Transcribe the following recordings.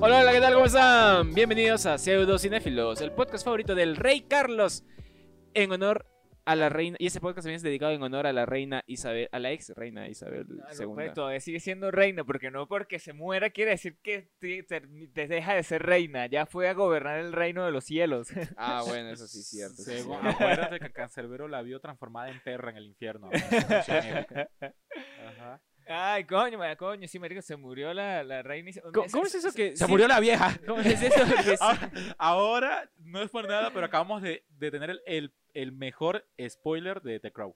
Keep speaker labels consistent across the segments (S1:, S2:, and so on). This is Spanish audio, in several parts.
S1: Hola, hola, ¿qué tal? ¿Cómo están? Bienvenidos a Pseudo Cinéfilos, el podcast favorito del Rey Carlos en honor a la reina. Y este podcast también es dedicado en honor a la reina Isabel, a la ex reina Isabel
S2: Ah, no,
S1: II.
S2: pues, todavía sigue siendo reina, porque no porque se muera quiere decir que te, te- te deja de ser reina. Ya fue a gobernar el reino de los cielos.
S1: Ah, bueno, eso sí es cierto. eso sí es
S3: Sego,
S1: cierto.
S3: acuérdate que Cancerbero la vio transformada en perra en el infierno. Ajá.
S2: Ay, coño, ma, coño, sí, marico, se murió la, la reina. Isa-
S1: ¿Cómo, cómo es eso que
S3: Se
S1: sí,
S3: murió la vieja.
S1: ¿Cómo es eso que sí?
S2: Ah,
S3: Ahora, ahora, no es por nada, pero acabamos de, de tener el, el- el mejor spoiler de The Crow.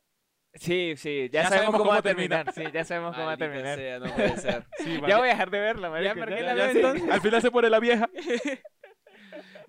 S2: Sí, sí, ya,
S3: Ya
S2: sabemos cómo, va a
S3: termina.
S2: terminar. Sí, ya sabemos cómo va a
S1: Maldita
S2: terminar.
S1: sea, no puede ser.
S3: Sí,
S2: Ya
S3: vale.
S2: voy a dejar de verla, marico.
S1: ¿para qué la
S2: ya- ya
S1: veo
S2: sí.
S1: entonces?
S3: Al final se pone la vieja.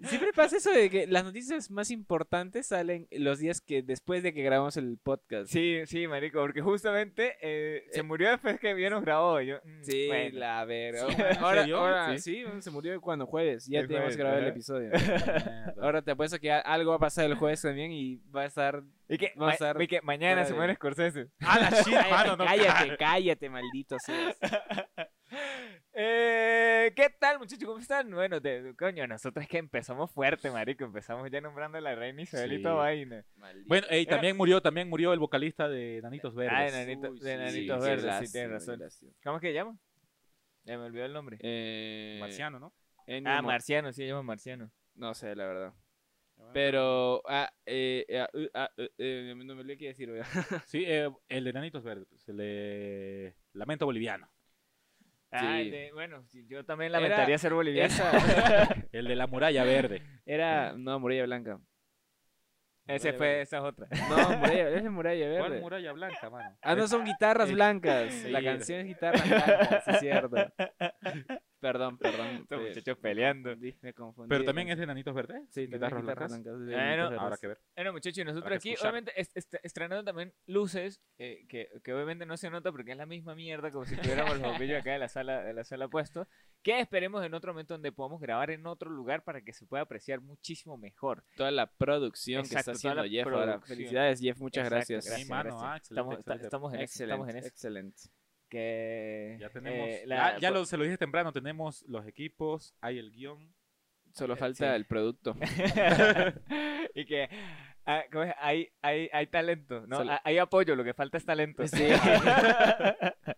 S1: Siempre pasa eso de que las noticias más importantes salen los días que después de que grabamos el podcast.
S2: Sí, sí, marico, porque justamente eh, se
S1: Eh.
S2: murió después que bien nos grabó. y Yo, mm,
S1: Sí,
S2: bueno.
S1: la verga.
S3: Sí, ¿en
S1: ahora,
S3: serio?
S1: ahora- sí,
S3: Sí.
S1: se murió cuando jueves. Ya
S2: El
S1: teníamos
S2: jueves,
S1: que grabar el
S2: ajá.
S1: episodio.
S3: Mierda.
S1: Ahora te apuesto que a- algo va a pasar el jueves también y va a estar.
S2: Y que,
S1: Va a
S2: ma-
S1: estar
S2: y que mañana
S1: fuera
S2: se
S1: de-
S2: muere Scorsese.
S3: Ah, la shit, mano, no,
S1: cállate, cállate, maldito seas.
S2: Eh, ¿Qué tal, muchachos? ¿Cómo están? Bueno, te- coño, nosotros que empezamos fuerte, marico. Empezamos ya nombrando a la reina Isabel y
S3: Sí.
S2: toda vaina. Ah,
S3: Bueno,
S1: eh,
S3: ey, también murió, también murió el vocalista de Nanitos Verdes.
S2: Ah, de Nanito- de Nanitos
S1: qué
S2: Verdes, sí,
S1: lástima,
S2: tienes
S1: qué
S2: razón.
S1: lástima.
S2: ¿Cómo es que llama? Ya me olvidó el nombre.
S1: Eh,
S3: Marciano, ¿no?
S1: Ennio
S2: ah,
S1: Mo-
S2: Marciano, sí, se llama Marciano.
S1: No sé, la verdad. Pero. Ah, eh, eh, ah, uh, ah, uh, eh, no me lo qué decir, ¿verdad?
S3: Sí, eh, el de Nanitos Verdes, pues, el de Lamento Boliviano.
S2: Ah,
S1: Sí.
S2: de- bueno, sí, yo también lamentaría ser boliviano.
S1: Esa
S3: El de la muralla verde.
S1: era. No, Muralla Blanca.
S2: Ese
S3: Muralla
S2: fue,
S3: Verde.
S2: esa es otra.
S1: No, Muralla, es de Muralla Verde.
S3: ¿Cuál muralla blanca, mano?
S1: Ah, no, son guitarras
S3: Eh,
S1: blancas. La
S3: sí.
S1: canción es guitarras blancas, es cierto. Perdón, perdón.
S2: Estos
S1: eh,
S2: muchachos peleando.
S1: confundí, Me confundí. eh.
S3: Pero también es de Nanitos Verdes.
S1: Sí, también
S3: guitarras
S1: guitarras
S3: blancas.
S1: blancas. de
S2: Ah, no,
S1: Guitarras
S3: Habrá
S1: Blancas.
S3: que ver.
S2: Bueno, muchachos, y nosotros
S3: que
S2: aquí,
S3: escuchar.
S2: obviamente, est- est- estrenando también luces, eh, que, que obviamente no se nota porque es la misma mierda como si tuviéramos los bombillos acá de la sala, de la sala puesto, que esperemos en otro momento donde podamos grabar en otro lugar para que se pueda apreciar muchísimo mejor.
S1: Toda la producción que está
S2: Exacto, toda
S1: haciendo
S2: la
S1: Jeff ahora.
S2: producción.
S1: Felicidades, Jeff. Muchas
S2: Exacto,
S1: gracias.
S3: Sí, mano, ah, excelente,
S2: estamos, esta-
S3: excelente.
S2: estamos en eso, estamos en
S1: Excelente,
S2: eso.
S1: excelente.
S2: Que,
S3: Ya tenemos.
S2: eh, la-
S3: ya ya lo, se lo dije temprano, tenemos los equipos, hay el guión.
S1: Solo
S2: Eh,
S1: falta
S2: sí.
S1: el producto.
S2: y que ah, ¿cómo es? hay, hay, hay talento, ¿no?
S1: Solo-
S2: Ah, Hay apoyo, lo que falta es talento.
S1: Sí.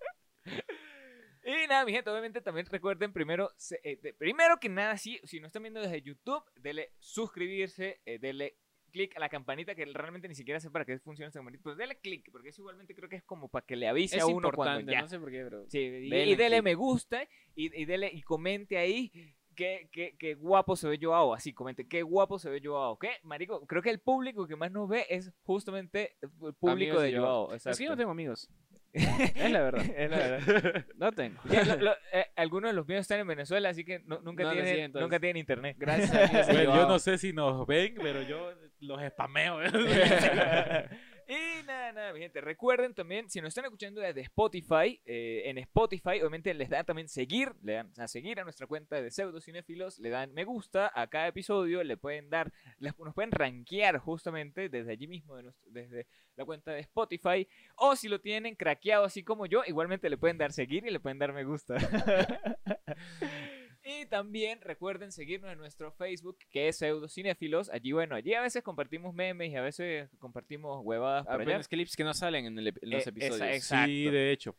S2: Y nada, mi gente, obviamente también recuerden primero, se- eh, de- primero que nada, sí, si no están viendo desde YouTube, dele suscribirse, eh, dele click a la campanita, que realmente ni siquiera sé para qué funciona esa campanita, pero dele click, porque eso igualmente creo que es como para que le avise
S1: Es
S2: a uno cuando
S1: importante,
S2: ya.
S1: no sé por qué, pero.
S2: Sí, y,
S1: Denle
S2: y dele
S1: click.
S2: me gusta y, y dele y comente ahí qué, qué, qué guapo se ve Joao. Así, comente qué guapo se ve Joao. ¿Qué, marico? Creo que el público que más nos ve es justamente el público
S1: Amigos de
S2: de
S1: Joao.
S2: Joao.
S1: Es que yo
S2: exacto.
S1: no tengo amigos. es la verdad.
S2: Es la verdad.
S1: No tengo.
S2: Que lo- lo- eh, algunos de los míos están en Venezuela, así que no- nunca,
S1: No lo
S2: tienen,
S1: siguen, entonces.
S2: nunca tienen internet.
S1: Gracias amigos de
S3: Bueno, yo
S1: Joao.
S3: no sé si nos ven, pero yo los spameo.
S2: y nada, nada, mi gente. Recuerden también, si nos están escuchando desde Spotify, eh, en Spotify, obviamente les dan también seguir, le dan a seguir a nuestra cuenta de pseudo cinéfilos, le dan me gusta a cada episodio, le pueden dar, les- nos pueden rankear justamente desde allí mismo, de nuestro- desde la cuenta de Spotify, o si lo tienen craqueado así como yo, igualmente le pueden dar seguir y le pueden dar me gusta. Y también recuerden seguirnos en nuestro Facebook, que es Pseudocinéfilos. Allí, bueno, allí a veces compartimos memes y a veces compartimos huevadas por allá.
S1: Apenas clips que no salen en, el ep- en los
S2: Eh,
S1: episodios.
S2: esa- esa-
S3: Sí,
S2: Exacto.
S3: de hecho.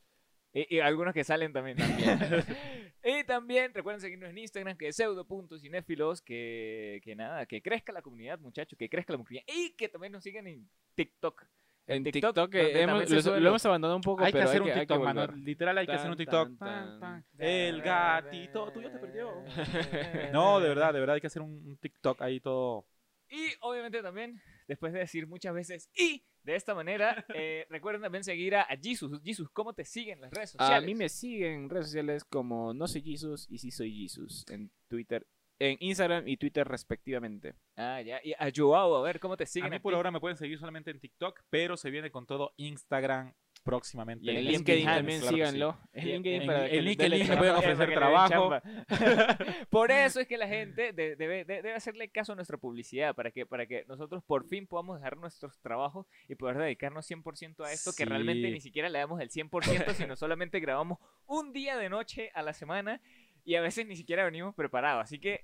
S2: Y, y algunos que salen también. y también recuerden seguirnos en Instagram, que es pseudo.cinéfilos. Que, que nada, que crezca la comunidad, muchachos, que crezca la comunidad. Y que también nos sigan en TikTok.
S1: En
S2: TikTok,
S1: TikTok, eh,
S2: donde
S1: hemos-
S2: también se
S1: los-
S2: suben
S1: lo
S2: los-
S1: hemos abandonado un poco,
S3: Hay que
S1: pero
S3: hacer
S1: hay,
S3: un
S1: que, hay que
S3: TikTok, mano.
S1: volver.
S3: Literal, hay que
S1: Tan,
S3: hacer un
S1: tan,
S3: TikTok.
S1: tan.
S3: El gatito tuyo te perdió. No, de verdad, de verdad, hay que hacer un, un TikTok ahí todo.
S2: Y obviamente también, después de decir muchas veces y de esta manera, eh, recuerden también seguir a, a Jesus. Jesus, ¿cómo te siguen las redes
S1: A
S2: sociales?
S1: mí me siguen en redes sociales como No Soy Jesus y Sí Soy Jesus en Twitter, en Instagram y Twitter respectivamente.
S2: Ah, ya. Y a Joao, a ver, ¿cómo te
S3: A
S2: siguen?
S3: mí
S2: a
S3: por
S2: ti?
S3: ahora me pueden seguir solamente en TikTok, pero se viene con todo Instagram próximamente.
S1: Y en
S2: en
S1: LinkedIn
S2: Behance,
S1: también
S3: claro que sí.
S1: síganlo. En
S2: Y en-
S1: LinkedIn
S3: en-
S1: para
S3: en
S1: que les
S3: LinkedIn
S1: dé
S3: me
S1: chamba.
S3: pueden
S2: Para
S3: ofrecer
S2: que le den
S3: trabajo.
S2: chamba. por eso es que la gente de- debe, de- debe hacerle caso a nuestra publicidad, para que, para que nosotros por fin podamos dejar nuestros trabajos y poder dedicarnos 100% a esto, que
S3: Sí.
S2: realmente ni siquiera le damos el 100%, sino solamente grabamos un día de noche a la semana. Y a veces ni siquiera venimos preparados, así que...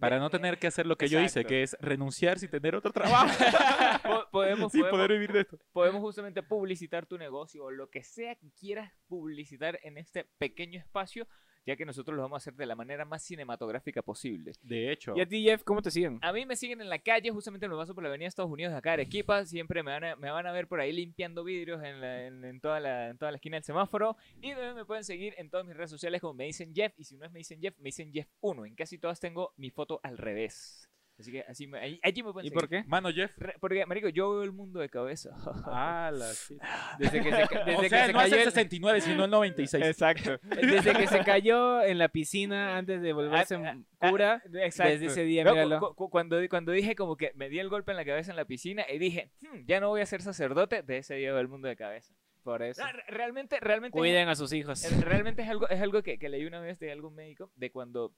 S3: Para no tener que hacer lo que yo hice,
S2: Exacto.
S3: que es renunciar sin tener otro trabajo.
S2: Po- podemos,
S3: sin
S2: podemos-
S3: poder vivir de esto.
S2: podemos justamente publicitar tu negocio o lo que sea que quieras publicitar en este pequeño espacio, ya que nosotros lo vamos a hacer de la manera más cinematográfica posible.
S3: De hecho.
S1: ¿Y a ti, Jeff, cómo te siguen?
S2: A mí me siguen en la calle, justamente me paso por la avenida Estados Unidos de acá, Arequipa. Siempre me van a, me van a ver por ahí limpiando vidrios en, la- en- en toda la, en toda la esquina del semáforo. Y también me pueden seguir en todas mis redes sociales como me dicen Jeff. Y si no es me dicen Jeff, me dicen Jeff1. En casi todas tengo mi foto al revés. Así que así me, ahí- allí me pueden
S1: ¿Y
S2: seguir.
S1: por qué?
S3: Mano Jeff.
S2: Re- Porque, marico, yo veo el mundo de cabeza.
S3: ala, sí.
S1: Desde que se, ca- desde
S3: o sea,
S1: que se
S3: no
S1: cayó
S3: es el
S1: el-
S3: 69, sino el 96.
S2: Exacto.
S1: desde que se cayó en la piscina antes de volverse
S2: Ah, ah,
S1: cura,
S2: Exacto.
S1: desde ese día,
S2: No, cu-
S1: míralo.
S2: cu- cu- cuando, di- cuando dije como que me di el golpe en la cabeza en la piscina y dije, "Hmm, ya no voy a ser sacerdote, de ese día veo el mundo de cabeza.
S1: por eso.
S2: No, Ah, re- realmente, realmente.
S1: Cuiden a sus hijos.
S2: Eh, Realmente es algo, es algo que, que leí una vez de algún médico, de cuando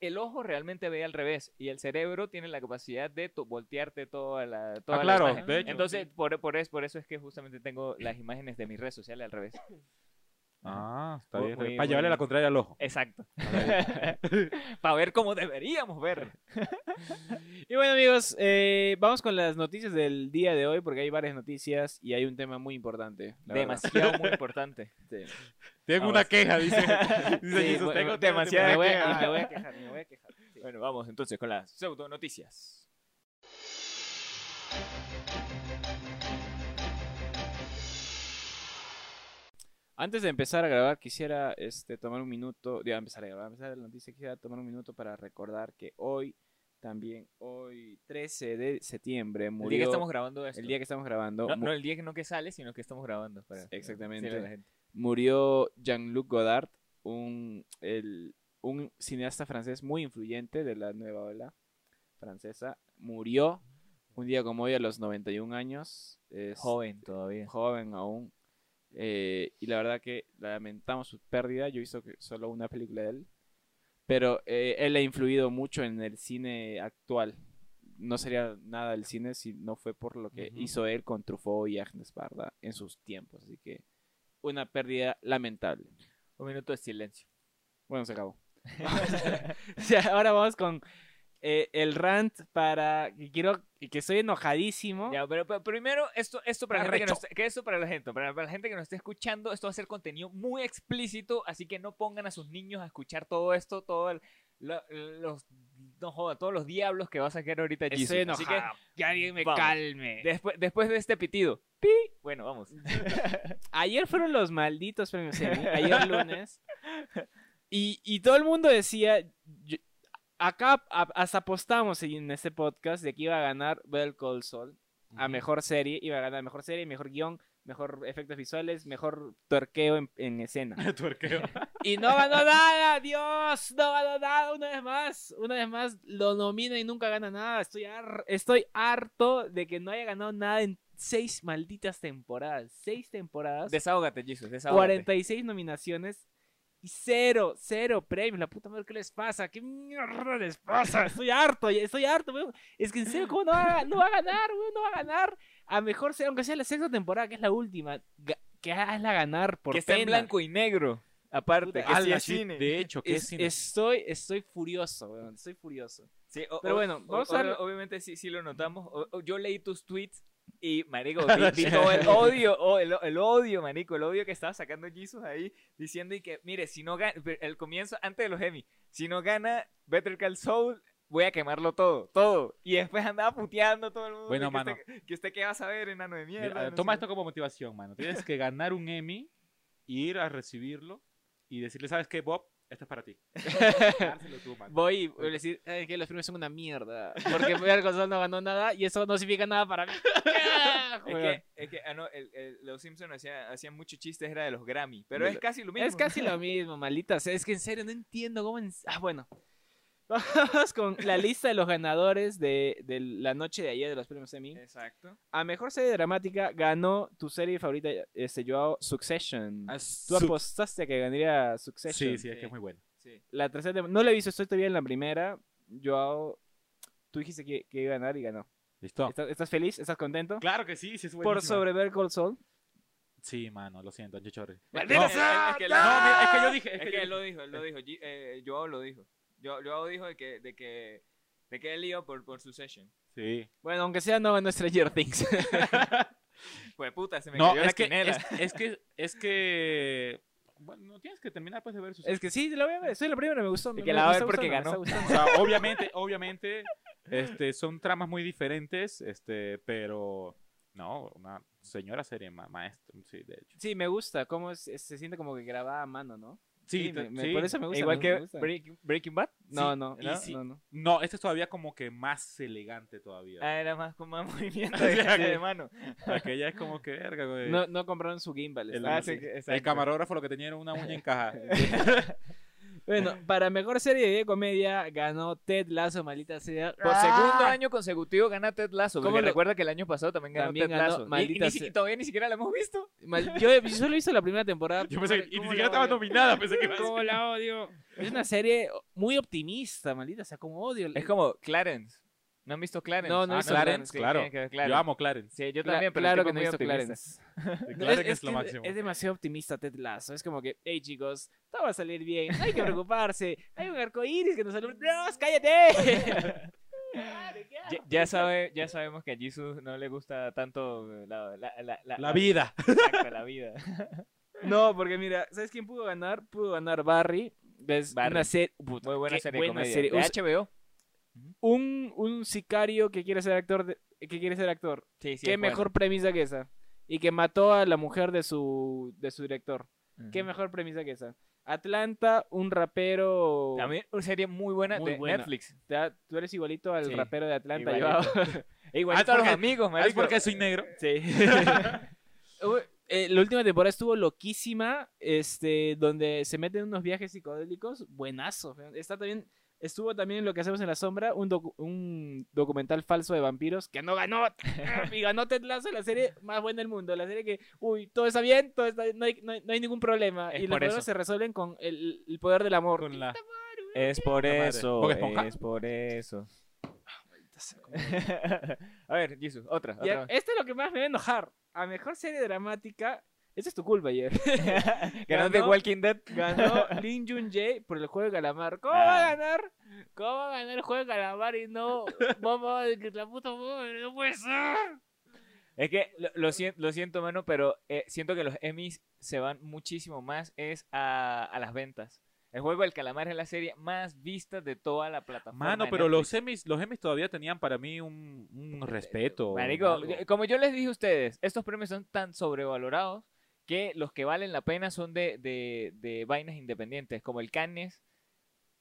S2: el ojo realmente ve al revés y el cerebro tiene la capacidad de to- voltearte toda la,
S1: Ah,
S2: toda la
S3: claro,
S2: imagen.
S3: de hecho,
S2: Entonces, por, por, es, por eso es que justamente tengo las imágenes de mis redes sociales al revés.
S3: Ah, está
S2: Muy-
S3: bien.
S2: muy-
S3: Para
S2: muy
S3: llevarle
S2: bien.
S3: la contraria al ojo.
S2: Exacto. Para ver cómo deberíamos ver.
S1: Y bueno, amigos, eh, vamos con las noticias del día de hoy porque hay varias noticias y hay un tema muy importante. la verdad.
S2: Demasiado muy importante.
S3: Tengo
S2: Ah,
S3: una
S2: vas.
S3: queja, dice. dice
S1: Sí,
S3: Jesús,
S1: bueno,
S3: tengo- tengo-
S2: demasiada
S1: Me
S3: tengo-
S1: voy,
S2: queja.
S1: a, me voy a quejar, me voy a quejar. Sí.
S2: Bueno, vamos entonces con las pseudo noticias.
S1: Antes de empezar a grabar, quisiera este, tomar un minuto, ya empezar a grabar, empezar la noticia, quisiera tomar un minuto para recordar que hoy, también hoy, 13 de septiembre,
S2: El
S1: murió
S2: día que estamos grabando esto.
S1: el día que estamos grabando,
S2: no,
S1: mu-
S2: no el día que no que sale, sino que estamos grabando. para-
S1: Exactamente.
S2: decirle a la gente.
S1: murió Jean-Luc Godard, un, el- un cineasta francés muy influyente de la nueva ola francesa. Murió un día como hoy a los 91 años. Es
S2: Joven todavía.
S1: joven aún. eh, y la verdad que lamentamos su pérdida. Yo hizo que- solo una película de él. Pero eh, él ha influido mucho en el cine actual. No sería nada el cine si no fue por lo que
S3: Ujú.
S1: hizo él con Truffaut y Agnes Barda en sus tiempos. Así que una pérdida lamentable.
S2: Un minuto de silencio.
S1: Bueno, se acabó. O sea, ahora vamos con eh, el rant para... que Quiero que estoy enojadísimo.
S2: Ya, pero, pero primero, esto, esto para la gente que,
S3: Arrecho.
S2: nos- que esto para la gente, para, para la gente que nos esté escuchando, esto va a ser contenido muy explícito, así que no pongan a sus niños a escuchar todo esto, todo el- lo- los no joda, todos los diablos que va a sacar ahorita
S1: Estoy
S2: Jesus. Así que
S1: enojado. Que alguien me
S2: Vamos.
S1: calme.
S2: después, después de este pitido, pi, bueno, vamos.
S1: Ayer fueron los malditos premios Emmy, ayer lunes. Y, y todo el mundo decía, yo- acá a- hasta apostamos en este podcast de que iba a ganar Bell Call Saul a mejor serie, iba a ganar mejor serie, mejor guión, mejor efectos visuales, mejor torqueo en, en escena.
S3: Tuerqueo.
S1: Y no ganó nada, Dios, no ganó nada una vez más, una vez más lo nomina y nunca gana nada. Estoy, har- estoy harto de que no haya ganado nada en seis malditas temporadas, seis temporadas.
S2: Desahógate, Jesus, desahógate.
S1: 46 nominaciones y cero, cero premios. La puta madre, ¿qué les pasa? ¿Qué mierda les pasa? Estoy harto, ya estoy harto, weón. Es que en serio, ¿cómo no va, a- no va a ganar, weón? No va a ganar. A mejor sea, aunque sea la sexta temporada, que es la última, ga- que hazla ganar por
S2: que está en
S1: pena.
S2: blanco y negro,
S1: Puta,
S2: aparte, que sí
S3: Ala,
S2: es
S3: sí,
S2: cine.
S3: De hecho, ¿qué es,
S1: Es-
S3: cine?
S1: estoy, estoy furioso, weón. Estoy furioso.
S2: Sí, o-
S1: Pero
S2: o-
S1: bueno,
S2: o-
S1: vamos a
S2: o-
S1: ver-
S2: Obviamente sí, sí lo notamos. O- o- yo leí tus tweets y, marico, vi, vi todo el odio, o el, el odio, marico, el odio que estaba sacando Jesus ahí, diciendo y que, mire, si no gana, el comienzo, antes de los Emmy, si no gana Better Call Saul, voy a quemarlo todo, todo. Y después andaba puteando a todo el mundo.
S3: Bueno,
S2: que usted- que usted qué va a saber, enano de mierda.
S3: Mira, a ver,
S2: no
S3: toma
S2: sé
S3: esto como motivación, mano. Tienes que ganar un Emmy, ir a recibirlo y decirle, ¿sabes qué, Bob? Esto es para ti. Dárselo tú, mano.
S1: Voy y voy a decir "Ay, que los premios son una mierda. Porque Better Call Saul no ganó nada y eso no significa nada para mí.
S2: Es
S1: Weón.
S2: que, es que, ah, no, el- el- los Simpsons hacían, hacían muchos chistes, era de los Grammy, pero
S1: De
S2: es
S1: lo-
S2: casi lo mismo.
S1: Es casi lo mismo, maldita. sea, es que en serio no entiendo cómo. en- Ah, bueno. Vamos con la lista de los ganadores de, de la noche de ayer de los premios Emmy.
S2: Exacto.
S1: A mejor serie dramática ganó tu serie favorita, este, Joao, Succession.
S2: Ah,
S1: Tú
S3: Su-
S1: apostaste a que ganaría Succession.
S3: Sí, sí, es que es muy bueno.
S2: Sí.
S1: La tercera, tem- no la he visto, estoy todavía en la primera. Joao, tú dijiste que, que iba a ganar y ganó.
S3: ¿Listo?
S1: ¿Estás, estás feliz? ¿Estás contento?
S3: Claro que sí, sí es bueno.
S1: Por sobre Better Call Saul.
S3: Sí, mano, lo siento, yo chorré.
S2: ¡Maldita
S3: no,
S2: sea!
S3: Es que, no, mira, es que yo dije,
S2: Es
S3: es
S2: que,
S3: que yo-
S2: él lo dijo, él lo dijo. Gi- eh, Joao lo dijo. Yo, Joao dijo de que, de que, de que él iba por, por su session.
S3: Sí.
S1: Bueno, aunque sea no nuestra Stranger Things.
S2: Pues puta, se me
S3: No,
S2: cayó la
S3: es que,
S2: quinela.
S3: es, es que, es que, bueno, tienes que terminar pues de ver sus...
S1: es que sí, la voy a ver. Soy la primera, me gustó.
S2: Y
S1: me-
S2: que
S1: me
S2: la va a
S1: está
S2: ver porque
S1: gustando, me está
S3: O
S1: gustando.
S3: sea, obviamente, obviamente, este, son tramas muy diferentes, este, pero, no, una señora serie ma- maestra, sí, de hecho.
S1: Sí, me gusta. Cómo es- se siente como que grabada a mano, ¿no?
S3: Sí,
S1: me-
S3: te-
S1: me-
S3: sí.
S1: por eso me gusta.
S2: Igual
S1: me-
S2: que
S1: me gusta.
S2: Breaking- Breaking Bad.
S1: No,
S3: Sí,
S1: no,
S3: y
S1: no,
S3: sí.
S1: no, no.
S3: No, este es todavía como que más elegante todavía.
S2: Ah, era más con más movimiento
S3: O
S2: de,
S3: sea,
S2: de
S3: que-
S2: mano.
S3: Aquella es como que, verga, güey.
S1: No, no compraron su gimbal.
S3: El-
S1: está
S2: Ah,
S1: así.
S2: sí,
S3: sí.
S2: exacto.
S3: el camarógrafo lo que tenía era una uña en caja.
S1: Bueno, para mejor serie de comedia ganó Ted Lasso, maldita sea.
S3: Ah.
S2: Por segundo año consecutivo gana Ted Lazo.
S1: ¿Cómo
S2: Porque
S1: lo-
S2: recuerda que el año pasado también ganó
S1: También
S2: Ted
S1: ganó,
S2: Lasso. Y- y,
S1: maldita
S2: ni si-
S1: sea.
S2: todavía ni siquiera la hemos visto.
S1: Mal- yo, yo solo he visto la primera temporada.
S3: Yo pensé que y ni
S1: ¿Cómo
S3: siquiera
S1: la
S3: estaba
S1: odio?
S3: nominada, pensé que iba a ser-
S1: ¿Cómo la odio? Es una serie muy optimista, maldita sea, como odio.
S2: Es como Clarence. ¿No han visto Clarence?
S1: No, no he
S2: Ah,
S1: visto
S3: Clarence,
S2: Sí,
S3: claro.
S2: tiene que ver
S3: Yo
S2: Clarence.
S3: amo Clarence.
S2: Sí, yo
S1: Cla-
S2: también, pero
S1: claro
S2: el tipo
S1: que no he
S2: muy
S1: visto
S2: optimista.
S1: Clarence. No,
S3: Clarence es,
S1: que
S3: lo máximo.
S1: es demasiado optimista Ted Lasso. Es como que, hey chicos, todo va a salir bien, no hay que preocuparse. Hay un arco iris que nos alumbra. ¡Dios, cállate!
S2: Ya, ya sabe, ya sabemos que a Jesus no le gusta tanto eh, la, la, la, la-
S3: La vida.
S2: exacto, la vida.
S1: No, porque mira, ¿sabes quién pudo ganar? Pudo ganar Barry. Es
S2: Barry.
S1: una serie.
S2: Muy buena
S1: qué
S2: serie
S1: buena
S2: de comedia.
S1: serie.
S2: De
S1: Usa-
S2: HBO.
S1: Un, un sicario que quiere ser actor. de- que quiere ser actor.
S2: Sí, sí,
S1: Qué
S2: es buena.
S1: mejor premisa que esa. Y que mató a la mujer de su, de su director.
S2: Ujú.
S1: Qué mejor premisa que esa. Atlanta, un rapero.
S2: También una serie muy buena
S1: Muy
S2: de
S1: buena.
S2: Netflix.
S1: Te da- Tú eres igualito al
S2: Sí,
S1: rapero de Atlanta.
S2: igualito.
S1: yo-
S2: Igual a
S3: Ah,
S2: los
S3: porque-
S2: amigos,
S3: ¿Sabes
S2: marico.
S3: por qué soy negro?
S2: Sí.
S1: Hubo- eh, la última temporada estuvo loquísima, este, donde se meten unos viajes psicodélicos, buenazo. weón. Está también, estuvo también en lo que hacemos en la sombra, un, docu- un documental falso de vampiros que no ganó y ganó Ted Lasso, la serie más buena del mundo, la serie que, uy, todo está bien, todo está, no, hay, no hay- no hay ningún problema
S2: Es
S1: y los
S2: por eso.
S1: problemas se resuelven con el, el poder del amor.
S3: Con la...
S2: Es por
S3: madre.
S2: eso.
S3: ¿Bob Esponja?
S2: Es por eso.
S1: Ah,
S2: a ver, Jesus, otra.
S1: Y a-
S2: otra.
S1: esto es lo que más me va a enojar. A mejor serie dramática, esa es tu culpa, ayer.
S2: Ganó The
S1: ganó-
S2: Walking Dead. Ah.
S1: Ganó Lin Jun Jae por el juego de calamar. ¿Cómo va a ganar? ¿Cómo va a ganar el juego de calamar y no? Vamos, que la puta madre, no puede ser.
S2: Es que lo, lo sien- lo siento, mano, pero eh, siento que los Emmys se van muchísimo más es a, a las ventas. El juego del calamar es la serie más vista de toda la plataforma.
S3: Mano,
S2: de
S3: pero
S2: Netflix.
S3: los semis, los semis todavía tenían para mí un, un respeto.
S2: eh, Marico,
S3: algo.
S2: yo- como yo les dije a ustedes, estos premios son tan sobrevalorados que los que valen la pena son de, de- de vainas independientes, como el Cannes,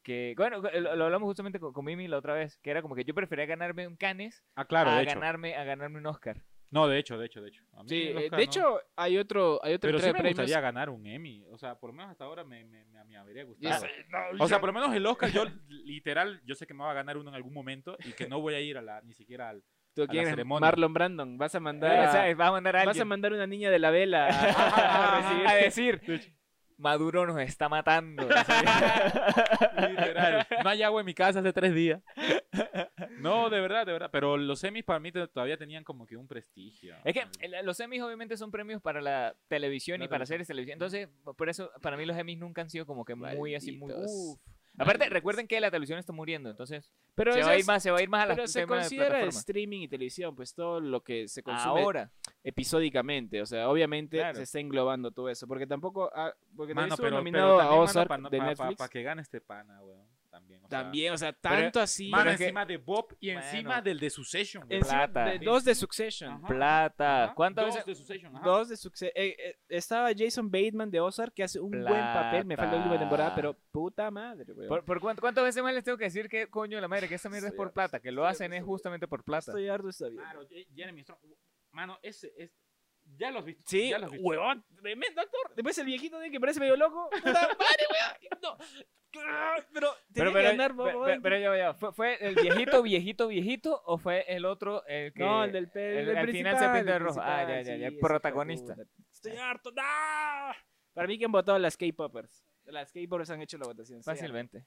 S2: que, bueno, lo, lo hablamos justamente con, con Mimi la otra vez, que era como que yo prefería ganarme un Cannes
S3: Ah, claro,
S2: a,
S3: de hecho.
S2: ganarme, a ganarme un Oscar.
S3: No, de hecho, de hecho, de hecho. A mí
S1: Sí,
S3: el
S1: eh,
S3: Oscar
S1: de
S3: no.
S1: hecho, hay otro, hay otro
S3: pero sí
S1: tres
S3: me
S1: premios.
S3: gustaría ganar un Emmy. O sea, por lo menos hasta ahora me, me, me, me habría
S1: Yo
S3: gustado.
S1: sé, no,
S3: O sea, por lo menos el Oscar, yo literal, yo sé que me va a ganar uno en algún momento y que no voy a ir a la, ni siquiera al.
S1: tú
S3: la
S1: quieres
S3: ceremonia.
S1: Marlon Brandon, vas a mandar,
S2: Ah,
S1: a-
S2: ¿sabes? Vas a mandar a
S1: vas a
S2: alguien
S1: mandar una niña de la vela a, a- a recibir-
S2: a decir, Maduro nos está matando.
S3: Literal. No hay agua en mi casa hace tres días. No, de verdad, de verdad. Pero los semis para mí te- todavía tenían como que un prestigio.
S2: Es que el- los Emmys obviamente son premios para la televisión
S3: La
S2: y para
S3: televisión.
S2: series de televisión. Entonces, por eso, para mí los Emmys nunca han sido como que muy así, muy...
S1: Malditos.
S2: uf. Aparte, recuerden que la televisión está muriendo, entonces
S1: Pero,
S2: se
S1: eso
S2: va, a
S1: es-
S2: ir más, se va a ir más a
S1: pero
S2: las
S1: se
S2: temas de
S1: considera
S2: plataforma.
S1: streaming y televisión, pues todo lo que se consume
S2: Ahora,
S1: episódicamente. O sea, obviamente
S2: Claro.
S1: se está englobando todo eso. Porque tampoco. ha- porque también
S3: Mano,
S1: estuvo
S3: pero,
S1: nominado a Ozark
S3: para
S1: de Netflix.
S3: que gane este pana, weón. También. o sea,
S1: también, o sea, tanto así.
S3: Mano,
S2: Pero es que-
S3: encima de Bob y
S2: Bueno.
S3: encima del de Succession. weón.
S1: encima
S2: plata.
S1: de- dos de Succession.
S3: Ajá,
S2: plata.
S3: ajá.
S2: ¿Cuántas
S3: Dos
S2: veces?
S3: de Succession, ajá.
S1: Dos de Succession. estaba Jason Bateman de Ozark que hace un buen papel. Me falta la última
S2: Plata.
S1: temporada, pero puta madre, weón.
S2: ¿Por, por cuánto- ¿Cuántas veces más les tengo que decir que coño de la madre? Que esa mierda es
S1: Estoy
S2: por
S1: harto,
S2: plata, que lo
S1: estoy
S2: hacen
S1: harto,
S2: es
S1: estoy
S2: justamente por plata.
S1: Estoy harto de esta vida.
S3: Claro, Je- Jeremy Strong. Mano, ese es. Ya lo has visto.
S1: Sí,
S3: ya lo has visto.
S1: huevón, tremendo actor. Después el viejito de que parece medio loco. Puta madre, weón. No. Pero, tenía que
S2: Pero, pero,
S1: ganar, ¿eh?
S2: pero-
S1: weón.
S2: pero- pero ya, ya, ¿Fue, fue el viejito, viejito, viejito o fue el otro el que...
S1: No, el del pelo.
S2: el- al final se pinta de rojo. Ah, ya, ya, ya, protagonista.
S1: Estoy harto. ¡No! Para mí que han votado las K-Poppers. Las K-Poppers han hecho la votación. sí.
S2: Fácilmente.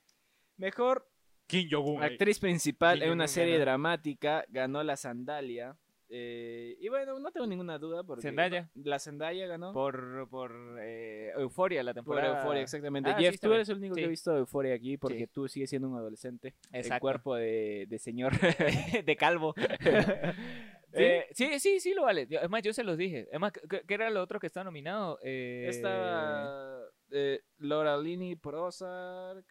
S1: Mejor
S3: Kim Jong-un. eh.
S1: actriz principal
S3: Kim
S1: en una
S3: Jong-un
S1: serie
S3: ganó.
S1: dramática ganó La Sandalia. Eh, y bueno, no tengo ninguna duda porque
S2: Zendaya.
S1: la Zendaya ganó por,
S2: Por, por eh, Euforia, la temporada.
S1: Euforia, exactamente.
S2: Ah, sí,
S1: Jeff,
S2: está
S1: tú
S2: bien.
S1: eres el único
S2: Sí.
S1: que ha visto de Euforia aquí porque
S2: Sí.
S1: tú sigues siendo un adolescente. El
S2: Exacto.
S1: cuerpo de, de señor.
S2: de calvo. Eh, ¿Sí? sí, sí, lo vale. Yo- Es más, yo se los dije. Es más, ¿qué, qué era lo otro que está nominado? Eh,
S1: Estaba eh, Laura Linney por Ozark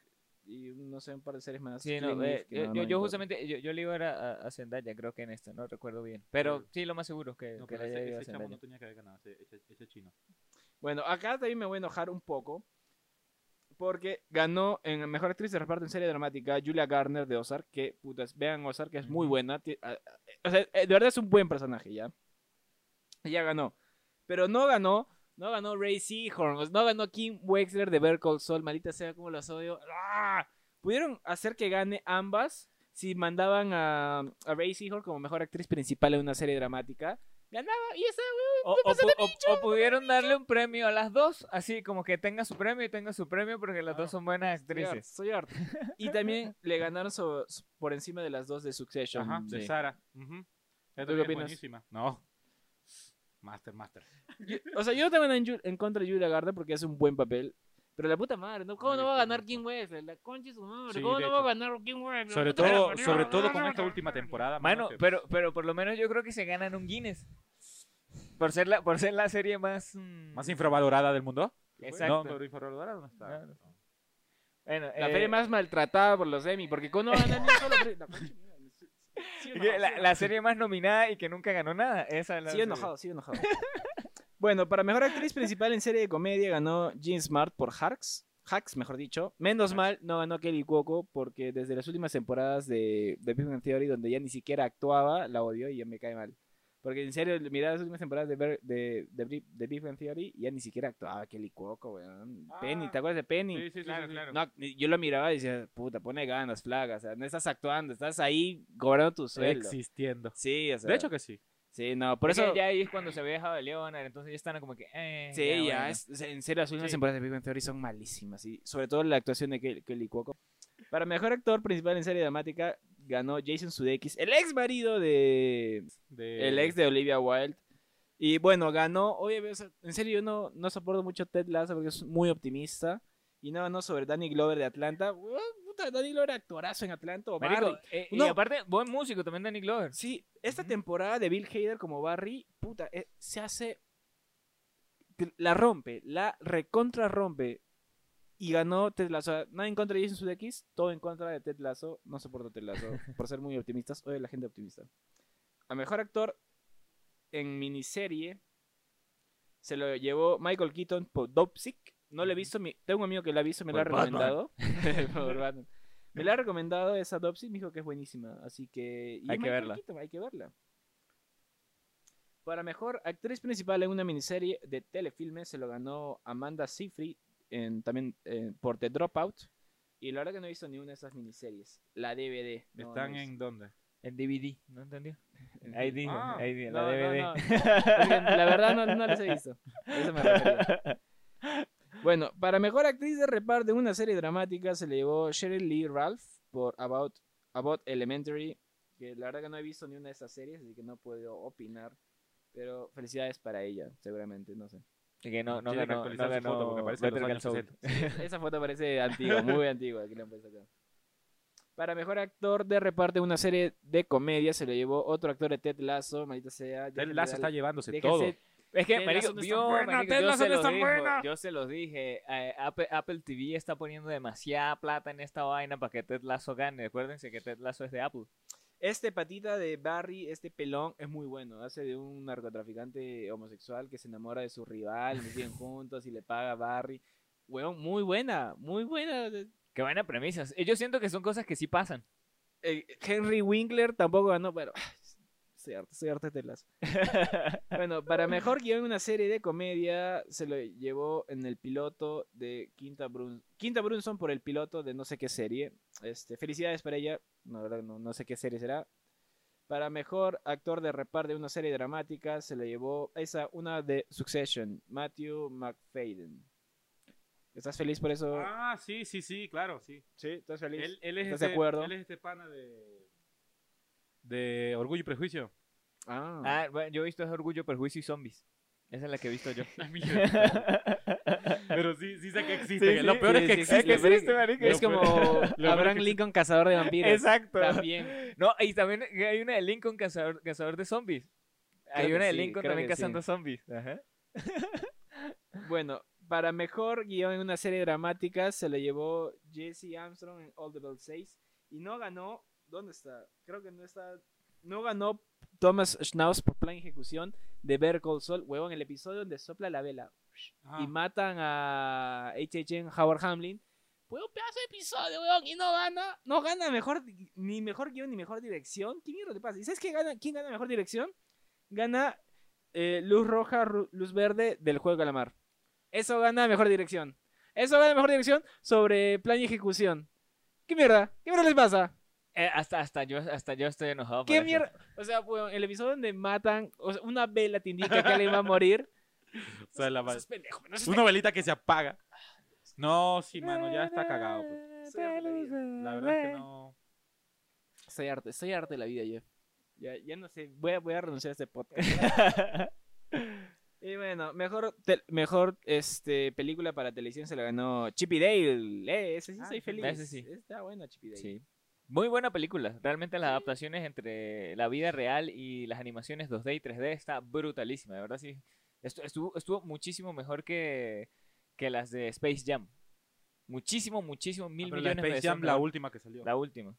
S1: y no sé, un par de series más.
S2: Sí, no,
S1: Killing Eve,
S2: eh,
S1: que no-
S2: yo,
S1: no me
S2: yo- yo
S1: importa.
S2: justamente, yo, yo le iba era a, a Zendaya, creo que en esta, no recuerdo bien. Pero sí, lo más seguro es que,
S3: No,
S2: que
S3: pero
S2: le haya
S3: ese,
S2: ido a
S3: ese chamo
S2: Zendaya.
S3: no tenía que haber ganado, ese, ese- ese chino.
S1: Bueno, acá también me voy a enojar un poco. Porque ganó en Mejor Actriz de Reparto en Serie Dramática Julia Garner de Ozark. Que putas, vean Ozark, que es muy
S2: Ujú.
S1: buena. ti- a- a- O sea, eh, de verdad es un buen personaje ya. Ella ganó. Pero no ganó. No ganó Ray Seahorn. No ganó Kim Wexler de Better Call Saul. Maldita sea, como los odio. ¡Ah! Pudieron hacer que gane ambas si mandaban a, a Ray Seahorn como mejor actriz principal en una serie dramática. Ganaba y esa
S2: O, o pu- o- o pudieron darle un premio a las dos, así como que tenga su premio y tenga su premio, porque las
S3: Claro.
S2: dos son buenas
S1: Soy harto,
S2: actrices.
S1: soy harto. Y también le ganaron so- so- por encima de las dos de Succession.
S3: Ajá, de
S1: Sí.
S3: Sara. Ujú. Ella
S1: qué
S3: también es
S1: opinas?
S3: buenísima. No. Master, master.
S1: Yo- o sea, yo no tengo nada en, Ju- en contra de Julia Garner porque hace un buen papel. Pero la puta madre, ¿no? ¿Cómo
S3: No,
S1: no
S3: yo
S1: va a
S3: estoy
S1: ganar
S3: de
S1: King Wexler? La concha de su madre.
S3: Sí,
S1: ¿Cómo
S3: de
S1: no va a ganar King Wexler?
S3: Sobre
S1: Puta la
S3: todo,
S1: parió.
S3: sobre todo con esta última temporada.
S2: Mano,
S3: que-
S2: pero, pero por lo menos yo creo que se ganan un Guinness. Por ser la, por ser la serie más. mm,
S3: más infravalorada del mundo.
S2: Exacto.
S3: No, pero infravalorada no está.
S2: Claro.
S3: No.
S2: bueno,
S1: La
S2: eh,
S1: serie más maltratada por los Emmy. Porque ¿cómo no va a ganar ni un solo premio? La concha de mi madre, sí- sí-
S2: y que la, la serie más nominada y que nunca ganó nada. Esa es la
S1: Sigue enojado, sigue enojado. bueno, para mejor actriz principal en serie de comedia ganó Jean Smart por Harks. Hacks, mejor dicho. Menos mal no ganó Kelly Cuoco porque desde las últimas temporadas de, de Big Bang Theory, donde ya ni siquiera actuaba, la odio y ya me cae mal. Porque en serio, mirad las últimas temporadas de, Ver- de, de, Bri- de Big Bang Theory, ya ni siquiera actuaba Kelly Cuoco, weón.
S3: Ah.
S1: Penny, ¿te acuerdas de Penny?
S3: Sí, sí, sí,
S2: Claro,
S3: sí, sí.
S2: claro.
S1: No, yo lo miraba y decía, puta, pone ganas, flaga. O sea, no estás actuando, estás ahí cobrando tu sueldo.
S3: Existiendo.
S1: Sí, o sea.
S3: De hecho que sí.
S1: Sí, no, por eso.
S2: ya ahí es cuando se había dejado de Leonard. Entonces ya están como que. Eh,
S1: Sí, ya,
S2: bueno.
S1: es- o sea, en serio, las últimas
S2: Sí.
S1: temporadas de Big Bang Theory son malísimas, y sobre todo la actuación de Ke- Kelly Cuoco. Para mejor actor principal en serie dramática ganó Jason Sudeikis, el ex marido de...
S3: De-
S1: El ex de Olivia Wilde. Y bueno, ganó, obviamente, o sea, en serio yo no, no soporto mucho a Ted Lasso porque es muy optimista. Y no ganó sobre Danny Glover de Atlanta. Ué, puta, Danny Glover actorazo en Atlanta. o
S2: Marico,
S1: Barry.
S2: eh,
S1: No.
S2: Y aparte, buen músico también, Danny Glover.
S1: Sí, esta
S2: Ujú.
S1: temporada de Bill Hader como Barry, puta, eh, se hace. La rompe, la recontra rompe. Y ganó Ted Lasso. O sea, Nada en contra de Jason Sudeikis, todo en contra de Ted Lasso. No soporto a Ted Lasso por ser muy optimistas. Oye, la gente optimista. A mejor actor en miniserie se lo llevó Michael Keaton por Dopsic. No lo he
S2: Ujú.
S1: visto, mi- tengo un amigo que lo ha visto, me lo ha
S2: Por
S1: recomendado. Por Batman. Me la ha recomendado esa Dopsy, me dijo que es buenísima, así que... y es
S2: Hay que
S1: Michael
S2: verla.
S1: Keaton, hay que verla. Para mejor actriz principal en una miniserie de telefilme se lo ganó Amanda Seyfried, en- también eh, por The Dropout. Y la verdad que no he visto ni una de esas miniseries. La DVD. no, no
S3: ¿Están
S1: he
S3: en
S1: visto.
S3: dónde?
S2: El DVD, ¿no entendió? Ahí dijo,
S3: Ah,
S2: ahí dijo,
S1: no,
S2: la DVD.
S1: no, no. Porque La verdad no, no las he visto. A eso me refería. Bueno, para mejor actriz de reparto en una serie dramática se le llevó Sheryl Lee Ralph por About, About Elementary, que la verdad que no he visto ni una de estas series, así que no puedo opinar. Pero felicidades para ella, seguramente, no sé.
S2: Y que no, no
S3: Tiene que
S2: ganó, no
S3: actualizar su foto porque
S2: ganó
S3: parece de
S2: Better
S3: los
S2: Call
S3: años
S2: Saul.
S3: 60.
S1: Esa foto parece antigua, muy antigua. Aquí la han puesto acá. Para mejor actor de reparto en una serie de comedia se le llevó otro actor de Ted Lasso, maldita sea.
S3: Ted
S1: déjenme
S3: Lasso
S1: dar-
S3: está llevándose
S1: déjense-
S3: todo.
S2: Es que,
S1: Ted
S2: marico,
S1: Lasso no es tan
S2: yo,
S1: buena,
S2: marico,
S1: Ted
S2: yo,
S1: Lasso
S2: se
S1: no es
S2: los
S1: tan
S2: dijo,
S1: buena.
S2: yo se los dije, eh, Apple, Apple TV está poniendo demasiada plata en esta vaina para que Ted Lasso gane. Acuérdense que Ted Lasso es de Apple.
S1: Este patita de Barry, este pelón, es muy bueno. Hace de un narcotraficante homosexual que se enamora de su rival, viven juntos y le paga a Barry. Weón, muy buena, muy buena.
S2: Qué buena premisa. Eh, Yo siento que son cosas que sí pasan.
S1: Eh, Henry Winkler tampoco ganó, pero. Estoy harto, estoy harto de Ted Lasso. Bueno, para mejor guión en una serie de comedia se lo llevó en el piloto de Quinta Brunson. Quinta Brunson por el piloto de no sé qué serie. Este, felicidades para ella. No, la verdad, no, no sé qué serie será. Para mejor actor de reparto de una serie dramática se lo llevó esa, una de Succession, Matthew McFadden. ¿Estás feliz por eso?
S3: Ah, sí, sí, sí, claro, sí.
S1: sí, estás feliz.
S3: Él, él es
S1: ¿Estás de
S3: este-
S1: acuerdo?
S3: Él es este pana de... De Orgullo y Prejuicio.
S1: Ah.
S2: Ah, bueno, yo he visto es Orgullo, Perjuicio y Zombies. Esa es la que he visto yo.
S3: A mí yo- Pero sí, sí sé que existe.
S2: Sí,
S3: que
S2: sí,
S3: lo peor
S1: sí,
S3: es que
S1: sí,
S3: existe.
S1: sí, lo peor es-
S2: marica.
S1: Es
S3: Lo
S1: como
S3: peor- lo peor
S1: Abraham
S3: que-
S1: Lincoln, cazador de vampiros.
S2: Exacto.
S1: También.
S2: No, y también hay una de Lincoln cazador, cazador de zombies.
S1: Creo
S2: Hay
S1: que
S2: una de
S1: sí,
S2: Lincoln
S1: creo
S2: también
S1: que sí.
S2: cazando zombies. Ajá.
S1: Bueno, para mejor guión en una serie dramática se lo llevó Jesse Armstrong en All the Bells 6 y no ganó, ¿dónde está? Creo que no está, no ganó Thomas Schnauz por plan ejecución de Better Call Saul, huevón, el episodio donde sopla la vela
S3: Ah.
S2: Ah.
S1: y matan a H.H. Howard Hamlin. Fue un pedazo de episodio, weón, y no gana, no gana mejor, ni mejor guión ni mejor dirección. ¿Qué mierda te pasa? ¿Y sabes qué gana, quién gana mejor dirección? Gana eh, Luz Roja, Ru- Luz Verde del Juego de Calamar. Eso gana mejor dirección. Eso gana mejor dirección sobre plan y ejecución. ¿Qué mierda? ¿Qué mierda les pasa?
S2: Eh, hasta, hasta, yo, hasta yo estoy enojado. por
S1: ¿Qué
S2: eso.
S1: mierda? O sea, weón, el episodio donde matan, o sea, una vela te indica que alguien va a morir.
S3: O sea, la
S1: No
S3: va-
S1: seas pendejo, no seas
S3: Una velita que se apaga. No, sí, mano, ya está cagado. pues. La verdad es que no.
S1: Estoy harto, estoy harto de la vida, Jeff. Ya, ya no sé, voy a, voy a renunciar a este podcast. y bueno, mejor, tel- mejor este, película para televisión se la ganó Chippy Dale. Eh, ese sí
S3: Ah,
S1: estoy
S3: Chip y
S1: feliz.
S2: Dale, ese sí.
S1: Está bueno Chippy Dale.
S2: Sí. Muy buena película. Realmente las adaptaciones entre la vida real y las animaciones 2D y 3D está brutalísima. De verdad, sí. Estu- Estuvo, estuvo muchísimo mejor que, que las de Space Jam. Muchísimo, muchísimo, mil
S3: Ah, pero la
S2: millones de
S3: Space
S2: veces
S3: Jam, la
S2: mejor.
S3: última que salió.
S2: La última.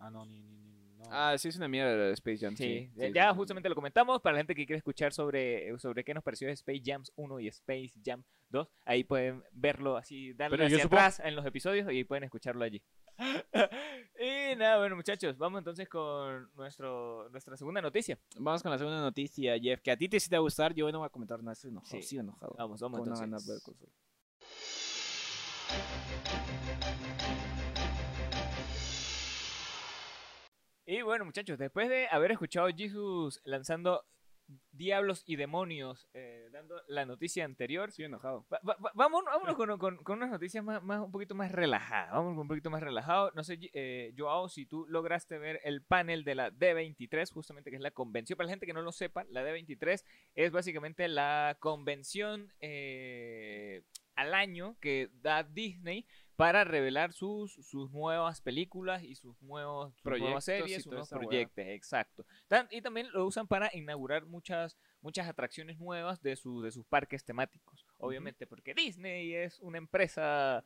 S3: Ah, no, ni, ni, ni- no.
S1: Ah, sí, es una mierda la de Space Jam.
S2: Sí,
S1: Sí,
S2: ya-
S1: sí,
S2: ya
S1: sí.
S2: justamente lo comentamos. Para la gente que quiere escuchar sobre, sobre qué nos pareció Space Jams 1 y Space Jam 2, ahí pueden verlo así, darle
S3: Pero yo
S2: hacia
S3: supongo-
S2: atrás en los episodios y pueden escucharlo allí. y nada, bueno, muchachos, vamos entonces con nuestro, nuestra segunda noticia.
S1: Vamos con la segunda noticia, Jeff, que a ti te sí te va a gustar. Yo no voy a comentar nada, estoy enojado.
S2: Sí.
S1: Sí, Ah, enojado.
S2: Vamos, vamos
S1: Con no ganar
S2: entonces.
S1: Better Call Saul.
S2: Y bueno, muchachos, después de haber escuchado a Jesus lanzando diablos y demonios, eh, dando la noticia anterior,
S1: Estoy enojado.
S2: Va- va- va- vámonos vámonos con, con- con unas noticias más, más- un poquito más relajadas. Vamos con un poquito más relajado. No sé, eh, Joao, si tú lograste ver el panel de la D23, justamente que es la convención. Para la gente que no lo sepa, la D23 es básicamente la convención eh, al año que da Disney para revelar sus, sus nuevas películas y sus nuevos sus nuevas
S1: Proyectos y
S2: series, sus
S1: toda
S2: nuevos
S1: esa hueá.
S2: proyectos, exacto. Tan- y también lo usan para inaugurar muchas muchas atracciones nuevas de, su- de sus parques temáticos. Obviamente, porque Disney es una empresa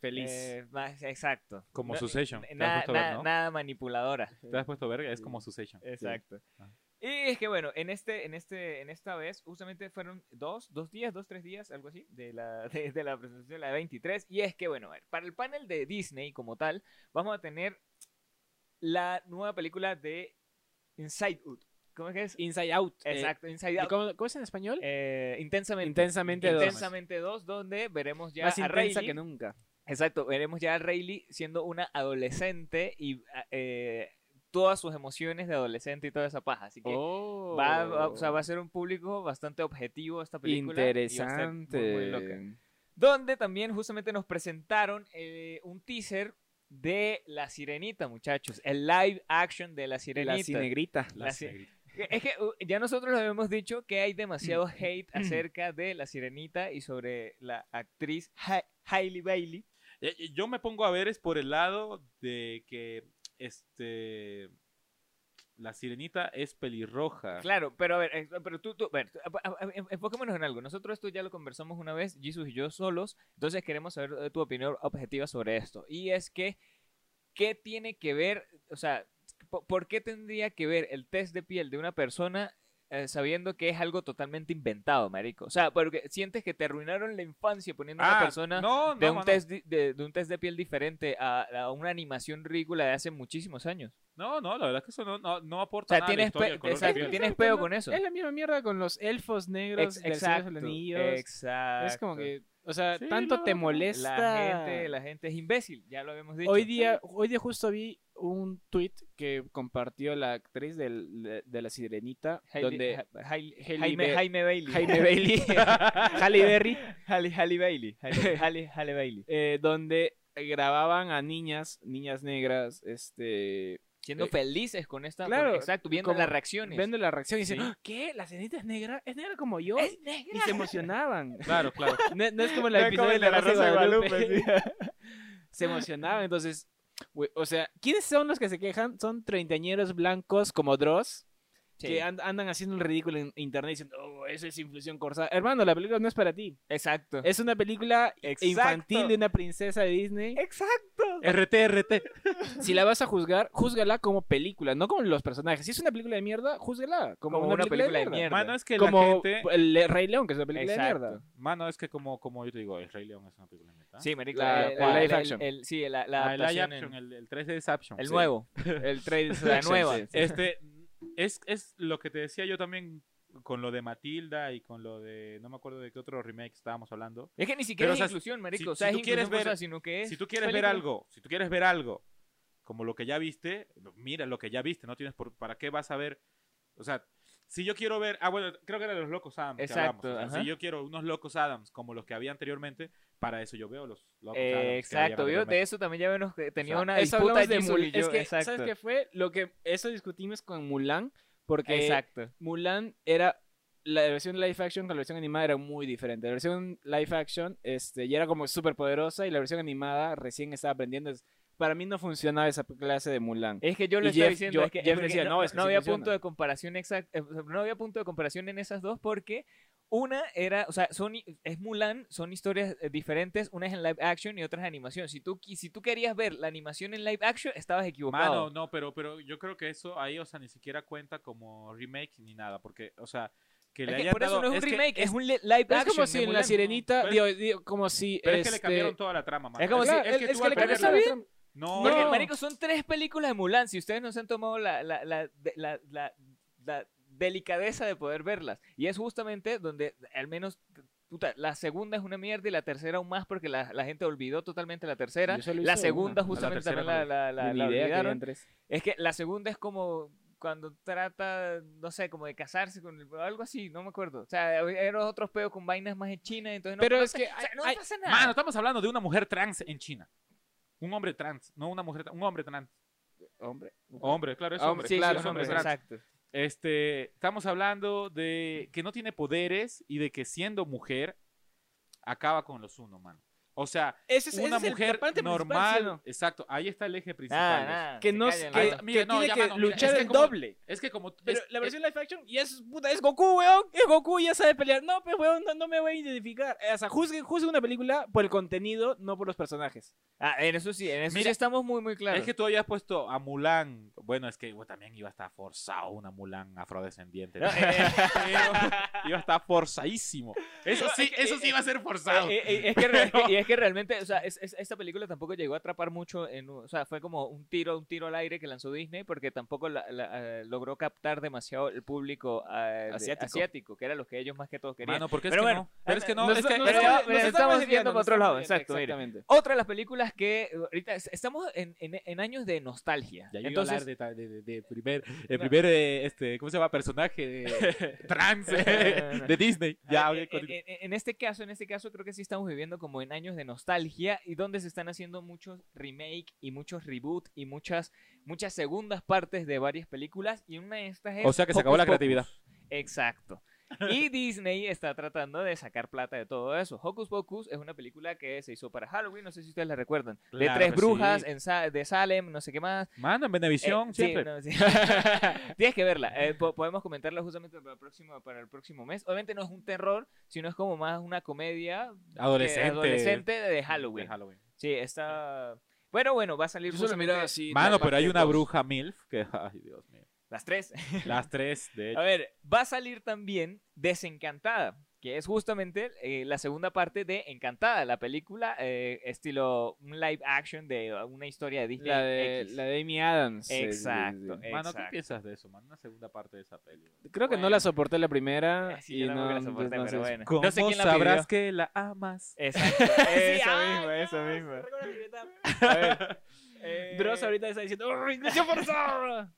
S1: Feliz.
S2: eh, más exacto.
S3: Como
S2: No-
S3: Succession.
S2: na-
S3: Te has puesto a ver,
S2: na-
S3: ¿no?
S2: Nada manipuladora.
S3: Te has puesto verga, es como Succession.
S2: Exacto.
S3: Ah.
S2: Y es que bueno, en este, en este, en esta vez, justamente fueron dos, dos días, dos, tres días, algo así, de la, de, de la presentación de la 23. Y es que bueno, a ver, para el panel de Disney como tal, vamos a tener la nueva película de Inside Out. ¿Cómo es que es?
S1: Inside Out. eh,
S2: Exacto, Inside Out.
S1: ¿cómo, cómo es en español?
S2: Eh, intensamente.
S1: Intensamente dos.
S2: Intensamente 2, donde veremos ya
S1: Más
S2: a
S1: intensa
S2: Riley.
S1: que nunca.
S2: Exacto, veremos ya a Rayleigh siendo una adolescente y a- eh, todas sus emociones de adolescente y toda esa paja. Así que
S1: Oh.
S2: va, va- o sea, va a ser un público bastante objetivo esta película. y va a ser muy, muy loca.
S1: Interesante.
S2: Donde también justamente nos presentaron eh, un teaser de La Sirenita, muchachos. El live action de La Sirenita.
S1: La cinegrita.
S3: La
S2: La
S3: se-
S2: Que- Es que uh, ya nosotros lo habíamos dicho que hay demasiado hate acerca de la sirenita y sobre la actriz Ha- Hailey Bailey.
S3: Eh, eh, Yo me pongo a ver es por el lado de que este la sirenita es pelirroja.
S2: Claro, pero a ver, eh, pero tú, tú- a ver, a- a- a- en- enfoquémonos en algo. Nosotros esto ya lo conversamos una vez, Jesus y yo solos, entonces queremos saber eh, tu opinión objetiva sobre esto. Y es que, ¿qué tiene que ver, o sea, po- por qué tendría que ver el test de piel de una persona eh, sabiendo que es algo totalmente inventado, marico? O sea, porque sientes que te arruinaron la infancia poniendo a una
S3: Ah,
S2: persona...
S3: no, no,
S2: de, un
S3: mano.
S2: test di- de, de un test de piel diferente a, a una animación ridícula de hace muchísimos años.
S3: No, no, la verdad es que eso no, no, no
S2: O
S3: aporta
S2: sea,
S3: nada a Ah, la
S2: tienes,
S3: historia
S2: pe-
S3: del color de
S2: exacto,
S3: piel.
S2: tienes peo con eso.
S1: Es la misma mierda con los elfos negros
S2: Ex-
S1: del Señor de los Anillos.
S2: exacto.
S1: Es como que, o sea,
S3: Sí,
S1: tanto
S3: no,
S1: te
S3: no,
S1: molesta.
S2: la gente, la gente es imbécil, ya lo habíamos dicho.
S1: Hoy día, hoy día justo vi un tweet que compartió la actriz del- de, de la Sirenita,
S2: Hailey-
S1: donde
S2: Ha- Hailey-
S1: Hailey
S2: Jaime,
S1: Ba-
S2: Jaime Bailey.
S1: Jaime Bailey, Halle Berry,
S2: Hailey, Hailey Bailey. Hailey, Hailey- Hailey Bailey.
S1: eh, donde grababan a niñas, niñas negras, este,
S2: siendo
S1: Eh,
S2: felices con esta.
S1: claro,
S2: con- exacto, viendo
S1: como
S2: las reacciones.
S1: Viendo la reacción y dicen,
S3: Sí.
S1: "Ah, ¿qué? ¿La cenita es negra? ¿Es negra como yo?
S2: ¡Es
S1: Y se emocionaban.
S3: Claro, claro.
S1: No, no es como la
S2: No es
S1: episodio
S2: como
S1: de
S2: el de
S1: la Rosa de Guadalupe.
S2: sí.
S1: se emocionaban. Entonces, we- o sea, ¿quiénes son los que se quejan? Son treintañeros blancos como Dross, que and- andan haciendo el ridículo en internet diciendo, oh, eso es infusión corsa. Hermano, la película no es para ti.
S2: Exacto.
S1: Es una película
S2: Exacto.
S1: infantil de una princesa de Disney.
S2: Exacto.
S3: RT, RT.
S1: Si la vas a juzgar, júzgala como película, no como los personajes. Si es una película de mierda, júzgala como, una, película, de mierda.
S3: Mano, es que
S1: Como
S3: la gente...
S1: el Rey León, que es una película
S2: Exacto.
S1: de mierda.
S3: Mano, es que como, como yo te digo, El Rey León es una película de mierda.
S2: Sí, marico.
S1: La-
S2: eh,
S1: la live
S2: el-
S1: action.
S2: el- sí, la, la
S3: La, el live
S2: adaptación en-
S3: action, el, el 3D es action.
S2: el
S3: sí.
S2: nuevo.
S1: El trade
S2: La nueva.
S3: Este, es, es lo que te decía yo también con lo de Matilda y con lo de... No me acuerdo de qué otro remake estábamos hablando.
S2: Es que ni siquiera
S3: Pero,
S2: es
S3: o sea,
S2: inclusión, marico.
S3: si-
S2: o sea,
S3: si
S2: es
S3: tú quieres
S2: inclusión
S3: ver-
S2: cosa, sino que es
S3: Si tú quieres
S2: película.
S3: ver algo, si tú quieres ver algo como lo que ya viste, mira lo que ya viste, no tienes por, para qué vas a ver. O sea, si yo quiero ver, ah bueno, creo que era de los locos Adams. que
S2: Exacto,
S3: hablamos, o sea,
S2: ajá.
S3: si yo quiero unos locos Adams como los que había anteriormente, para eso yo veo los locos
S2: Eh,
S3: Adams. que
S2: exacto,
S3: habían
S2: yo de
S3: anteriormente.
S2: eso también ya vemos que tenía
S3: sea,
S2: una
S1: Eso
S2: disputa
S1: hablamos de
S2: Jisoo y
S1: Mulan. Es
S2: yo,
S1: que,
S2: exacto.
S1: ¿sabes qué fue? Lo que eso discutimos con Mulan,
S2: Eh,
S1: porque
S2: Exacto.
S1: Mulan era la versión live action con la versión animada era muy diferente. La versión live action este, ya era como súper poderosa y la versión animada recién estaba aprendiendo. Es- Para mí no funcionaba esa clase de Mulan.
S2: Es que yo
S1: Y
S2: lo estaba
S1: Jeff-
S2: diciendo,
S1: yo-
S2: es que,
S1: Jeff
S2: es que
S1: decía,
S2: no,
S1: no, es que
S2: no
S1: sí
S2: había
S1: funciona.
S2: punto de comparación exacta, no había punto de comparación en esas dos porque una era, o sea, son, es Mulan, son historias eh, diferentes, una es en live action y otra es en animación. Si tú, qui- si tú querías ver la animación en live action, estabas equivocado.
S3: Mano, no, pero, pero yo creo que eso ahí, o sea, ni siquiera cuenta como remake ni nada, porque, o sea, que
S2: es
S3: le
S2: que
S3: hayan
S2: por eso
S3: dado-
S2: no es un
S3: que-
S2: remake, es, un li- live
S1: Pero es
S2: action.
S1: como
S2: de
S1: si en La
S2: Mulan.
S1: Sirenita,
S3: Pero-
S1: digo, digo, como si...
S3: pero es que le
S1: este,
S3: cambiaron toda la trama, mano.
S2: es como
S1: claro,
S3: que-
S1: él-
S3: que
S1: es
S3: tú
S1: que
S3: al
S1: le
S3: ver
S1: cambiaron
S2: cambiaron
S3: la-
S1: la
S2: la
S1: trama.
S3: No,
S2: Porque,
S1: No.
S2: marico, son tres películas de Mulan. Si ustedes no se han tomado la, la, la, de- la- la- la delicadeza de poder verlas. Y es justamente donde, al menos, puta, la segunda es una mierda y la tercera aún más porque la, la gente olvidó totalmente la tercera.
S1: Yo solo
S2: La
S1: hice
S2: segunda
S1: una.
S2: justamente
S3: tercera
S2: también la, la, la-
S1: Ni
S2: la
S1: idea que habían
S2: olvidaron.
S1: tres.
S2: Es que la segunda es como cuando trata, no sé, como de casarse con el- algo así, no me acuerdo. O sea, eran otros peos con vainas más en China, entonces no,
S1: Pero
S2: no
S1: es
S2: sé-
S1: que
S2: o sea,
S1: hay-
S2: no
S1: hay-
S2: pasa nada.
S3: Mano, estamos hablando de una mujer trans en China. Un hombre trans, no una mujer, tra- un hombre trans.
S1: Hombre.
S3: Hombre, claro, es
S1: Hombre,
S3: Ah, hombre.
S2: Sí, sí,
S1: claro,
S2: los
S3: es
S1: hombre,
S2: nombres,
S3: trans.
S2: exacto.
S3: Este, estamos hablando de que no tiene poderes y de que siendo mujer acaba con los uno, mano. O sea,
S1: Ese es, ese
S3: una
S1: es el- la
S3: mujer
S1: parte principal,
S3: normal,
S1: ¿sí o no?
S3: exacto, ahí está el eje principal.
S2: Nada, nada,
S1: Que
S2: se
S1: no que,
S2: callan, la-
S3: Ah, mira,
S1: que
S3: no,
S1: tiene
S3: ya,
S1: que
S3: mano, mira,
S1: luchar
S3: es que
S1: el
S3: como-
S1: doble.
S3: Es que como
S1: Pero
S3: es-
S1: la versión live action ya es puta, es Goku, weón, es Goku, ya sabe pelear. No, pues weón, no, no me voy a identificar. Eh, O sea, juzguen, juzguen una película por el contenido, no por los personajes.
S2: Ah, en eso sí, en eso
S3: Mira,
S2: sí estamos muy, muy claros.
S3: Es que tú habías puesto a Mulan. Bueno, es que bueno, también iba a estar forzado una Mulan afrodescendiente.
S2: No, eh,
S3: ¿no? Pero iba a estar forzadísimo. Eso sí, eso sí iba a ser forzado.
S2: eh, eh, es que re- y es que realmente, o sea, es- es- esta película tampoco llegó a atrapar mucho, en, o sea, fue como un tiro, un tiro al aire que lanzó Disney porque tampoco la- la, eh, logró captar demasiado el público eh, de-
S1: Asiático.
S2: asiático. que era los que ellos más que todos querían.
S3: Mano, porque es
S2: eh, Pero
S3: que
S2: bueno,
S3: no. Pero es que no,
S1: Nos-
S3: es que-
S1: nos
S2: pero
S1: estamos-
S2: ya-
S1: nos
S2: estamos desviando
S1: desviando,
S2: para
S1: nos
S2: otro
S1: estamos
S2: lado,
S1: desviando,
S2: exacto, mira.
S1: Exactamente.
S2: Otra de las películas que eh, ahorita es- estamos en, en- en años de nostalgia.
S3: Ya yo iba a hablar
S2: Entonces, eh,
S3: de, ta- de- de- de primer, el primer eh, este, ¿cómo se llama? Personaje de- trans eh,
S2: No, no, no.
S3: de Disney. Ya,
S2: Ah,
S3: ok,
S2: eh,
S3: continúa.
S2: eh, eh, en este caso, en este caso creo que sí estamos viviendo como en años de nostalgia y donde se están haciendo muchos remake y muchos reboot y muchas muchas segundas partes de varias películas y una de estas es
S3: O sea que se acabó la
S2: Hocus
S3: creatividad.
S2: Pocus. Exacto. Y Disney está tratando de sacar plata de todo eso. Hocus Pocus es una película que se hizo para Halloween, no sé si ustedes la recuerdan. de
S3: Claro
S2: tres
S3: que
S2: brujas,
S3: sí.
S2: en Sa- de Salem, no sé qué más.
S3: Mano, en Benevisión,
S2: Eh, sí,
S3: siempre.
S2: no, sí. Tienes que verla. Eh, po- podemos comentarla justamente para el, próximo, para el próximo mes. Obviamente no es un terror, sino es como más una comedia que-
S3: Adolescente.
S2: eh, adolescente de Halloween.
S3: De Halloween.
S2: Sí, está. Bueno, bueno, va a salir justamente
S1: así.
S3: Mano, pero hay una
S2: dos.
S3: bruja MILF que, ay, Dios mío.
S2: las tres.
S3: Las tres, de hecho.
S2: A ver, va a salir también Desencantada, que es justamente eh, la segunda parte de Encantada, la película eh, estilo un live action de una historia de Disney.
S1: La de,
S2: X.
S1: la de Amy Adams. eh,
S2: Exacto.
S1: eh, eh.
S3: Mano, ¿qué
S2: exacto.
S3: piensas de eso, mano? Una segunda parte de esa peli.
S1: Creo que no
S2: Bueno.
S1: la soporté la primera.
S2: Eh, sí, yo
S1: y
S2: tampoco
S1: no,
S2: la soporté,
S1: entonces,
S2: pero
S1: no sé.
S2: bueno.
S3: ¿Cómo
S2: No sé quién la
S3: sabrás
S2: pidió.
S3: que la amas?
S2: Exacto, esa misma, esa misma. A ver, eh,
S1: Dross ahorita está diciendo, "Oh, inclusión forzada".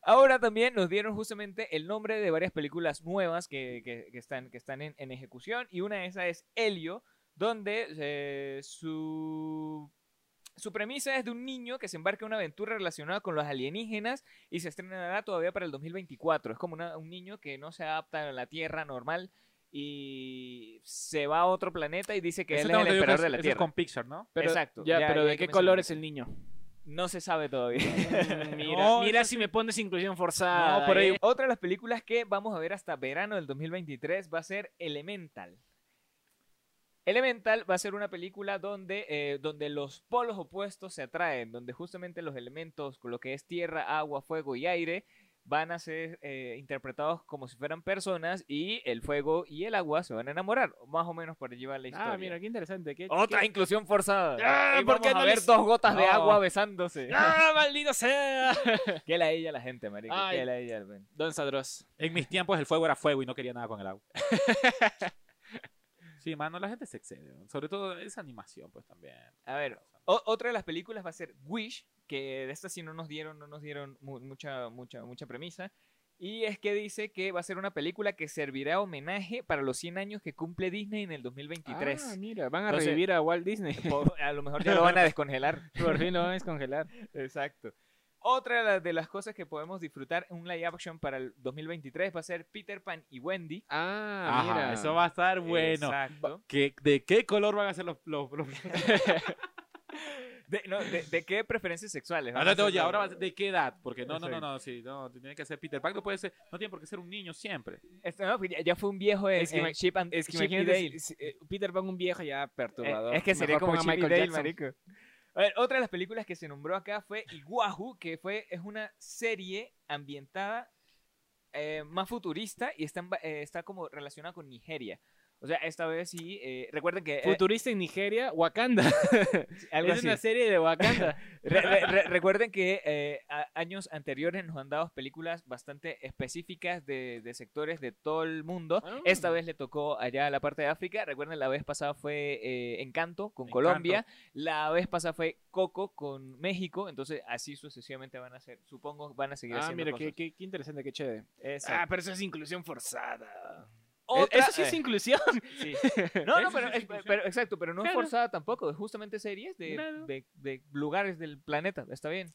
S2: Ahora también nos dieron justamente el nombre de varias películas nuevas que, que- que están, que están en, en ejecución y una de esas es Helio, donde eh, su, Su premisa es de un niño que se embarca en una aventura relacionada con los alienígenas y se estrenará todavía para el 2024. Es como una- un niño que no se adapta a la Tierra normal y se va a otro planeta y dice que
S3: Ese
S2: él es
S3: tengo
S2: el
S3: entendido que
S2: emperador
S3: es-
S2: de la
S3: ese es
S2: Tierra.
S3: con Pixar, ¿no?
S1: Pero-
S2: Exacto,
S1: Ya,
S2: ya-
S1: pero
S2: ya
S1: ¿de
S2: hay
S1: qué
S2: que
S1: color
S2: mencionar
S1: es el niño?
S2: No se sabe todavía.
S1: Mm, Mira,
S3: No,
S1: mira si me pones inclusión forzada.
S2: No, por ahí.
S1: ¿eh?
S2: Otra de las películas que vamos a ver hasta verano del 2023 va a ser Elemental. Elemental va a ser una película donde, eh, donde los polos opuestos se atraen, donde justamente los elementos, con lo que es tierra, agua, fuego y aire, van a ser eh, interpretados como si fueran personas y el fuego y el agua se van a enamorar, más o menos por llevar la historia.
S1: Ah, mira, qué interesante. qué-
S2: Otra
S1: qué-
S2: inclusión forzada.
S1: Ah,
S2: Y
S1: ¿por
S2: vamos
S1: qué
S2: a
S1: no
S2: ver
S1: les-
S2: dos gotas de
S1: No.
S2: agua besándose.
S1: ¡Ah, maldito sea!
S2: Que la ella la gente, marico.
S1: Ay.
S2: Que la ella. ven.
S1: Don Sadros.
S3: En mis tiempos el fuego era fuego y no quería nada con el agua. sí, mano, la gente se excede. ¿no? Sobre todo esa animación, pues también.
S2: A ver, o- otra de las películas va a ser Wish, que de esta sí no nos dieron, no nos dieron mu- mucha, mucha, mucha premisa. Y es que dice que va a ser una película que servirá a homenaje para los 100 años que cumple Disney en el 2023.
S1: Ah, mira, van a
S2: Entonces-
S1: revivir a Walt Disney.
S2: Po- a lo mejor ya lo van a descongelar.
S1: Por fin lo van a descongelar.
S2: Exacto. Otra de las- de las cosas que podemos disfrutar en un live action para el 2023 va a ser Peter Pan y Wendy.
S1: Ah,
S3: Ajá,
S1: mira.
S3: eso va a estar bueno.
S2: Exacto.
S3: ¿Qué- ¿De qué color van a ser los... los, los...
S2: De, no, de- de qué preferencias sexuales? van
S1: Ah,
S3: Ahora,
S2: a ser
S3: oye,
S2: los-
S3: ahora va a ser- ¿de qué edad? Porque no, no, no, no, sí, no, tiene que ser Peter Pan, no puede ser, no tiene por qué ser un niño siempre.
S2: Este, no, ya, ya fue un viejo en,
S1: Es que
S2: en
S1: ima-
S2: Chip and-
S1: Es que
S2: Chip y Dale.
S1: imagínate, si- si- eh, Peter Pan un viejo ya perturbador.
S2: Eh, Es que sería
S1: Mejor
S2: como
S1: ponga
S2: Chip y
S1: Michael
S2: Dale,
S1: Jackson. Eh.
S2: marico. A ver, otra de las películas que se nombró acá fue Iguahu, que fue, es una serie ambientada eh, más futurista y está, en ba- eh, está como relacionada con Nigeria. O sea, esta vez sí, eh, recuerden que... eh,
S1: Futurista en Nigeria, Wakanda.
S2: algo
S1: es
S2: así.
S1: una serie de Wakanda.
S2: Re- re- re- recuerden que eh, a- años anteriores nos han dado películas bastante específicas de, de sectores de todo el mundo.
S1: Ah.
S2: Esta vez le tocó allá a la parte de África. Recuerden, la vez pasada fue eh, Encanto con Colombia. La vez pasada fue Coco con México. Entonces, así sucesivamente van a ser. Supongo van a seguir
S1: ah,
S2: haciendo
S1: mira, qué,
S2: cosas.
S1: qué, qué interesante, qué chévere.
S2: Exacto.
S1: Ah, pero eso es inclusión forzada.
S2: Otra-
S1: Eso sí es
S2: eh,
S1: inclusión.
S2: sí. No, no,
S3: Eso
S2: pero,
S3: sí es
S2: es-
S3: inclusión.
S2: pero- exacto, pero no es
S1: Claro.
S2: forzada tampoco, es justamente series de,
S1: Claro.
S2: de- de lugares del planeta, está bien.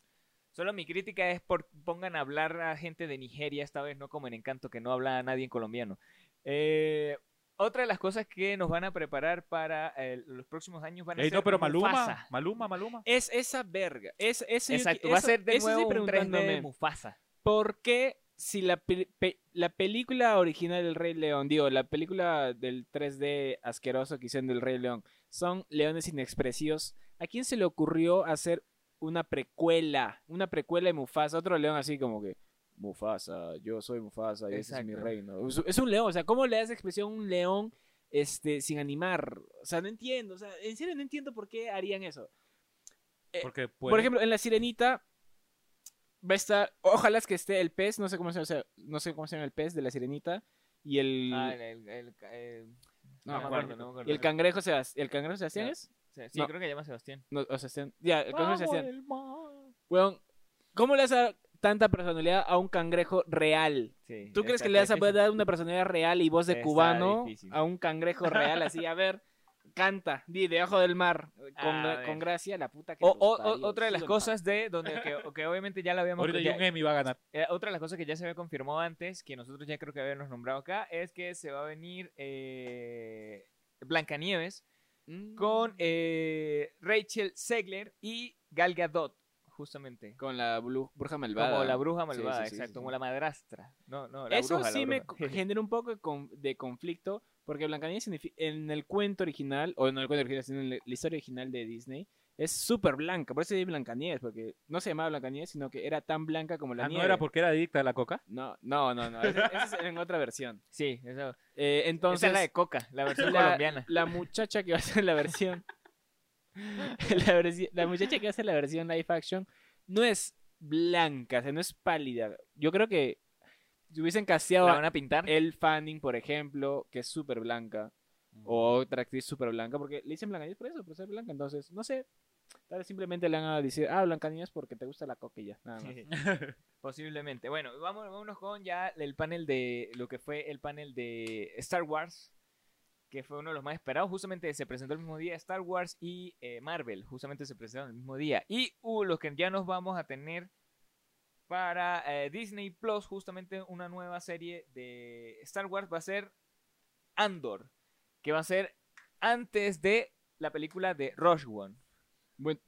S2: Solo mi crítica es por pongan a hablar a gente de Nigeria esta vez, no como en Encanto, que no habla a nadie en colombiano. Eh, otra de las cosas que nos van a preparar para eh, los próximos años van a
S3: Ey,
S2: ser
S3: no, pero Maluma,
S2: Mufasa.
S3: Maluma, Maluma.
S1: Es esa verga. Es, eso yo
S2: Exacto,
S1: qui-
S2: va a
S1: eso-
S2: ser de
S1: eso estoy
S2: nuevo un 3D de
S1: preguntándome.
S2: Mufasa.
S1: ¿Por qué si la, pe- pe- la película original del Rey León, digo, la película del 3D asqueroso que hicieron del Rey León, son leones inexpresivos, ¿a quién se le ocurrió hacer una precuela? Una precuela de Mufasa, otro león así como que... Mufasa, yo soy Mufasa y ese es mi
S2: Exacto.
S1: reino. Es, es un león, o sea, ¿cómo le das expresión a un león este, sin animar? O sea, no entiendo, o sea, en serio no entiendo por qué harían eso.
S3: Porque
S1: Por
S3: puede-
S1: ejemplo, en La Sirenita va a estar, ojalá es que esté el pez, no sé cómo se llama, o sea, no sé cómo se llama el pez de La Sirenita y el
S2: Ah, el- el- el- eh,
S1: no
S2: no
S1: me
S2: me
S1: acuerdo.
S2: acuerdo, no me
S1: y
S2: acuerdo.
S1: el cangrejo Sebas- el cangrejo Sebastián
S2: Ya.
S1: es?
S2: sí,
S1: no.
S2: creo que se llama Sebastián.
S1: No, o Sebastián. Ya, el cangrejo
S3: Vamos,
S1: Sebastián.
S3: el mar.
S1: Weón, ¿cómo le vas a dar tanta personalidad a un cangrejo real?
S2: Sí,
S1: ¿Tú crees que
S2: exacto,
S1: le
S2: es
S1: vas a poder
S2: se-
S1: dar una personalidad real y voz de
S2: Está
S1: cubano
S2: difícil.
S1: a un cangrejo real así? A ver, canta, di debajo del mar con,
S2: Ah, A ver.
S1: con gracia la puta que
S2: O-
S1: los
S2: o-
S1: parió,
S2: o- otra de las
S1: sí o no.
S2: cosas de donde que, que obviamente ya la habíamos
S3: Ahorita
S2: ya-
S3: ya un Emmy va a ganar.
S2: eh, otra de las cosas que ya se había confirmado antes que nosotros ya creo que habíamos nombrado acá es que se va a venir eh, Blancanieves
S1: Mm.
S2: con eh, Rachel Segler y Gal Gadot justamente
S1: Con la blu- bruja malvada.
S2: como la bruja
S1: Sí, sí,
S2: malvada
S1: sí, sí,
S2: exacto
S1: sí.
S2: como la madrastra no no la
S1: Eso
S2: bruja, la
S1: sí me
S2: bruja.
S1: co- genera un poco de con- de conflicto, porque Blancanieves signifi- en el cuento original, o no el cuento original, sino en la la historia original de Disney, es súper blanca. Por eso se llama Blancanieves, porque no se llamaba Blancanieves, sino que era tan blanca como la
S3: Ah,
S1: nieve.
S3: ¿No era porque era adicta a la coca?
S1: No, no, no, no, Esa esa es en otra versión.
S2: sí esa, esa
S1: Eh, entonces,
S2: es la de Coca la versión
S1: la-
S2: colombiana
S1: la muchacha que va a hacer la versión. la, versi- la muchacha que va a hacer la versión live action no es blanca, o sea, no es pálida. Yo creo que si hubiesen casteado
S2: la
S1: a
S2: van a pintar
S1: El Fanning, por ejemplo, que es súper blanca, o otra actriz súper blanca, porque le dicen Blancanieves por eso, por ser blanca. Entonces, no sé. Tal vez simplemente le van a decir, ah, Blancanieves porque te gusta la coquilla. Nada más.
S2: Posiblemente. Bueno, vamos- vámonos con ya el panel de lo que fue el panel de Star Wars. que fue uno de los más esperados. Justamente se presentó el mismo día Star Wars y eh, Marvel. Justamente se presentaron el mismo día. Y uh, los que ya nos vamos a tener para eh, Disney Plus, justamente una nueva serie de Star Wars va a ser Andor, que va a ser antes de la película de Rogue One.
S1: Buen-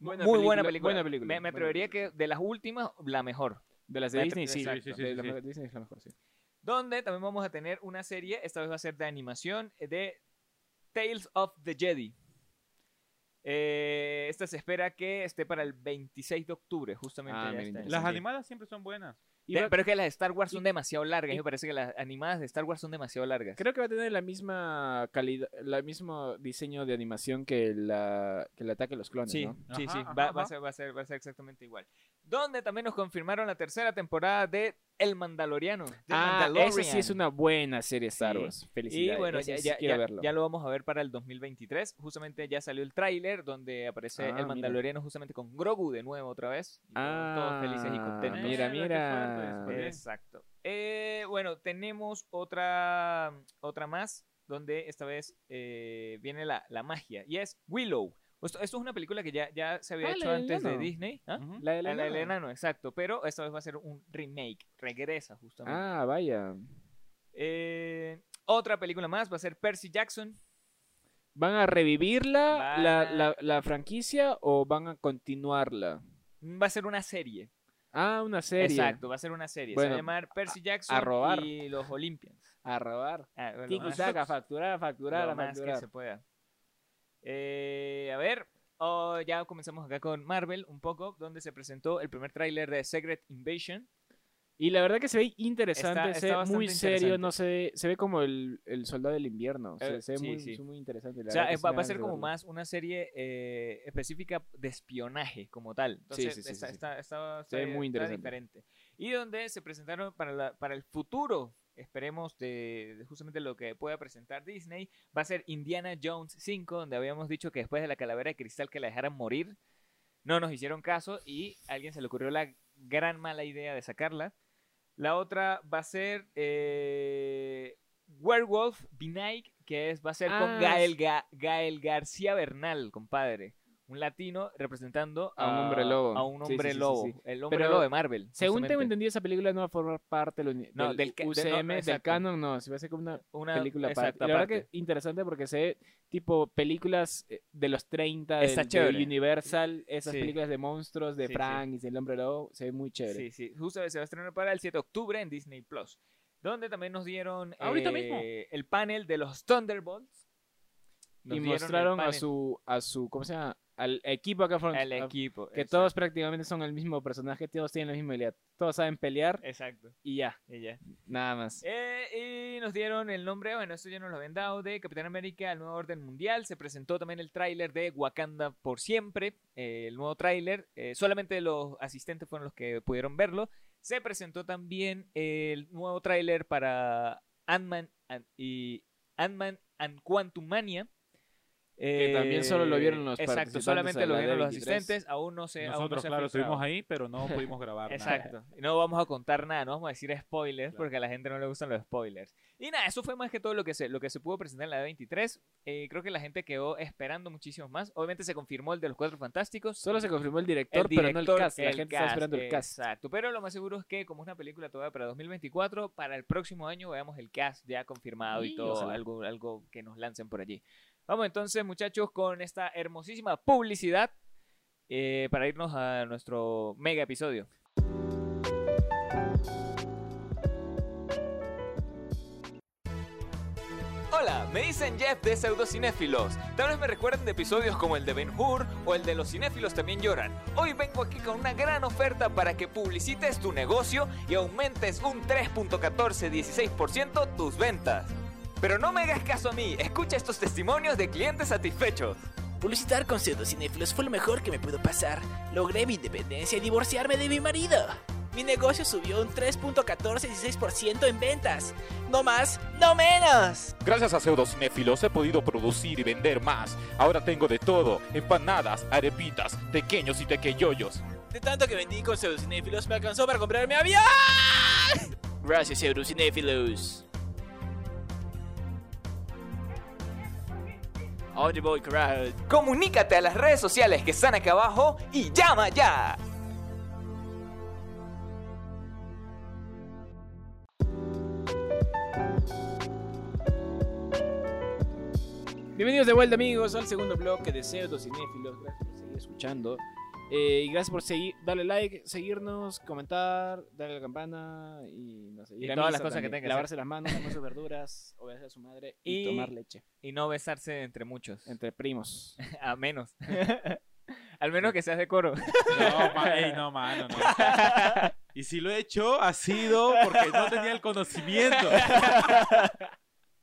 S2: Muy buena película.
S1: Buena película.
S2: Me, me
S1: buena
S2: atrevería
S1: película.
S2: que de las últimas, la mejor.
S1: De las de
S2: me
S1: Disney,
S2: atre-
S1: sí.
S3: exacto. Sí, sí, sí,
S1: de las
S3: sí,
S1: de
S3: sí.
S1: Disney es la mejor, sí.
S2: donde también vamos a tener una serie, esta vez va a ser de animación, eh, de Tales of the Jedi. Eh, esta se espera que esté para el 26 de octubre, justamente.
S1: Ah,
S2: ya
S1: mira,
S2: está.
S1: interesante.
S3: Las
S1: Sí.
S3: animadas siempre son buenas.
S2: Te-
S4: Iba-
S2: pero es que las de Star Wars son
S4: y-
S2: demasiado largas,
S4: y-
S2: me parece que las animadas de Star Wars son demasiado largas.
S1: Creo que va a tener la misma calidad, el mismo diseño de animación que la que el ataque a los clones,
S2: Sí,
S1: ¿no?
S2: sí,
S3: Ajá,
S2: sí,
S3: ajá,
S2: va, va a
S3: ajá.
S2: ser, va, a ser, va a ser exactamente igual. Donde también nos confirmaron la tercera temporada de El Mandaloriano. The
S1: Ah, esa sí es
S2: Mandalorian.
S1: una buena serie Star
S2: Sí.
S1: Wars.
S2: Y
S1: Felicidades.
S2: bueno,
S1: esa
S2: ya,
S1: sí
S2: ya-
S1: quiero
S2: ya-
S1: verlo.
S2: ya lo vamos a ver para el 2023. Justamente ya salió el tráiler donde aparece
S1: Ah,
S2: el
S1: mira.
S2: Mandaloriano justamente con Grogu de nuevo otra vez. Y todos- todos
S1: Ah,
S2: felices y contentos. Ah,
S1: Mira,
S3: Eh, qué
S2: pues,
S1: mira.
S3: fuerte, qué
S2: Exacto. Eh, bueno, tenemos otra, otra más donde esta vez eh, viene la, la magia y es Willow. Esto, esto es una película que ya, ya se había
S1: Ah, la
S2: hecho
S1: del
S2: antes de
S1: enano.
S2: Disney. ¿Ah?
S3: Ujú.
S1: La de
S2: La,
S1: la
S2: la del
S1: nana.
S2: enano, exacto. Pero esta vez va a ser un remake. Regresa justamente.
S1: Ah, vaya.
S2: Eh, otra película más va a ser Percy Jackson.
S1: ¿Van a revivirla
S2: Van
S1: la,
S2: a-
S1: la- la franquicia o van a continuarla?
S2: Va a ser una serie.
S1: Ah, una serie.
S2: Exacto, va a ser una serie. Se va
S1: Bueno,
S2: a llamar Percy Jackson
S1: a robar.
S2: y los Olympians.
S1: A robar.
S2: Ah, bueno, lo
S1: Tiki
S2: más-
S1: saca, facturar, facturar,
S2: lo más que
S1: facturar.
S2: se pueda. Eh, a ver, oh, ya comenzamos acá con Marvel un poco, donde se presentó el primer tráiler de Secret Invasion.
S1: Y la verdad que se ve interesante,
S2: Está-
S1: se
S2: está
S1: ve muy
S2: bastante
S1: serio,
S2: interesante.
S1: no se ve, se ve como el, el soldado del invierno. se-
S2: Eh,
S1: se ve
S2: sí,
S1: muy,
S2: sí.
S1: se ve muy interesante. la
S2: o sea,
S1: verdad que
S2: eh,
S1: sí
S2: va,
S1: me
S2: va a
S1: dan
S2: ser
S1: ganas de
S2: como
S1: verlo.
S2: más una serie eh, específica de espionaje como tal. Entonces,
S1: sí, sí,
S2: está,
S1: sí, sí.
S2: está- está-
S1: Se ve
S2: está-
S1: muy
S2: está
S1: interesante.
S2: diferente. Y donde se presentaron para, la- para el futuro, esperemos, de, de justamente lo que pueda presentar Disney, va a ser Indiana Jones 5, donde habíamos dicho que después de la calavera de cristal que la dejaran morir, no nos hicieron caso y a alguien se le ocurrió la gran mala idea de sacarla. La otra va a ser eh, Werewolf Benight, que es, va a ser
S1: Ah,
S2: con Gael, Ga- Gael García Bernal, compadre. Un latino representando
S1: A un hombre lobo.
S2: A un
S1: Sí, sí,
S2: hombre
S1: sí, sí,
S2: lobo.
S1: sí.
S2: El hombre
S1: Pero,
S2: lobo de Marvel.
S1: Según tengo
S2: justamente.
S1: entendido, esa película no va a formar parte del, uni-
S2: No,
S1: del
S2: del ca- del-
S1: UCM,
S2: no,
S1: del
S2: exacto.
S1: canon, no. Se va a hacer como una
S2: Una
S1: película aparte.
S2: exacto,
S1: La verdad
S2: aparte.
S1: que interesante porque se ve tipo películas eh, de los 30 del-
S2: Está
S1: de
S2: chévere.
S1: Universal, esas
S2: Sí.
S1: películas de monstruos, de
S2: Sí, sí.
S1: Frank y del hombre lobo, se ve muy chévere.
S2: Sí, sí. Justo se va a estrenar para el 7 de octubre en Disney Plus. Donde también nos dieron
S3: Ahorita
S2: eh,
S3: mismo.
S2: el panel de los Thunderbolts. Nos
S1: Y
S2: dieron el
S1: mostraron a
S2: panel
S1: su a su ¿cómo se llama? al equipo acá fueron-
S2: al
S1: a-
S2: equipo.
S1: Ah, que
S2: exacto,
S1: todos prácticamente son el mismo personaje, todos tienen la misma habilidad, todos saben pelear
S2: Exacto.
S1: y ya,
S2: y ya.
S1: nada más.
S2: Eh, y nos dieron el nombre, bueno, esto ya nos lo habían dado, de Capitán América, el nuevo orden mundial. Se presentó también el tráiler de Wakanda por siempre, eh, el nuevo tráiler. eh, solamente los asistentes fueron los que pudieron verlo. Se presentó también el nuevo tráiler para Ant-Man and- y Ant-Man and Quantumania. Eh,
S1: Que también solo lo vieron los
S2: Exacto,
S1: participantes
S2: solamente
S1: de
S2: lo
S1: la
S2: vieron los
S1: D23.
S2: asistentes, aún no se aún no
S3: Nosotros,
S2: se ha
S3: claro,
S2: filtrado.
S3: estuvimos ahí, pero no pudimos grabar nada.
S2: Exacto. Y no vamos a contar nada, no vamos a decir spoilers
S3: Claro.
S2: porque a la gente no le gustan los spoilers. Y nada, eso fue más que todo lo que se, lo que se pudo presentar en la D23. Eh, creo que la gente quedó esperando muchísimos más. Obviamente se confirmó el de los Cuatro Fantásticos.
S1: Solo se confirmó el director, pero no el
S2: director,
S1: cast, la
S2: el
S1: gente está
S2: cast, eh,
S1: esperando el cast.
S2: Exacto. Pero lo más seguro es que, como es una película todavía para 2024, para el próximo año veamos el cast ya confirmado y
S1: Sí,
S2: todo,
S1: ojalá.
S2: algo, algo que nos lancen por allí. Vamos entonces, muchachos, con esta hermosísima publicidad eh, para irnos a nuestro mega episodio. Hola, me dicen Jeff de Pseudocinéfilos. Tal vez me recuerden de episodios como el de Ben Hur o el de Los Cinéfilos también lloran. Hoy vengo aquí con una gran oferta para que publicites tu negocio y aumentes un 3.1416% tus ventas. Pero no me hagas caso a mí, escucha estos testimonios de clientes satisfechos.
S5: Publicitar con pseudocinéfilos fue lo mejor que me pudo pasar. Logré mi independencia y divorciarme de mi marido. Mi negocio subió un 3.1416% en ventas. No más, no menos.
S6: Gracias a Pseudocinéfilos he podido producir y vender más. Ahora tengo de todo: empanadas, arepitas, pequeños y tequeyoyos.
S5: De tanto que vendí con pseudocinéfilos me alcanzó para comprarme avión. Gracias, pseudocinéfilos. Audible Crowd.
S2: Comunícate a las redes sociales que están acá abajo y llama ya.
S7: Bienvenidos de vuelta, amigos, al segundo bloque de Pseudo Cinéfilos. Gracias por seguir escuchando. Eh, y gracias por seguir, darle like, seguirnos, comentar, darle a la campana y no sé.
S2: Y
S7: a
S2: todas
S7: misa
S2: las cosas que tengan que
S7: Lavarse las manos, comer sus verduras, obedecer a su madre y,
S2: Y-
S7: tomar leche.
S2: Y no besarse entre muchos.
S7: Entre primos.
S2: A menos. Al menos que seas de coro.
S3: No, ma- ey, no, mano, no. Y si lo he hecho, ha sido porque no tenía el conocimiento.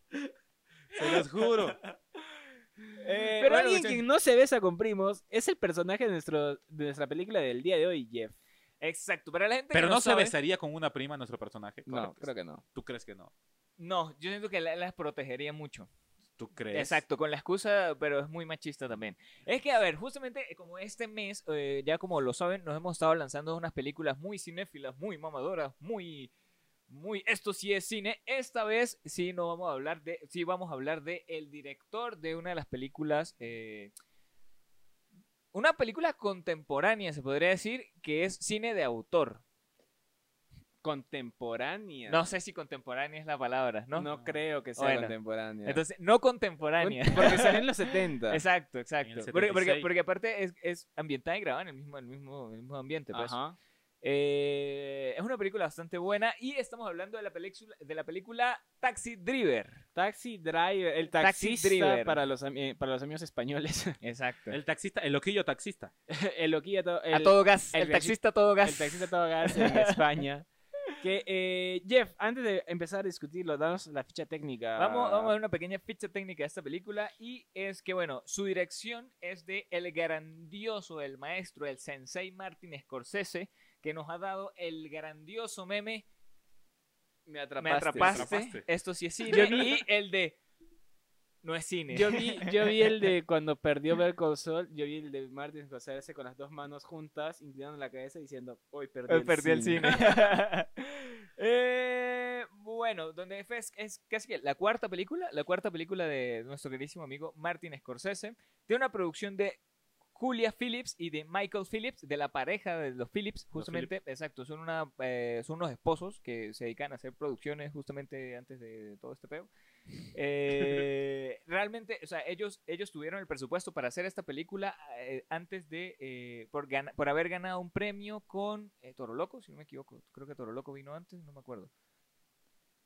S3: Se los juro.
S1: Pero
S2: Eh, bueno,
S1: alguien
S2: muchachos.
S1: que no se besa con primos es el personaje de, nuestro, de nuestra película del día de hoy, Jeff.
S2: Exacto. Para la gente
S3: Pero
S2: que no,
S3: no se
S2: sabe-
S3: besaría con una prima nuestro personaje.
S7: No,
S3: correcto.
S7: creo que no.
S3: ¿Tú crees que no?
S2: No, yo siento que la- las protegería mucho.
S3: ¿Tú crees?
S2: Exacto, con la excusa, pero es muy machista también. Es que, a ver, justamente eh, como este mes, eh, ya como lo saben, nos hemos estado lanzando unas películas muy cinéfilas, muy mamadoras, muy... Muy, esto sí es cine. Esta vez sí no vamos a hablar de, sí vamos a hablar de el director de una de las películas, eh, una película contemporánea se podría decir que es cine de autor.
S1: Contemporánea.
S2: No sé si contemporánea es la palabra, ¿no?
S1: No creo que sea
S2: Bueno,
S1: contemporánea.
S2: Entonces no contemporánea.
S1: Porque salió en los 70.
S2: Exacto,
S3: En el
S2: exacto. Porque, porque,
S3: 76.
S2: porque aparte es, es ambientada y grabada en el mismo, el mismo, el mismo ambiente. pues.
S1: Ajá.
S2: Eh, es una película bastante buena y estamos hablando de la película, de la película Taxi Driver.
S1: Taxi driver, el
S2: Taxi
S1: taxista
S2: driver.
S1: para los ami- eh, para los amigos españoles.
S2: Exacto.
S3: El taxista, el loquillo taxista.
S1: el loquillo to- el,
S2: a todo gas. El,
S1: el
S2: taxista a todo gas.
S1: el taxista todo gas en España. Que eh, Jeff, antes de empezar a discutirlo, danos la ficha técnica.
S2: Vamos, vamos a ver una pequeña ficha técnica de esta película y es que, bueno, su dirección es de el grandioso, el maestro, el sensei Martin Scorsese, que nos ha dado el grandioso meme
S1: Me atrapaste.
S2: Me atrapaste,
S3: atrapaste.
S2: esto sí es cine, y el de no es cine.
S1: Yo vi, yo vi el de cuando perdió Ver Sol, yo vi el de Martin Scorsese con las dos manos juntas, inclinando la cabeza diciendo, hoy perdí,
S2: Eh,
S1: el,
S2: perdí el
S1: cine".
S2: cine. Eh, bueno, donde fue- es, es casi que la cuarta película, la cuarta película de nuestro queridísimo amigo Martin Scorsese, de una producción de Julia Phillips y de Michael Phillips, de la pareja de los Phillips, justamente, exacto, son, una, eh, son unos esposos que se dedican a hacer producciones justamente antes de todo este peo. Eh, realmente, o sea, ellos, ellos tuvieron el presupuesto para hacer esta película eh, antes de, eh, por, gana- por haber ganado un premio con eh, Toro Loco, si no me equivoco, creo que Toro Loco vino antes, no me acuerdo.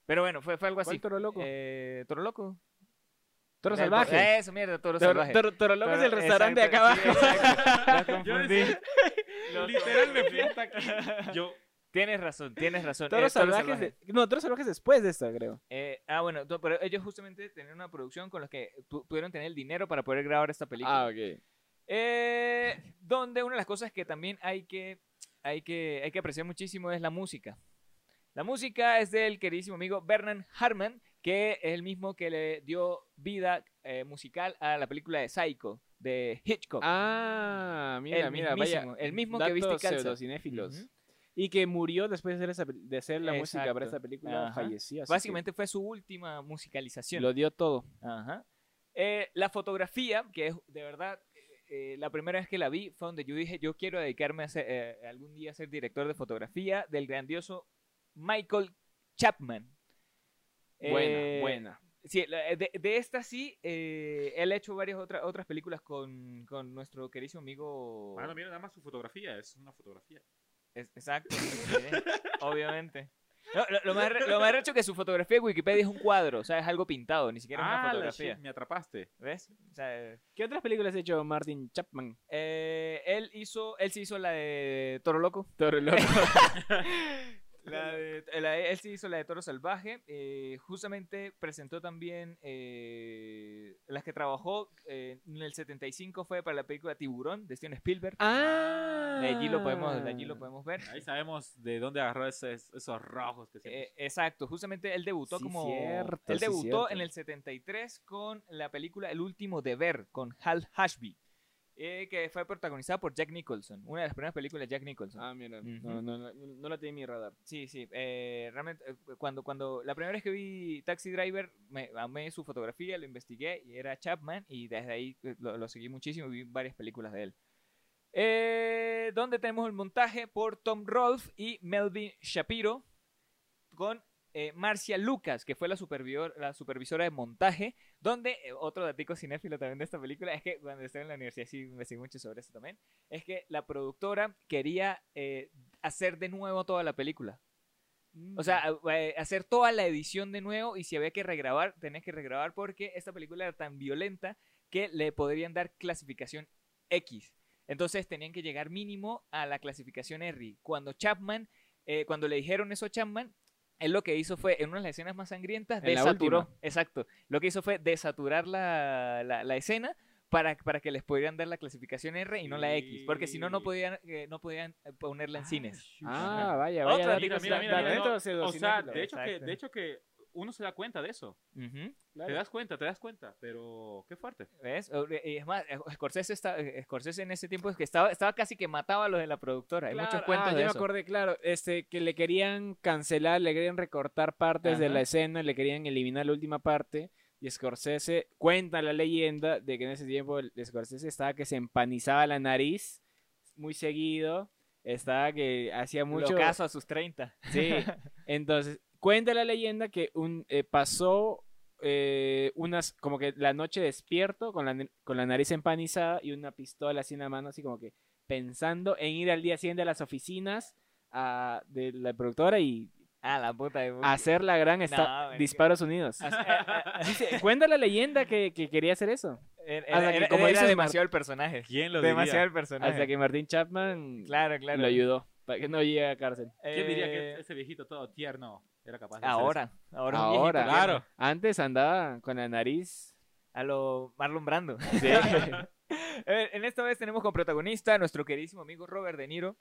S2: Pero bueno, fue, fue algo así.
S1: ¿Cuál Toro Loco?
S2: Eh, Toro Loco.
S1: Toro
S2: Era el-
S1: Salvaje.
S2: Eso, mierda, Toro
S1: Toro,
S2: eh, Salvaje.
S1: Toro- Toro Loco es el
S2: Toro-
S1: restaurante de acá
S2: exacto,
S1: abajo.
S2: sí, exacto. Los
S3: Yo
S2: confundí.
S3: decía,
S2: Los
S3: Literal me
S2: confundí.
S3: fui hasta aquí. Yo,
S2: Tienes razón, tienes razón.
S1: Toro
S2: es Toro
S1: Salvaje es
S2: eh, Salvaje.
S1: de- No, Toro Salvaje es después de esta, creo.
S2: Eh, ah, bueno, to- pero ellos justamente tenían una producción con los que tu- pudieron tener el dinero para poder grabar esta
S1: Ah,
S2: película.
S7: ok.
S2: Eh, donde una de las cosas que también hay que, hay que, hay que apreciar muchísimo es la música. La música es del queridísimo amigo Bernard Harman, que es el mismo que le dio vida eh, musical a la película de Psycho, de Hitchcock.
S1: Ah, mira,
S2: El
S1: mira, vaya.
S2: mismísimo, el mismo que viste y
S1: datos
S2: calza.
S1: pseudocinéfilos.
S2: Ujú.
S1: Y que murió después de hacer, esa pel- de hacer la música para
S2: Exacto.
S1: esta película,
S2: Ajá.
S1: falleció. así que
S2: Básicamente fue su última musicalización.
S1: lo dio todo.
S2: Ajá. Eh, la fotografía, que es de verdad, eh, eh, la primera vez que la vi fue donde yo dije, yo quiero dedicarme a ser, eh, algún día a ser director de fotografía del grandioso Michael Chapman. Eh,
S1: Buena, buena.
S2: Sí, la- eh, de, de esta sí, eh, él ha hecho varias otras otras películas con, con nuestro querísimo amigo...
S3: mano, mira nada más su fotografía. Es una fotografía.
S2: Es- exacto, sí, obviamente. No, lo, lo más, re- lo más recho que su fotografía de Wikipedia es un cuadro, o sea, es algo pintado, ni siquiera
S1: Ah,
S2: es una
S3: Ah, la
S2: fotografía.
S3: shit, me atrapaste.
S2: ¿Ves? O sea,
S1: ¿Qué otras películas ha hecho Martin Chapman?
S2: Eh, él hizo, él sí hizo la de Toro Loco.
S1: Toro Loco.
S2: La de- la de- él sí hizo la de Toro Salvaje. eh, justamente presentó también eh, las que trabajó eh, en el 75 fue para la película Tiburón de Steven Spielberg.
S1: ah.
S2: De allí lo podemos, de allí lo podemos ver.
S3: Ahí sabemos de dónde agarró ese- esos rojos
S1: pues.
S3: que siempre-
S2: Eh, exacto, justamente él debutó
S1: Sí,
S2: como
S1: cierto,
S2: él
S1: sí,
S2: debutó
S1: cierto.
S2: en el 73 con la película El último deber con Hal Hashby. eh, que fue protagonizada por Jack Nicholson, una de las primeras películas de Jack Nicholson.
S1: Ah, mira.
S2: Ujú.
S1: no, no, no, no la tenía en mi radar.
S2: Sí, sí, eh, realmente eh, cuando, cuando la primera vez que vi Taxi Driver me amé su fotografía, lo investigué y era Chapman y desde ahí eh, lo, lo seguí muchísimo y vi varias películas de él. Eh, donde tenemos el montaje por Tom Rolfe y Melvin Shapiro con eh, Marcia Lucas, que fue la, supervior- la supervisora de montaje, donde eh, otro datico cinéfilo también de esta película es que cuando estaba en la universidad sí investigué mucho sobre eso también, es que la productora quería eh, hacer de nuevo toda la película. O sea,
S1: Mm.
S2: a- eh, hacer toda la edición de nuevo y si había que regrabar, tenés que regrabar porque esta película era tan violenta que le podrían dar clasificación X. Entonces tenían que llegar mínimo a la clasificación R. Cuando Chapman, eh, cuando le dijeron eso a Chapman, él lo que hizo fue, en una de las escenas más sangrientas,
S1: En la
S2: desaturó.
S1: última.
S2: Exacto. Lo que hizo fue desaturar la, la- la escena para, para que les pudieran dar la clasificación R y no la X. Porque si no, no
S3: Sí.
S2: podían, eh, no podían eh, ponerla en cines.
S1: Ah, vaya, vaya.
S2: Otra
S1: dato-
S2: Mira, mira, mira,
S1: dato
S2: mira,
S3: no.
S1: de pseudo
S3: O sea,
S1: cinéfilo.
S3: de hecho, que,
S2: Exacto.
S3: de hecho que uno se da cuenta de eso.
S2: Ujú.
S1: Claro.
S3: Te das cuenta, te das cuenta. Pero qué fuerte.
S2: ¿Ves? O- eh, y Es más, Scorsese, está, eh, Scorsese en ese tiempo es que estaba, estaba casi que mataba a los de la productora. Hay
S1: Claro,
S2: muchos cuentos
S1: ah,
S2: de
S1: ya
S2: eso.
S1: me acordé, claro, este, que le querían cancelar, le querían recortar partes de
S2: Ajá.
S1: la escena, le querían eliminar la última parte. Y Scorsese cuenta la leyenda de que en ese tiempo el- Scorsese estaba que se empanizaba la nariz muy seguido, estaba que hacía mucho.
S2: Lo caso a sus 30.
S1: Sí. Entonces, cuenta la leyenda que un eh, pasó eh, unas, como que la noche despierto con la, n- con la nariz empanizada y una pistola así en la mano, así como que pensando en ir al día siguiente a las oficinas a- de la productora y
S2: Ah, la puta de...
S1: hacer la gran esta-
S2: No, es que-
S1: disparos unidos.
S2: As- eh, eh,
S1: Dice, cuenta la leyenda que, que quería hacer eso.
S2: era-
S1: hasta
S2: era-
S1: que
S2: era-
S1: como
S2: era
S1: dice Mar-
S2: demasiado el personaje.
S3: ¿Quién lo
S2: Demasiado el
S1: Hasta
S2: personaje.
S1: que Martín Chapman
S2: Claro, claro.
S1: lo ayudó para que no llegue a cárcel.
S3: ¿Quién diría
S2: Eh,
S3: que ese viejito todo tierno era capaz de hacer
S2: Ahora. Ahora. un viejito
S1: Ahora.
S2: tierno.
S3: Claro.
S1: Antes andaba con la nariz.
S2: A lo Marlon Brando.
S1: Sí.
S2: A ver, en esta vez tenemos como protagonista a nuestro queridísimo amigo Robert De Niro,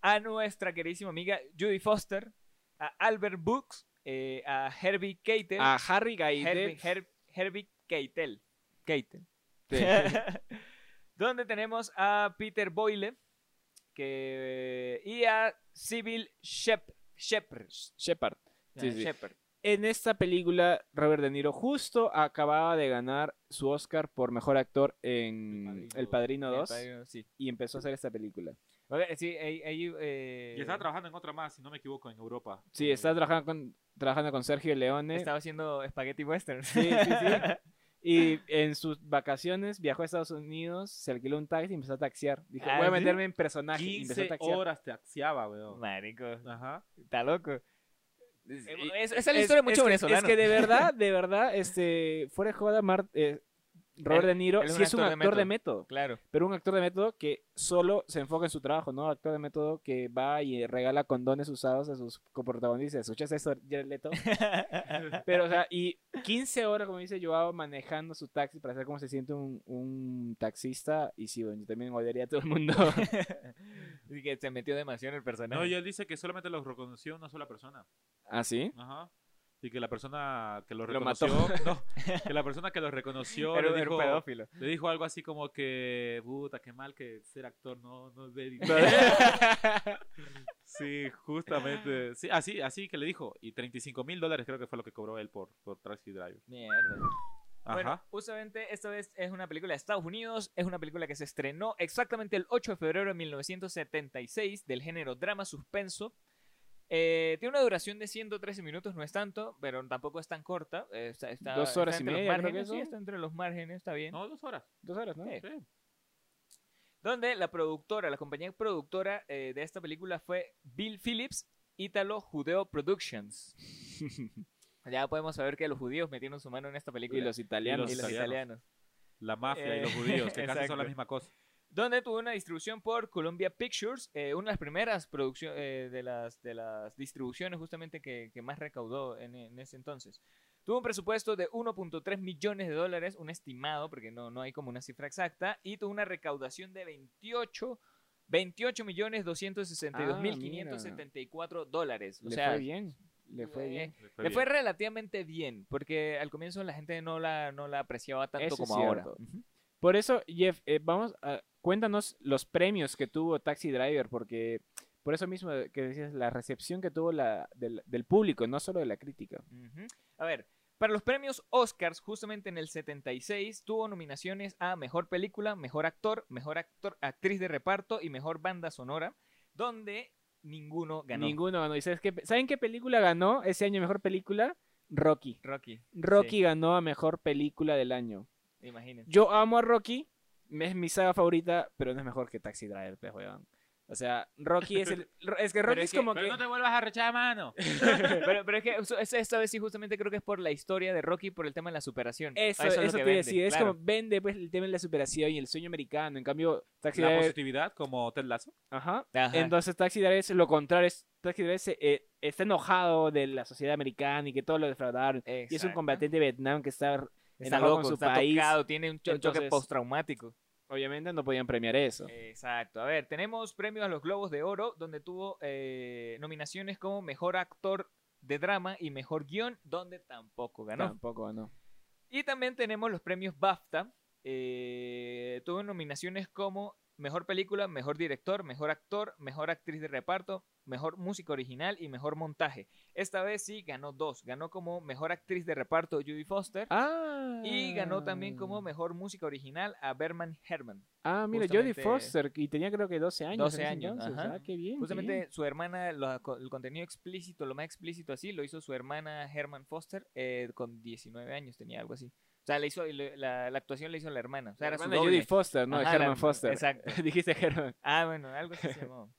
S2: a nuestra queridísima amiga Judy Foster, a Albert Brooks, eh, a Herbie Keitel.
S1: a Harry
S2: Herbie,
S1: Gaiden.
S2: Her- Herbie Keitel. Keitel.
S1: Sí.
S2: Donde tenemos a Peter Boyle que, y a Sybil Shep, Shepard.
S1: Shepard. Sí,
S2: Ah,
S1: sí.
S2: Shepard.
S1: En esta película, Robert De Niro justo acababa de ganar su Oscar por mejor actor en El
S3: El
S1: Padrino, 2
S2: Eh, padrino, sí.
S1: y empezó a hacer esta película.
S2: Ok, sí, ahí- ahí, eh,
S3: Y estaba trabajando en otra más, si no me equivoco, en Europa. Eh,
S1: Sí, está trabajando con, trabajando con Sergio Leone.
S2: estaba haciendo Spaghetti Western.
S1: Sí, sí, sí. Y en sus vacaciones viajó a Estados Unidos, se alquiló un taxi y empezó a taxiar. Dijo,
S2: Ah,
S1: voy a
S2: ¿sí?
S1: meterme en personaje. Y empezó a
S3: 15
S1: taxiar.
S3: horas te axiaba, weón.
S2: Marico,
S3: Ajá.
S2: está loco. Eh,
S1: Es-
S2: Es- esa es la historia de mucho
S1: que-
S2: venezolano.
S1: Es que de verdad, de verdad, este, fuera de joda, Mar- eh, Robert
S2: Él-
S1: De Niro
S2: él
S1: sí es un actor de método.
S2: Claro.
S1: pero un actor de método que solo se enfoca en su trabajo, ¿no? Actor de método que va y regala condones usados a sus coprotagonistas. ¿Escuchas eso, Jared Leto? Pero, o sea, y 15 horas, como dice Joao, manejando su taxi para saber cómo se siente un, un taxista. Y sí, bueno, yo también odiaría a todo el mundo.
S2: Y que se metió demasiado en el personaje.
S3: No, y él dice que solamente los reconoció una sola persona.
S1: ¿Ah, sí?
S3: Ajá. Y que la persona que lo
S1: Lo
S3: reconoció.
S1: mató.
S3: no, que la persona que lo reconoció
S2: Era-
S3: le,
S2: era un
S3: dijo,
S2: pedófilo.
S3: le dijo algo así como que, puta, qué mal que ser actor no, no es de Sí, justamente. Sí, así, así que le dijo. Y 35 mil dólares creo que fue lo que cobró él por, por Taxi Driver.
S2: Mierda.
S3: Ajá.
S2: Bueno, justamente esta vez es una película de Estados Unidos, es una película que se estrenó exactamente el 8 de febrero de 1976 del género drama suspenso. Eh, tiene una duración de 113 minutos, no es tanto, pero tampoco es tan corta. eh, está- está-
S1: Dos horas
S2: está
S1: y
S2: entre los
S1: media, creo que
S2: márgenes, sí,
S1: son.
S2: está entre los márgenes, está bien.
S3: no, dos horas.
S1: Dos horas, ¿no?
S2: Sí.
S3: Sí.
S2: Donde la productora, la compañía productora eh, de esta película fue Bill Phillips, Italo Judeo Productions. Ya podemos saber que los judíos metieron su mano en esta película.
S1: Y los italianos.
S2: Y los
S3: italianos.
S2: italianos.
S3: La mafia
S2: Eh,
S3: y los judíos, que casi
S2: exacto.
S3: son la misma cosa.
S2: donde tuvo una distribución por Columbia Pictures, eh, una de las primeras producciones de, las, de las distribuciones justamente que, que más recaudó en, en ese entonces. Tuvo un presupuesto de 1.3 millones de dólares, un estimado, porque no, no hay como una cifra exacta, y tuvo una recaudación de 28, 28 millones 262 mil
S1: Ah, mira.
S2: 574 dólares. O
S1: Le
S2: sea,
S1: fue bien. Le fue
S2: eh,
S1: bien.
S3: Le
S2: le fue
S3: bien.
S2: relativamente bien, porque al comienzo la gente no la, no la apreciaba tanto
S1: Eso es
S2: como ahora.
S1: cierto.
S2: Ujú.
S1: Por eso, Jeff, eh, vamos a, cuéntanos los premios que tuvo Taxi Driver, porque por eso mismo que decías, la recepción que tuvo la, del, del público, no solo de la crítica.
S2: Ujú. A ver, para los premios Oscars, justamente en el 76, tuvo nominaciones a Mejor Película, Mejor Actor, Mejor actor, Actriz de Reparto y Mejor Banda Sonora, donde ninguno ganó.
S1: Ninguno ganó. ¿Y sabes qué, pe- ¿Saben qué película ganó ese año mejor película? Rocky.
S2: Rocky.
S1: Rocky
S2: Sí,
S1: ganó a mejor película del año.
S2: imagínense.
S1: Yo amo a Rocky, es mi saga favorita, pero no es mejor que Taxi Driver, pues, weón. O sea, Rocky es el. Es que Rocky
S2: es
S1: es,
S2: que-
S1: como
S3: Pero
S1: que.
S3: no te vuelvas a rechazar mano.
S2: pero, pero es que eso- eso- esta vez sí, justamente creo que es por la historia de Rocky, por el tema de la superación.
S1: Eso,
S2: es
S1: eso,
S2: lo que
S1: te iba a
S2: vende,
S1: decir. Es
S2: claro.
S1: como vende pues el tema de la superación y el sueño americano. En cambio, Taxi
S3: La
S1: Driver.
S3: positividad como Ted Lasso.
S1: Ajá.
S2: Ajá.
S1: Entonces, Taxi Driver es lo contrario. es- Taxi Driver se, eh, está enojado de la sociedad americana y que todo lo defraudaron. Y es un
S2: Exacto.
S1: combatiente de Vietnam que está.
S2: Está
S1: enojado
S2: loco,
S1: con su
S2: está
S1: país.
S2: tocado, tiene un cho- choque
S1: Entonces-
S2: postraumático.
S1: Obviamente no podían premiar eso.
S2: Exacto. A ver, tenemos premios a los Globos de Oro, donde tuvo eh, nominaciones como Mejor Actor de Drama y Mejor Guión, donde tampoco ganó.
S1: Tampoco, no.
S2: Y también tenemos los premios BAFTA. eh, tuvo nominaciones como Mejor Película, Mejor Director, Mejor Actor, Mejor Actriz de Reparto, Mejor Música Original y Mejor Montaje. Esta vez sí ganó dos. Ganó como Mejor Actriz de Reparto Judy Foster
S1: Ah.
S2: y ganó también como Mejor Música Original a Berman Herman.
S1: Ah, mira, Jodie
S2: justamente-
S1: Foster, y tenía creo que 12 años.
S2: 12
S1: en ese
S2: años,
S1: entonces.
S2: ajá.
S1: Ah, qué bien. qué
S2: Justamente
S1: bien.
S2: su hermana, lo- co- el contenido explícito, lo más explícito así, lo hizo su hermana Herman Foster eh, con 19 años, tenía algo así. O sea, le hizo, le- la, la actuación la hizo la hermana. O sea, era su
S1: Hermana de
S2: doble.
S1: Jodie Foster, no, de
S2: Ajá, la
S1: Herman
S2: hermana,
S1: Foster.
S2: Exacto.
S1: Dijiste Herman.
S2: Ah, bueno, algo así se llamó.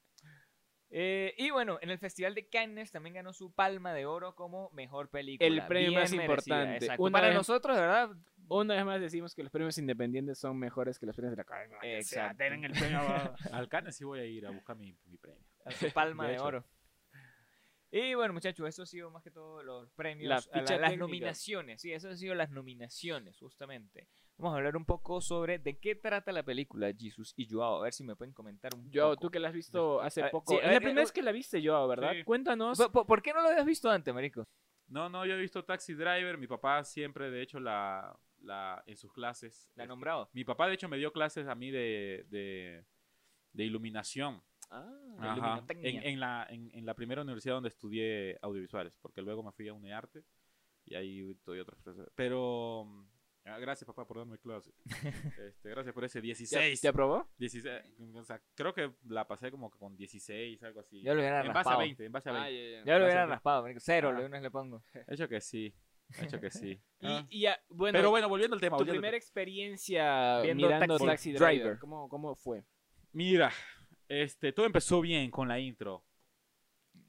S2: Eh, y bueno, en el Festival de Cannes también ganó su Palma de Oro como mejor película.
S1: El premio
S2: Bien
S1: más
S2: merecida,
S1: importante.
S2: exacto.
S1: Una
S2: Para
S1: vez-
S2: nosotros, de verdad,
S1: Una vez más decimos que los premios independientes son mejores que los premios de la academia.
S2: Exacto.
S1: tienen el premio.
S3: Al Cannes sí voy a ir a buscar mi, mi premio.
S2: a su Palma
S3: De
S2: de,
S3: hecho.
S2: Oro. Y bueno, muchachos, eso ha sido más que todo los premios,
S1: La
S2: a la-
S1: ficha
S2: las
S1: técnica.
S2: nominaciones. Sí, eso han sido las nominaciones, justamente. Vamos a hablar un poco sobre de qué trata la película Jesus y Joao. A ver si me pueden comentar un
S1: Joao, tú
S2: poco.
S1: que la has visto hace
S2: Ah,
S1: poco.
S2: sí,
S1: es
S2: a
S1: la
S2: ver,
S1: primera
S2: eh,
S1: vez que la viste, Joao, ¿verdad?
S3: sí.
S1: Cuéntanos.
S2: ¿Por- ¿Por, por qué no lo habías visto antes, Marico?
S3: No, no, yo he visto Taxi Driver. Mi papá siempre, de hecho, la, la en sus clases.
S2: La he
S3: este,
S2: nombrado.
S3: Mi papá, de hecho, me dio clases a mí de, de, de iluminación.
S1: Ah,
S2: de
S3: Ajá.
S2: iluminotecnia.
S3: En, en la, en, en la primera universidad donde estudié audiovisuales, porque luego me fui a UNEARTE y ahí tuve otras profesores. Pero mm, ah, gracias, papá, por darme clase. Este, gracias por ese
S1: ¿Te-
S3: 16.
S1: ¿Te aprobó?
S3: 16, o sea, creo que la pasé como que con 16, algo así.
S2: Ya lo hubiera
S3: en base a
S2: raspado.
S3: 20, en base a 20.
S2: Ah, Ya lo
S3: Vas a Ah.
S2: hubieran
S3: ver.
S2: raspado, marico. Cero,
S3: Ajá.
S2: le uno le pongo.
S3: Hecho que sí, hecho que sí.
S1: Y-
S3: Ah.
S1: Y, ya, bueno,
S3: Pero bueno, volviendo al tema.
S1: tu
S3: volviendo al
S1: primera experiencia
S2: Viendo
S1: mirando
S2: Taxi
S1: Taxi, Driver,
S2: Driver.
S1: ¿Cómo, ¿cómo fue?
S3: tema. Mira, este, todo empezó bien con la intro.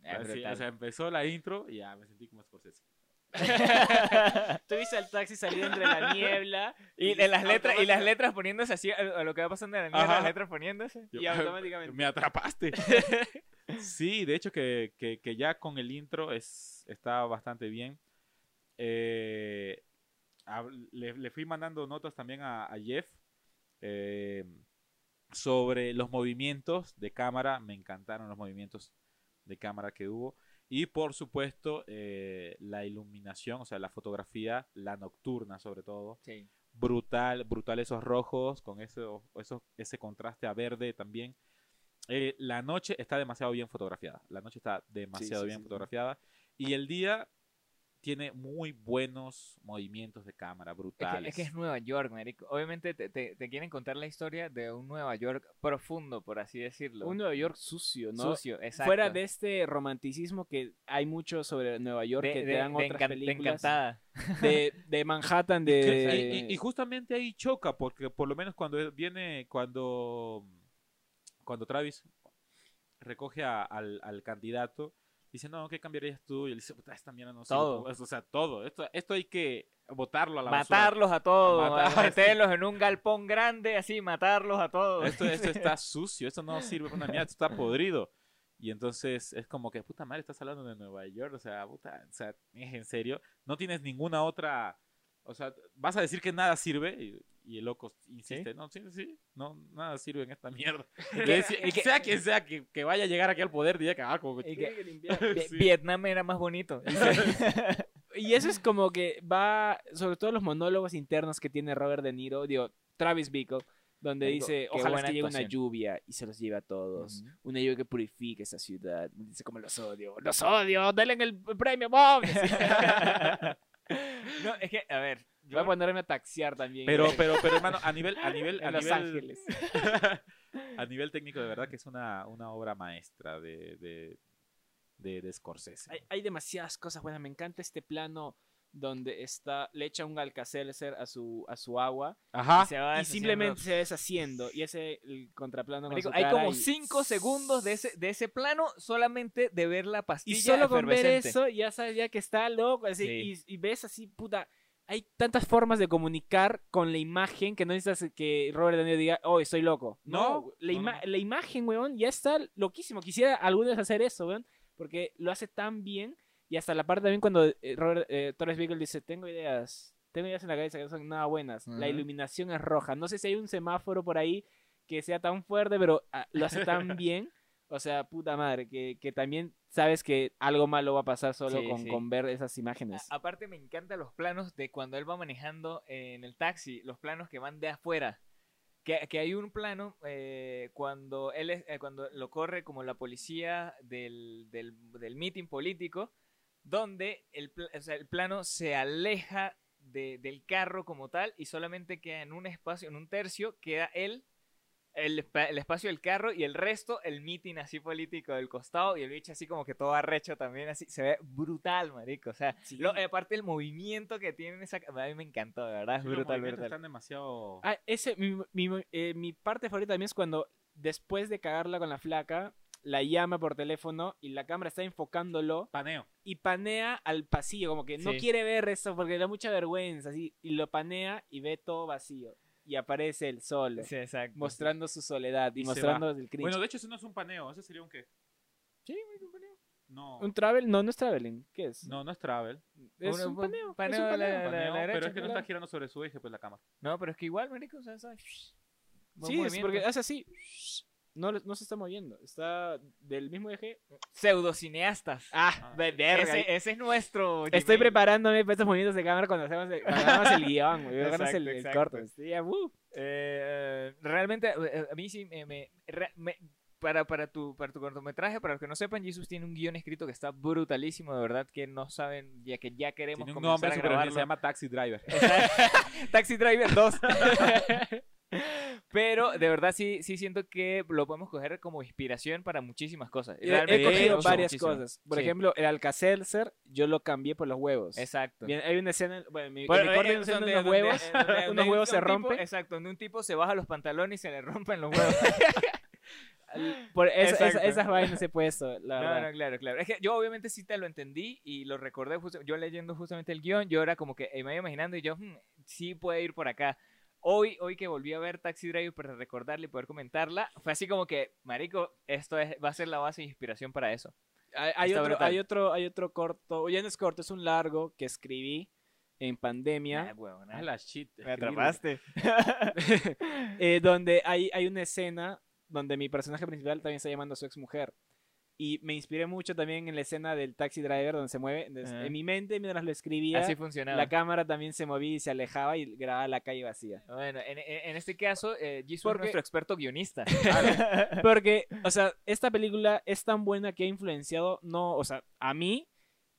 S2: Ah,
S3: Así,
S2: brutal.
S3: o sea, empezó la intro y ya me sentí como Scorsese.
S1: Tuviste al taxi salir entre la niebla
S2: y, de las letras, y las letras poniéndose así a, a lo que va pasando en la niña,
S3: Ajá.
S2: las letras poniéndose.
S3: Yo-
S1: y automáticamente.
S3: Me atrapaste. sí, de hecho que, que- que ya con el intro es, está bastante bien. Eh, hab- le, le fui mandando notas también a, a Jeff eh, sobre los movimientos de cámara. Me encantaron los movimientos de cámara que hubo. Y por supuesto, eh, la iluminación, o sea, la fotografía, la nocturna sobre todo.
S2: Sí.
S3: Brutal, brutal esos rojos, con eso, esos- ese contraste a verde también. Eh, la noche está demasiado bien fotografiada. La noche está demasiado bien fotografiada. Y el día tiene muy buenos movimientos de cámara,
S2: Es que-
S3: brutales.
S2: es que es Nueva York, marico. Obviamente te, te- te quieren contar la historia de un Nueva York profundo, por así decirlo.
S1: Un Nueva York sucio, ¿no?
S2: sucio, exacto.
S1: Fuera de este romanticismo que hay mucho sobre Nueva York,
S2: De-
S1: que te
S2: de-
S1: dan
S2: de
S1: otras
S2: encan- de
S1: películas.
S2: encantada.
S1: De, de Manhattan,
S3: Y,
S1: de...
S3: y- y justamente ahí choca, porque por lo menos cuando viene, cuando, cuando Travis recoge a- al, al candidato, dice, no, ¿qué cambiarías tú? Y él dice, puta, esta mierda no sirve".
S2: Todo.
S3: O sea, todo. Esto, esto hay que botarlo a la basura.
S2: Matarlos a todos,
S3: Matar-
S2: meterlos en un galpón grande, así, matarlos a todos.
S3: Esto, esto está sucio, esto no sirve para una mierda, esto está podrido. Y entonces es como que, puta madre, estás hablando de Nueva York, o sea, puta, o sea, es en serio, no tienes ninguna otra, o sea, vas a decir que nada sirve y, y el loco insiste, no, sí, sí, no, nada sirve en esta mierda. Y es-
S2: y que-
S3: sea quien sea que, que vaya a llegar aquí al poder, diría que, ah, como que-
S2: Y que- Vi-
S3: Sí.
S2: Vietnam era más bonito.
S1: Y eso es como que va, sobre todo los monólogos internos que tiene Robert De Niro, digo, Travis Bickle, donde
S2: Marico,
S1: dice,
S2: qué
S1: ojalá es
S2: buena
S1: que llegue una
S2: actuación.
S1: lluvia y se los lleve a todos.
S2: Ujú.
S1: Una lluvia que purifique esa ciudad. Dice, como los odio, los odio, denle el premio, Bob.
S2: No, es que, a ver. eh,
S1: Voy a ponerme a taxiar también.
S3: Pero, pero, pero, hermano, a nivel, a nivel, a
S1: en Los
S3: nivel,
S1: Ángeles.
S3: a nivel técnico, de verdad que es una, una obra maestra de, de, de, de Scorsese.
S1: hay, hay demasiadas cosas buenas. Me encanta este plano donde está, le echa un alcacelser a su, a su agua
S3: Ajá.
S2: se va
S1: y simplemente se va deshaciendo. Y ese el contraplano con
S2: Marico,
S1: su
S2: hay
S1: cara
S2: como
S1: y-
S2: 5 segundos de ese, de ese plano solamente de ver la
S1: Y
S2: pastilla
S1: solo con ver
S2: efervescente.
S1: eso ya sabes ya que está loco. así,
S2: Sí.
S1: y, y ves así, puta. Hay tantas formas de comunicar con la imagen que no necesitas que Robert De Niro diga, oh, estoy loco. No,
S3: No,
S1: la,
S3: no,
S1: ima-
S3: no,
S1: la imagen, weón, ya está loquísimo. Quisiera algunos hacer eso, weón, porque lo hace tan bien. Y hasta la parte también cuando eh, Robert eh, Torres Beagle dice, tengo ideas, tengo ideas en la cabeza que no son nada buenas. La
S2: Ujú.
S1: iluminación es roja. No sé si hay un semáforo por ahí que sea tan fuerte, pero ah, lo hace tan bien. O sea, puta madre, que, que también sabes que algo malo va a pasar solo
S2: Sí,
S1: con,
S2: sí.
S1: con ver esas imágenes.
S2: A- aparte me encantan los planos de cuando él va manejando en el taxi, los planos que van de afuera. Que, que hay un plano eh, cuando él es- eh, cuando lo corre como la policía del, del, del meeting político, donde el, pl- o sea, el plano se aleja de- del carro como tal y solamente queda en un espacio, en un tercio, queda él, el, espa- el espacio del carro y el resto, el meeting así político del costado y el bicho así como que todo arrecho también, así se ve brutal, marico. O sea, lo- eh, aparte el movimiento que tienen esa... A mí me encantó, de verdad, es
S3: Los
S2: brutal,
S3: movimientos
S2: brutal.
S3: están demasiado...
S1: Ah, ese, mi, mi- eh, mi parte favorita también es cuando después de cagarla con la flaca, la llama por teléfono y la cámara está enfocándolo
S3: Paneo.
S1: y panea al pasillo, como que no
S2: Sí.
S1: quiere ver eso porque le da mucha vergüenza, así, y lo panea y ve todo vacío. Y aparece el sol,
S2: Sí, exacto.
S1: mostrando su soledad y,
S3: Y se
S1: mostrando el cringe.
S3: Bueno, de hecho, eso no es un paneo, eso sería un qué.
S1: Sí,
S3: un paneo. No,
S1: ¿Un travel? No, no es traveling. ¿Qué es?
S3: no, no es travel.
S1: Es
S2: Bueno,
S1: un
S2: pues,
S1: paneo.
S2: paneo
S1: es un
S2: a la-
S1: paneo.
S2: la-
S3: Paneo, pero
S2: derecha,
S3: es que no
S2: claro.
S3: está girando sobre su eje, pues la cámara.
S2: No, pero es que igual, marico, o sea, eso- buen
S1: Sí, es
S2: movimiento.
S1: porque hace así. No, lo- no se está moviendo. Está del mismo eje.
S2: Pseudocineastas.
S1: Ah,
S3: de
S1: verga.
S2: Ese, ese es nuestro.
S1: Estoy
S2: Gmail.
S1: preparándome para estos movimientos de cámara cuando hagamos el, cuando hagamos el guión, güey, cuando hagamos el, el
S2: Exacto,
S1: corto.
S2: exacto.
S1: Sí, ya, uh.
S2: Eh, realmente, eh, a mí sí me. me- re- me- para, para, tu, para tu cortometraje, para los que no sepan, Jesus tiene un guión escrito que está brutalísimo, de verdad, que no saben, ya que ya queremos
S3: Tiene un
S2: comenzar
S3: nombre
S2: a
S3: super original,
S2: grabarlo.
S3: se llama Taxi Driver.
S2: Taxi Driver 2. Pero de verdad sí, sí siento que lo podemos coger como inspiración para muchísimas cosas.
S1: He- Eh, He
S2: Realmente
S1: cogido
S2: mucho,
S1: varias
S2: muchísimo.
S1: cosas. Por
S2: Sí.
S1: ejemplo, el Alcacelser, yo lo cambié por los huevos.
S2: Exacto.
S1: Bien, hay una escena, bueno, en mi, en
S2: Bueno,
S1: mi
S2: eh,
S1: corte hay
S2: eh,
S1: una escena de
S2: donde-
S1: unos
S2: donde-
S1: huevos,
S2: eh, donde- donde
S1: unos
S2: un-
S1: huevos se
S2: un tipo- eh,
S1: rompen.
S2: exacto, donde un tipo se baja los pantalones y se le rompen los huevos.
S1: Por esa- esa-
S2: Exacto.
S1: esas vainas he puesto, la
S2: No,
S1: verdad.
S2: no, claro, claro. Es que yo obviamente sí te lo entendí y lo recordé. justo- yo leyendo justamente el guión, yo era como que eh, me iba imaginando y yo, "Hmm, sí puede ir por acá. Hoy, hoy que volví a ver Taxi Driver para recordarla y poder comentarla, fue así como que, marico, esto es, va a ser la base de inspiración para eso.
S1: Hay, hay
S2: Está
S1: otro,
S2: brutal.
S1: hay, otro, hay otro corto, ya no es corto, es un largo que escribí en pandemia,
S2: Nah, huevón, nah.
S3: Ah, la shit.
S2: Me atrapaste.
S1: eh, donde hay, hay una escena donde mi personaje principal también está llamando a su ex mujer. Y me inspiré mucho también en la escena del taxi driver donde se mueve. Entonces,
S2: Ajá.
S1: En mi mente, mientras lo escribía,
S2: Así funcionaba.
S1: la cámara también se movía y se alejaba y grababa la calle vacía.
S2: Bueno, en, en- en este caso, eh, Jisoo
S1: Porque-
S2: es nuestro experto guionista.
S1: Porque, o sea, esta película es tan buena que ha influenciado, no, o sea, a mí,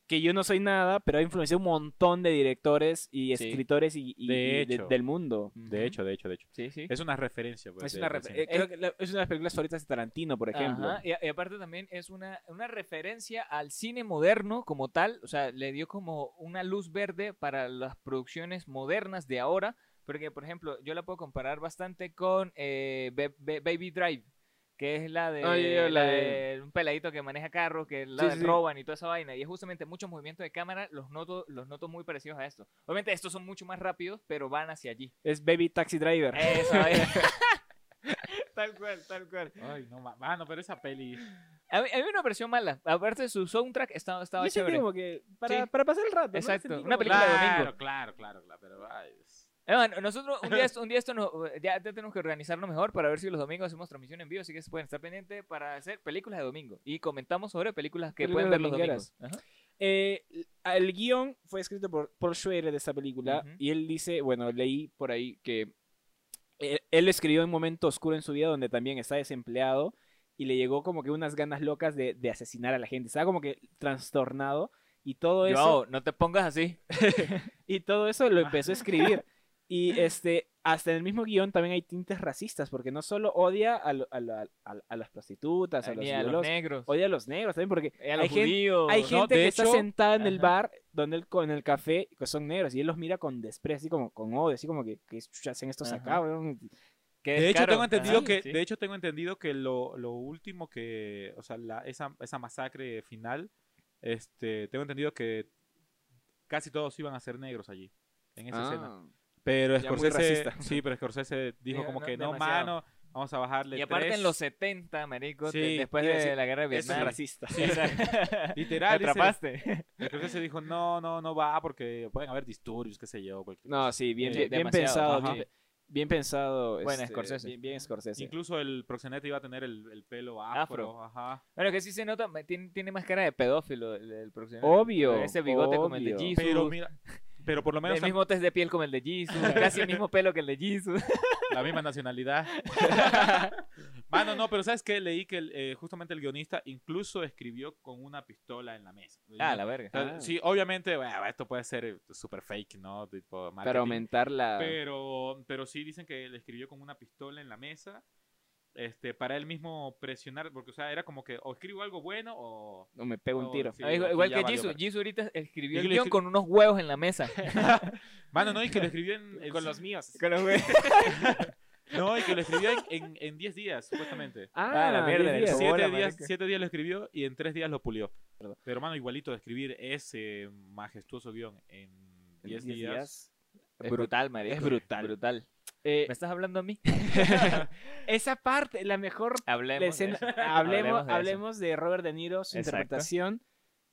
S1: que yo no soy nada, pero ha influenciado un montón de directores y
S2: Sí.
S1: escritores y, y-
S3: De
S1: y de-
S3: hecho.
S1: del mundo.
S3: De hecho, de hecho, de hecho.
S2: sí, sí.
S3: Es una referencia, pues.
S1: Es
S3: de-
S1: una,
S3: del
S1: refer-
S3: cine.
S1: eh, creo que la- es una de las películas favoritas de Tarantino, por ejemplo.
S2: Ajá, Y, a- y aparte también es una, una referencia al cine moderno como tal, o sea, le dio como una luz verde para las producciones modernas de ahora, porque por ejemplo yo la puedo comparar bastante con eh, Ba- Ba- Baby Drive, que es la de,
S1: Oye, yo la
S2: la
S1: de-
S2: de un peladito que maneja carros, que la
S1: Sí,
S2: de
S1: sí.
S2: roban y toda esa vaina, y es justamente muchos movimientos de cámara, los noto, los noto muy parecidos a esto. Obviamente estos son mucho más rápidos, pero van hacia allí.
S1: Es Baby Taxi Driver.
S2: Eso, ahí. tal cual, tal cual.
S3: Ay, no, ma- mano, pero esa peli.
S2: A mí, a mí me pareció mala. Aparte de su soundtrack, estaba, estaba
S1: Yo sentí
S2: chévere.
S1: como que para,
S2: Sí.
S1: para pasar el rato. ¿no?
S2: Exacto,
S1: Sentí
S2: una
S1: como-
S2: película de
S3: Claro,
S2: domingo.
S3: claro, claro, claro. Pero, ay, es-
S2: Eh, bueno, nosotros un día, esto- un día esto nos, ya, ya tenemos que organizarlo mejor para ver si los domingos hacemos transmisión en vivo, así que se pueden estar pendientes para hacer películas de domingo. Y comentamos sobre películas que
S1: Películas
S2: pueden ver los
S1: domingueras.
S2: domingos. Ajá.
S1: Eh, el guión fue escrito por Paul Schrader de esta película
S2: Ujú.
S1: y él dice, bueno, leí por ahí que Él, él escribió un momento oscuro en su vida donde también está desempleado y le llegó como que unas ganas locas de, de asesinar a la gente. Estaba como que trastornado y todo eso
S2: Joao, no te pongas así.
S1: y todo eso lo empezó a escribir. Y este, hasta en el mismo guión también hay tintes racistas, porque no solo odia a, lo- a la- a- a las prostitutas, a los
S2: Ni a los
S1: violos,
S2: negros.
S1: odia a los negros también, porque
S2: eh, a los
S1: hay gen-
S2: judíos.
S1: hay
S2: ¿no?
S1: gente
S2: De
S1: que
S2: hecho,
S1: está sentada en el
S2: ajá.
S1: bar donde él, con el café, que son negros, y él los mira con desprecio, así como con odio, así como que, ¿qué chucha hacen estos acá?
S2: Ajá.
S1: weón?
S2: qué
S3: De hecho,
S2: descaro.
S3: tengo entendido
S2: Sí,
S3: que,
S2: sí.
S3: de hecho, tengo entendido que lo, lo último que, o sea, la- esa, esa masacre final, este, tengo entendido que casi todos iban a ser negros allí, en esa escena. Pero
S1: Ah, Ya muy
S3: Scorsese,
S1: racista.
S3: sí, pero Scorsese dijo
S2: Dijo,
S3: como
S2: no,
S3: que no,
S2: demasiado".
S3: mano, vamos a bajarle
S2: Y aparte
S3: tres".
S2: en los 70, marico, te-
S3: Sí,
S2: después
S3: iba a
S2: de
S3: decir,
S2: la guerra de
S3: eso es
S2: Vietnam.
S1: racista.
S2: Exacto. Te
S3: literal, dice,
S2: atrapaste.
S3: Scorsese dijo, "No, no, no va porque pueden haber disturbios, qué sé yo, cualquier
S1: No, sí, bien,
S3: Sí,
S1: bien, bien
S2: demasiado,
S1: pensado.
S2: ajá.
S1: Bien, bien pensado.
S2: Buena
S1: este,
S2: Scorsese.
S1: Bien, bien Scorsese.
S3: Incluso el proxeneta iba a tener el, el pelo afro, ajá.
S2: Bueno, que sí se nota, ma- tiene, tiene más cara de pedófilo el, el profesional.
S1: Obvio.
S2: Ese bigote como el de
S1: obvio.
S2: Jesus.
S3: Pero mira, pero por lo menos
S2: el mismo test de piel como el de Jesus, casi el mismo pelo que el de Jesus.
S3: la misma nacionalidad. Mano, no, pero ¿sabes qué? Leí que el, eh, justamente el guionista incluso escribió con una pistola en la mesa.
S2: Ah, la verga.
S3: Entonces,
S1: Ah.
S3: Sí, obviamente, bueno, esto puede ser eh, super fake, ¿no?
S1: Para
S3: Tipo, marketing.
S1: aumentar la...
S3: Pero, pero sí dicen que le escribió con una pistola en la mesa. Este, para él mismo presionar, porque o sea, era como que o escribo algo bueno o
S1: No, me pego un
S3: Oh,
S1: tiro.
S3: sí.
S2: Ah, igual
S3: aquí
S2: igual
S3: ya
S2: que
S3: valió
S2: Jesus.
S3: verga.
S2: Jesus ahorita escribió
S3: Y
S2: el
S3: le
S2: guión
S3: escri-
S2: con unos huevos en la mesa.
S3: Mano, no, y que lo escribió en, en-
S1: míos.
S3: No, y que lo escribió en- en en 10 días, supuestamente.
S1: Ah,
S2: Ah,
S1: la
S2: la
S1: mierda.
S2: mierda,
S1: del
S2: el
S1: sol.
S3: siete,
S2: Hola,
S3: días,
S2: marica.
S3: siete días lo escribió y en tres días lo pulió. Pero hermano, igualito de escribir ese majestuoso guión en
S1: En
S3: 10
S1: diez
S3: días.
S2: Es brutal, marico.
S1: es brutal.
S2: Brutal.
S1: Eh,
S2: ¿Me estás hablando a mí?
S1: esa parte, la mejor la
S2: Hablemos. de
S1: escena.
S2: eso.
S1: hablemos,
S2: Hablemos de eso.
S1: hablemos de Robert De Niro, su
S2: Exacto.
S1: interpretación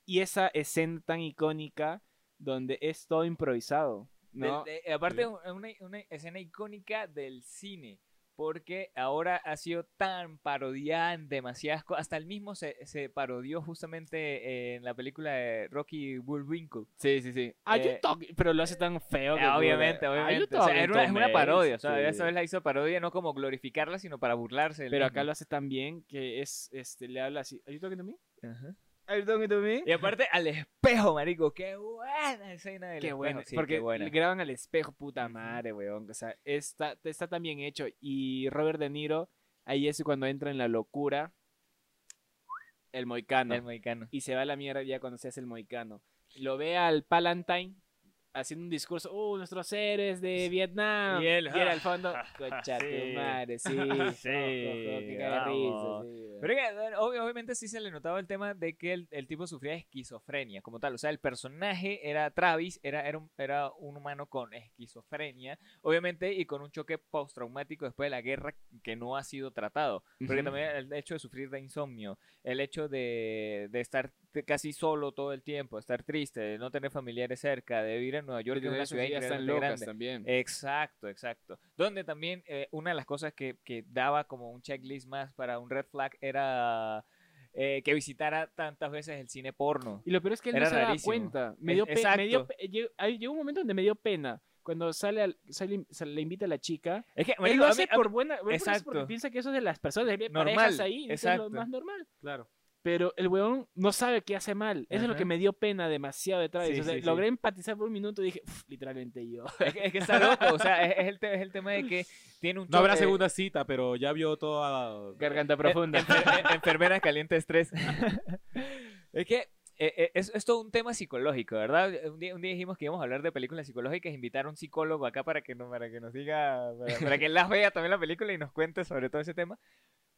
S1: y esa escena tan icónica donde es todo improvisado. ¿no?
S2: Del- de- aparte, es una, una escena icónica del cine, porque ahora ha sido tan parodiada en demasiadas cosas. Hasta el mismo se, se parodió justamente eh, en la película de Rocky Bullwinkle.
S1: Sí, sí, sí.
S2: Eh,
S1: pero lo hace tan feo. que
S2: Ah, obviamente,
S1: puta. Are you
S2: obviamente. O sea,
S1: talking
S2: era una,
S1: to
S2: es una
S1: me?
S2: parodia. O sea,
S1: Sí.
S2: esa vez la hizo parodia no como glorificarla, sino para burlarse. del
S1: Pero
S2: mismo.
S1: acá lo hace tan bien que es, este, le habla así. ¿Are you talking to me?
S2: Ajá.
S1: ¿Are you talking to me?
S2: Y aparte, al espejo, marico. Qué buena escena del
S1: Qué
S2: espejo.
S1: bueno,
S2: Sí,
S1: porque
S2: qué buena.
S1: le graban al espejo, puta madre, weón. O sea, está, está tan bien hecho. Y Robert De Niro, ahí es cuando entra en la locura, el moicano.
S2: Del mexicano.
S1: Y se va a la mierda ya cuando se hace el moicano. Lo ve al Palantine haciendo un discurso, uh, nuestros seres de Vietnam.
S2: Y él,
S1: era al fondo, cocha
S2: sí.
S1: tu madre, sí.
S2: Sí,
S1: que cae de risa,
S2: vamos.
S1: sí, weón.
S2: Pero que, bueno, obvio- obviamente sí se le notaba el tema de que el, el tipo sufría de esquizofrenia como tal. O sea, el personaje era Travis, era, era, un, era un humano con esquizofrenia, obviamente, y con un choque postraumático después de la guerra que no ha sido tratado. Porque
S1: Ujú.
S2: también el hecho de sufrir de insomnio, el hecho de, de estar t- casi solo todo el tiempo, estar triste, de no tener familiares cerca, de vivir en Nueva York, que
S1: Porque
S2: es una
S1: esas
S2: ciudad
S1: ideas están
S2: increíblemente
S1: locas
S2: grande.
S1: también. Eh,
S2: Exacto, exacto. Donde también eh, una de las cosas que, que daba como un checklist más para un red flag era eh, que visitara tantas veces el cine porno.
S1: Y lo peor es que él
S2: Era
S1: no se daba
S2: rarísimo.
S1: cuenta. Me
S2: Es-
S1: dio pe- me dio
S2: exacto.
S1: pe- lle- ahí Llegó un momento donde me dio pena. Cuando sale, al- sale- se le invita a la chica.
S2: Es que,
S1: él
S2: marico,
S1: lo
S2: a mí-
S1: hace
S2: a mí-
S1: por buena. bueno, pues,
S2: Exacto.
S1: Porque piensa que eso es de las personas. de
S2: Normal,
S1: parejas ahí. Eso es lo
S2: exacto.
S1: más normal.
S3: Claro.
S1: Pero el weón no sabe qué hace mal. Eso es lo
S2: Ajá.
S1: que me dio pena demasiado de Travis.
S2: Sí,
S1: O sea,
S2: sí, sí.
S1: logré empatizar por un minuto y dije, "Uf, literalmente yo.
S2: es que, es que está loco, o sea, es, es el te- es el tema de que tiene un
S3: No habrá
S2: choque-
S3: segunda cita, pero ya vio ah, toda.
S1: Garganta
S2: Eh,
S1: profunda.
S2: enfer- eh, enfermera caliente estrés. es que eh, eh, es, es todo un tema psicológico, ¿verdad? Un día, un día dijimos que íbamos a hablar de películas psicológicas, invitar a un psicólogo acá para que, no, para que nos diga, para, para que él las vea también la película y nos cuente sobre todo ese tema.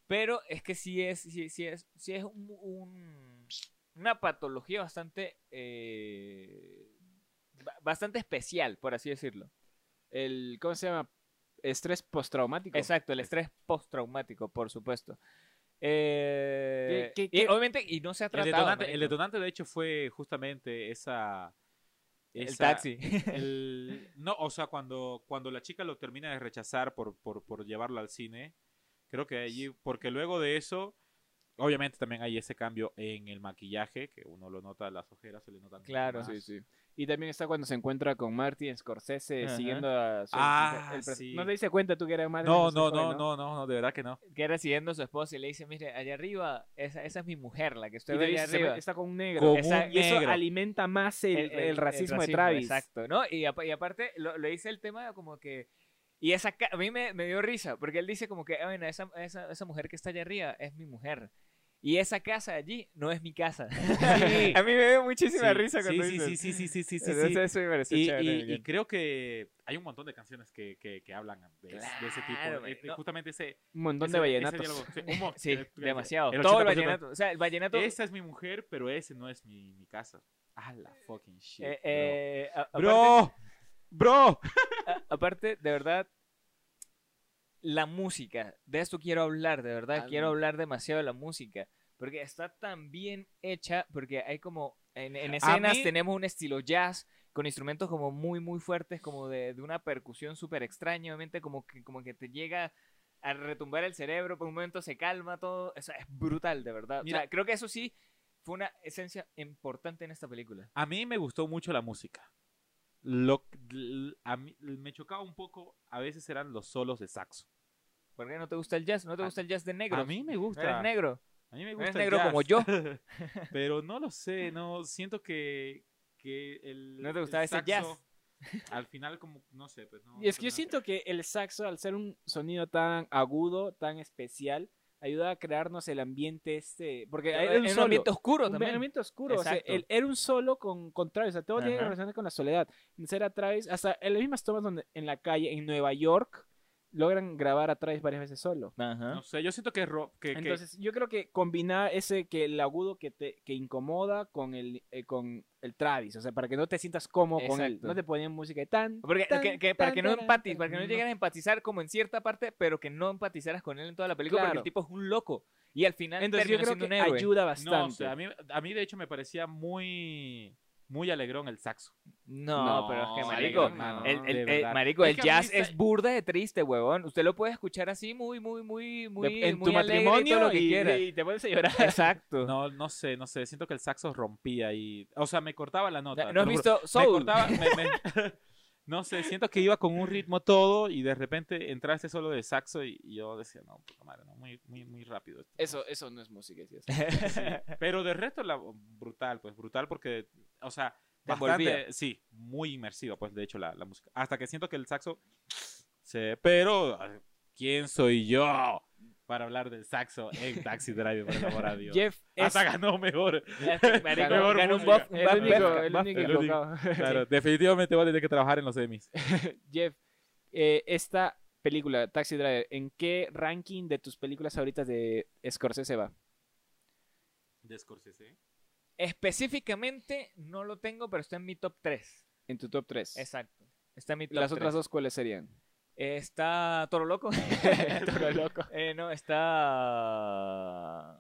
S2: Pero es que sí es, sí, sí es, sí es un- un- una patología bastante, eh, ba- bastante especial, por así decirlo.
S1: El, ¿Cómo se llama? Estrés postraumático.
S2: Exacto, el estrés postraumático, por supuesto. Eh,
S1: ¿Qué- qué-
S2: y
S1: qué?
S2: obviamente, y no se ha
S3: El
S2: tratado.
S3: detonante, el
S2: marico.
S3: detonante, de hecho, fue justamente esa.
S2: El
S3: esa-
S2: taxi.
S3: el- no, o sea, cuando, cuando la chica lo termina de rechazar por, por, por llevarlo al cine, creo que allí, porque luego de eso, obviamente también hay ese cambio en el maquillaje, que uno lo nota, las ojeras se le notan.
S2: Claro.
S3: más.
S1: Sí, sí.
S7: Y también está cuando se encuentra con Martin Scorsese
S3: Ajá.
S7: siguiendo a su
S3: Ah,
S7: el pre-
S3: sí.
S7: ¿No te diste cuenta tú que era Martin
S3: No, no,
S7: Scorsese,
S3: no, no, no, no, de verdad que no.
S2: Que era siguiendo a su esposa y le dice, mire, allá arriba, esa, esa es mi mujer, la que
S7: Y
S2: estoy
S7: te
S2: allá
S7: dice, se ve-
S2: arriba.
S7: está con un negro.
S3: Con
S2: Esa-
S3: un
S7: Y eso
S3: negro.
S7: alimenta más el, el racismo, de Travis.
S2: Exacto, ¿no? Y, apa- y aparte, lo, lo dice el tema como que... Y esa ca- a mí me, me dio risa, porque él dice como que, "Ah, bueno, esa, esa, esa mujer que está allá arriba es mi mujer. Y esa casa allí no es mi casa. a mí me dio muchísima
S3: Sí,
S2: risa
S3: sí,
S2: cuando
S3: sí,
S2: dice
S3: sí, sí, sí, sí, sí, sí, sí.
S2: Entonces, Eso me pareció
S3: Y,
S2: chévere,
S3: y-
S2: Miguel.
S3: y creo que hay un montón de canciones que, que, que hablan de, es- de ese tipo.
S2: Claro,
S3: Eh,
S2: man, no.
S3: Justamente ese.
S7: Un montón
S3: ese-
S7: de
S3: ese
S7: vallenatos.
S3: diálogo. Sí, un mo-
S2: Sí,
S3: eh,
S2: demasiado.
S3: el
S2: Todo el
S3: 80%
S2: vallenato. O sea, el vallenato. eh,
S3: Esa es mi mujer, pero ese no es mi, mi casa. Ah, la fucking shit.
S2: eh, eh, a-
S3: bro. Bro, bro.
S2: Aparte, a- aparte, de verdad, la música. De esto quiero hablar, de verdad.
S7: Ah,
S2: Quiero
S7: no.
S2: hablar demasiado de la música. Porque está tan bien hecha. Porque hay como. En, en escenas
S3: mí-
S2: tenemos un estilo jazz con instrumentos como muy, muy fuertes, como de, de una percusión súper extraña, obviamente, como que, como que te llega a retumbar el cerebro, por un momento se calma todo. O sea, es brutal, de verdad. O
S3: Mira.
S2: sea, creo que eso sí fue una esencia importante en esta película.
S3: A mí me gustó mucho la música. Lo, l- a mí- me chocaba un poco, a veces eran los solos de saxo.
S2: ¿Por qué no te gusta el jazz? ¿No te
S3: A-
S2: gusta el jazz de negro?
S3: A mí me
S2: ¿No eres
S3: gusta.
S2: negro?
S3: A mí me
S2: ¿No
S3: gusta
S2: eres
S3: el
S2: negro
S3: jazz,
S2: como yo?
S3: Pero no lo sé, no siento que, que el
S2: ¿No te gustaba
S3: el
S2: ese jazz?
S3: saxo, Al final como no sé, pues no.
S7: Y es que
S3: no-
S7: yo siento que el saxo, al ser un sonido tan agudo, tan especial, ayuda a crearnos el ambiente este. Porque
S2: Era
S7: era un,
S2: un
S7: solo,
S2: ambiente oscuro
S7: un
S2: también.
S7: ambiente oscuro. o sea,
S2: Exacto.
S7: el- era un solo con, con Travis. O sea, todo tiene que
S3: Ajá.
S7: relacionar con la soledad. Ser a Travis, hasta en las mismas tomas donde en la calle, en Nueva York, logran grabar a Travis varias veces solo.
S2: Ajá.
S3: No sé, yo siento que ro- que, que-
S7: Entonces, yo creo que combinar ese que el agudo que te que incomoda con el eh, con el Travis, o sea, para que no te sientas cómomo con él,
S2: Exacto.
S7: no te ponían música de tan
S2: Porque,
S7: tan,
S2: que- que- para
S7: tan,
S2: que no
S7: taran,
S2: empatiz,
S7: tan.
S2: para que no
S7: No.
S2: llegaras a empatizar como en cierta parte, pero que no empatizaras con él en toda la película, porque
S7: Claro.
S2: el tipo es un loco. Y al final
S7: Entonces yo
S2: termina
S7: creo
S2: siendo
S7: que
S2: un héroe.
S7: ayuda
S3: no,
S7: bastante.
S3: o sea, a mí a mí de hecho me parecía muy muy alegrón el saxo.
S2: No,
S3: No,
S2: pero es que,
S3: sí,
S2: marico,
S3: hermano,
S2: el, el-
S3: de
S2: el-
S3: verdad.
S2: marico,
S3: Es
S2: el
S3: que a mí
S2: jazz
S3: esa-
S2: es burda de triste, huevón. Usted lo puede escuchar así muy, muy, muy, muy,
S7: en
S2: muy
S7: tu
S2: alegre y todo
S7: matrimonio
S2: lo que
S7: y-
S2: quiera.
S7: y te pones a llorar.
S2: Exacto.
S3: No, no sé, no sé, siento que el saxo rompía y o sea, me cortaba la nota.
S2: ¿No,
S3: te
S2: has
S3: lo juro.
S2: visto
S3: Me
S2: Soul?
S3: cortaba, me- me- no sé, siento que iba con un ritmo todo y de repente entraste solo de saxo y, y yo decía, no, puta madre, no, muy, muy, muy rápido. esto.
S8: Eso, eso no es música, sí, eso.
S3: Pero de resto, la, brutal, pues brutal porque, o sea,
S2: Te
S3: bastante,
S2: envolvía.
S3: sí, muy inmersiva, pues de hecho la, la música. Hasta que siento que el saxo se... Pero, ¿quién soy yo para hablar del saxo en Taxi Driver, por el amor a Dios?
S7: Jeff es
S3: Hasta ganó mejor.
S2: Marico,
S3: Mejor
S2: ganó un
S3: música.
S2: buff, un
S7: el
S2: buff,
S7: único,
S2: buff,
S7: el
S2: buff.
S7: único
S3: el único.
S7: equivocado.
S3: Claro, definitivamente voy a tener que trabajar en los semis.
S7: Jeff, eh, esta película Taxi Driver, ¿en qué ranking de tus películas favoritas de Scorsese va?
S3: De Scorsese.
S2: Específicamente no lo tengo, pero está en mi top 3.
S7: En tu top 3.
S2: Exacto. Está en mi top
S7: Las
S2: 3.
S7: otras dos cuáles serían?
S2: Está Toro Loco.
S7: Toro loco.
S2: Eh, no, está.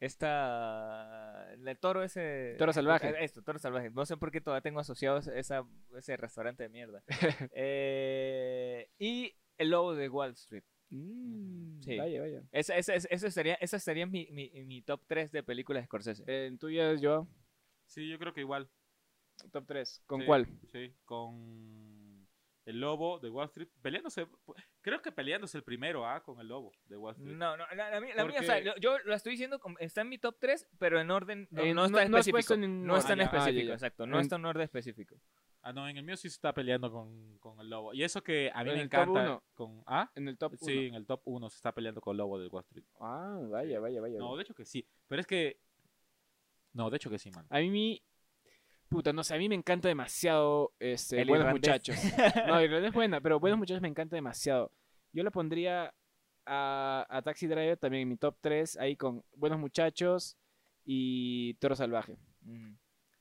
S2: Está. El toro ese.
S7: Toro salvaje.
S2: Eh, Esto, toro salvaje. No sé por qué todavía tengo asociado esa, ese restaurante de mierda. Eh, y El Lobo de Wall Street.
S7: Mm,
S2: Sí.
S7: Vaya, vaya.
S2: Esa, esa, esa- eso sería, esa sería mi, mi, mi top 3 de películas de Scorsese.
S1: Eh,
S7: En tuyas, yo,
S3: Sí, yo creo que igual.
S7: top 3. ¿Con
S3: Sí,
S7: cuál?
S3: Sí, con el lobo de Wall Street. Peleándose, creo que peleándose el primero, ¿ah? Con el lobo de Wall Street.
S2: No, no, la, la mía, la mía, o
S3: Porque-
S2: sea, yo, yo la estoy diciendo, como- está en mi top 3, pero en orden, no,
S7: Eh,
S2: no
S7: no-
S2: está
S7: no has puesto
S2: específico.
S7: ningún
S2: no está en
S3: orden. Ah, ya,
S2: específico,
S7: ya.
S2: exacto, no
S7: En-
S2: está en orden específico.
S3: Ah, no, en el mío sí se está peleando con, con el lobo. Y eso que a mí
S7: En
S3: me
S7: el top
S3: encanta.
S7: uno.
S3: Con, ¿Ah?
S7: En el top 1.
S3: Sí, en el top 1 se está peleando con el lobo de Wall Street.
S7: Ah, vaya, vaya, vaya.
S3: No, de hecho que sí. Pero es que. No, de hecho que sí, man.
S7: A mí mi- Puta, no sé, a mí me encanta demasiado este,
S2: El
S7: Buenos
S2: irlandés.
S7: Muchachos. No, Irlandés es buena, pero Buenos Muchachos me encanta demasiado. Yo le pondría a, a Taxi Driver también en mi top 3, ahí con Buenos Muchachos y Toro Salvaje.
S2: Mm.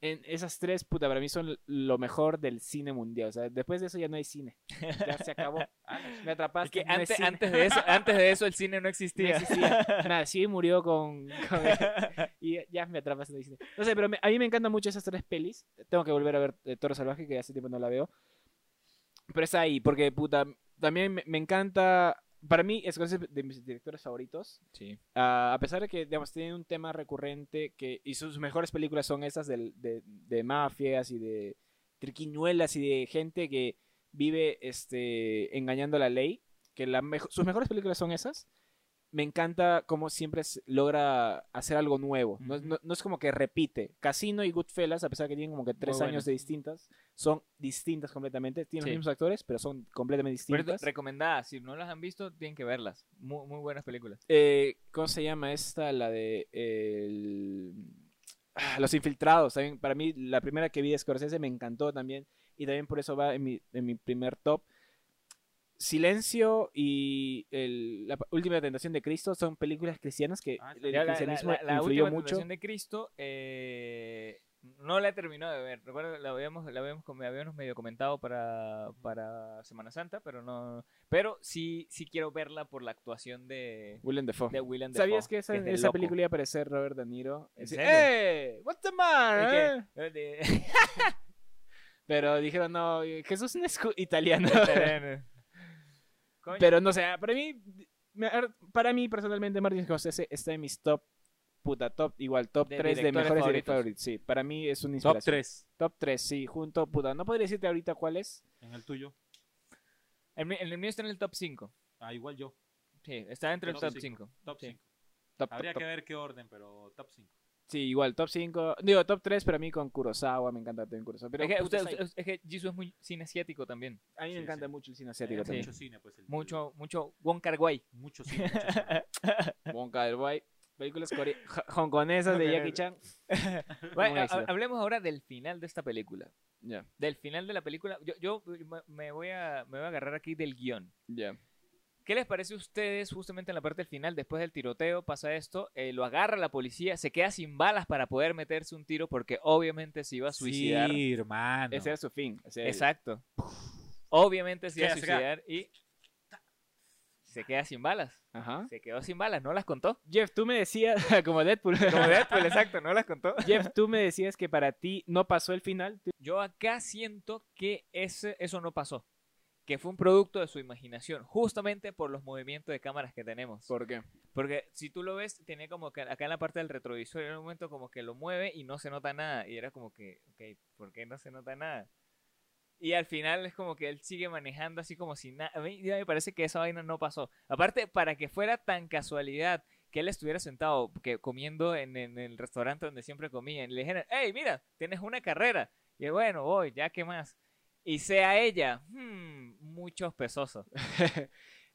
S7: En esas tres, puta, para mí son lo mejor del cine mundial. O sea, después de eso ya no hay cine. Ya se acabó. Me
S2: Es
S7: atrapaste.
S2: que
S7: no hay
S2: antes,
S7: cine.
S2: antes, de eso, antes de eso el cine no
S7: No
S2: existía.
S7: existía. Nació y murió con. con- y ya me atrapas. No dice. No sé, pero me- a mí me encantan mucho esas tres pelis. Tengo que volver a ver eh, Toro Salvaje, que hace tiempo no la veo. Pero está ahí, porque puta. También me, me encanta. Para mí, es de mis directores favoritos.
S2: Sí.
S7: Ah, a pesar de que, digamos, tiene un tema recurrente que, y sus mejores películas son esas del- de, de mafias y de triquiñuelas y de gente que vive este, engañando a la ley, que la mejo- sus mejores películas son esas, me encanta cómo siempre s- logra hacer algo nuevo. No, es- no- no es como que repite. Casino y Goodfellas, a pesar que tienen como que tres
S2: Muy
S7: años
S2: buenas.
S7: de distintas, son distintas completamente. Tienen
S2: Sí.
S7: los mismos actores, pero son completamente
S2: Por eso,
S7: distintas.
S2: recomendadas, si no las han visto, tienen que verlas. Muy, muy buenas películas.
S7: Eh, ¿Cómo se llama esta? La de eh, el- ah, Los Infiltrados. También, para mí, la primera que vi de Scorsese me encantó también. Y también por eso va en mi, en mi primer top. Silencio y el- La Última Tentación de Cristo son películas cristianas que
S3: Ah,
S7: el
S2: Ya la- la-
S7: cristianismo
S2: la- la
S7: influyó
S2: última
S7: mucho.
S2: tentación de Cristo eh, no la he terminado de ver. Recuerdo que la habíamos, la habíamos, com- habíamos medio comentado para, para Semana Santa, pero no. Pero sí, sí quiero verla por la actuación de,
S7: Willem Dafoe.
S2: de Willem Dafoe.
S7: ¿Sabías que esa,
S2: es de
S7: esa
S2: loco.
S7: película iba a aparecer Robert De Niro?
S2: ¿En
S7: Dice,
S2: serio?
S7: ¡Eh! ¡What's the
S2: Es que-
S7: matter? eh?"
S2: eh, de-
S7: Pero dijeron, no, Jesús no es cu- italiano.
S2: Coño,
S7: Pero no sé, ah, para mí, me- ah, para mí personalmente, Martin Scorsese está en mis top, puta, top, igual, top
S2: De
S7: 3 de
S2: directores
S7: mejores
S2: favoritos.
S7: directores favoritos. Sí, para mí es un
S3: Top 3
S7: Top 3, sí, junto, puta. No podría decirte ahorita cuál es.
S3: en el tuyo.
S2: el, mi- el mío está en el top 5.
S3: Ah, igual yo.
S2: Sí, está dentro del
S3: Top
S2: top
S3: cinco.
S2: 5.
S3: Top
S2: Sí.
S3: 5.
S7: Top, top,
S3: Habría
S7: top.
S3: que ver qué orden, pero top 5.
S7: Sí, igual, top 5. Digo, top 3, pero a mí con Kurosawa, me encanta también Kurosawa. Pero
S2: pues es que,
S7: puta,
S2: usted,
S7: sí,
S2: es que Jisoo es muy cine asiático también.
S7: a mí me
S3: sí,
S7: encanta
S3: sí.
S7: mucho el cine asiático
S2: Sí.
S7: también.
S3: Mucho cine, pues. el tuyo.
S2: Mucho, mucho Wong Kar Wai.
S3: Mucho cine. mucho cine.
S7: Wong Kar-wai, películas core- ja- hongkonesas de Jackie Chan.
S2: Bueno,
S7: Un
S2: ha-
S7: éxito.
S2: hablemos ahora del final de esta película.
S7: Ya,
S2: Del final de la película, yo, yo me- me, voy a, me voy a agarrar aquí del guión.
S7: ya.
S2: ¿Qué les parece a ustedes justamente en la parte del final, después del tiroteo, pasa esto, eh, lo agarra la policía, se queda sin balas para poder meterse un tiro porque obviamente se iba a suicidar.
S3: Sí, hermano.
S7: Ese era su fin. ese era el-
S2: Exacto. Obviamente se iba a
S3: Queda, se queda.
S2: suicidar y se queda sin balas.
S7: Ajá.
S2: Se quedó sin balas, no las contó.
S7: Jeff, tú me decías, como Deadpool.
S2: Como Deadpool, exacto, no las contó.
S7: Jeff, tú me decías que para ti no pasó el final.
S2: Yo acá siento que ese, eso no pasó. Que fue un producto de su imaginación, justamente por los movimientos de cámaras que tenemos.
S7: ¿Por qué?
S2: Porque si tú lo ves, tenía como que acá en la parte del retrovisor, en un momento como que lo mueve y no se nota nada. Y era como que, ok, ¿por qué no se nota nada? Y al final es como que él sigue manejando así como si nada. A mí ya me parece que esa vaina no pasó. Aparte, para que fuera tan casualidad que él estuviera sentado que comiendo en, en el restaurante donde siempre comía, y le dijeran, hey, mira, tienes una carrera. Y él, bueno, voy, ya, ¿qué más? Y sea ella, hmm, muchos pesosos.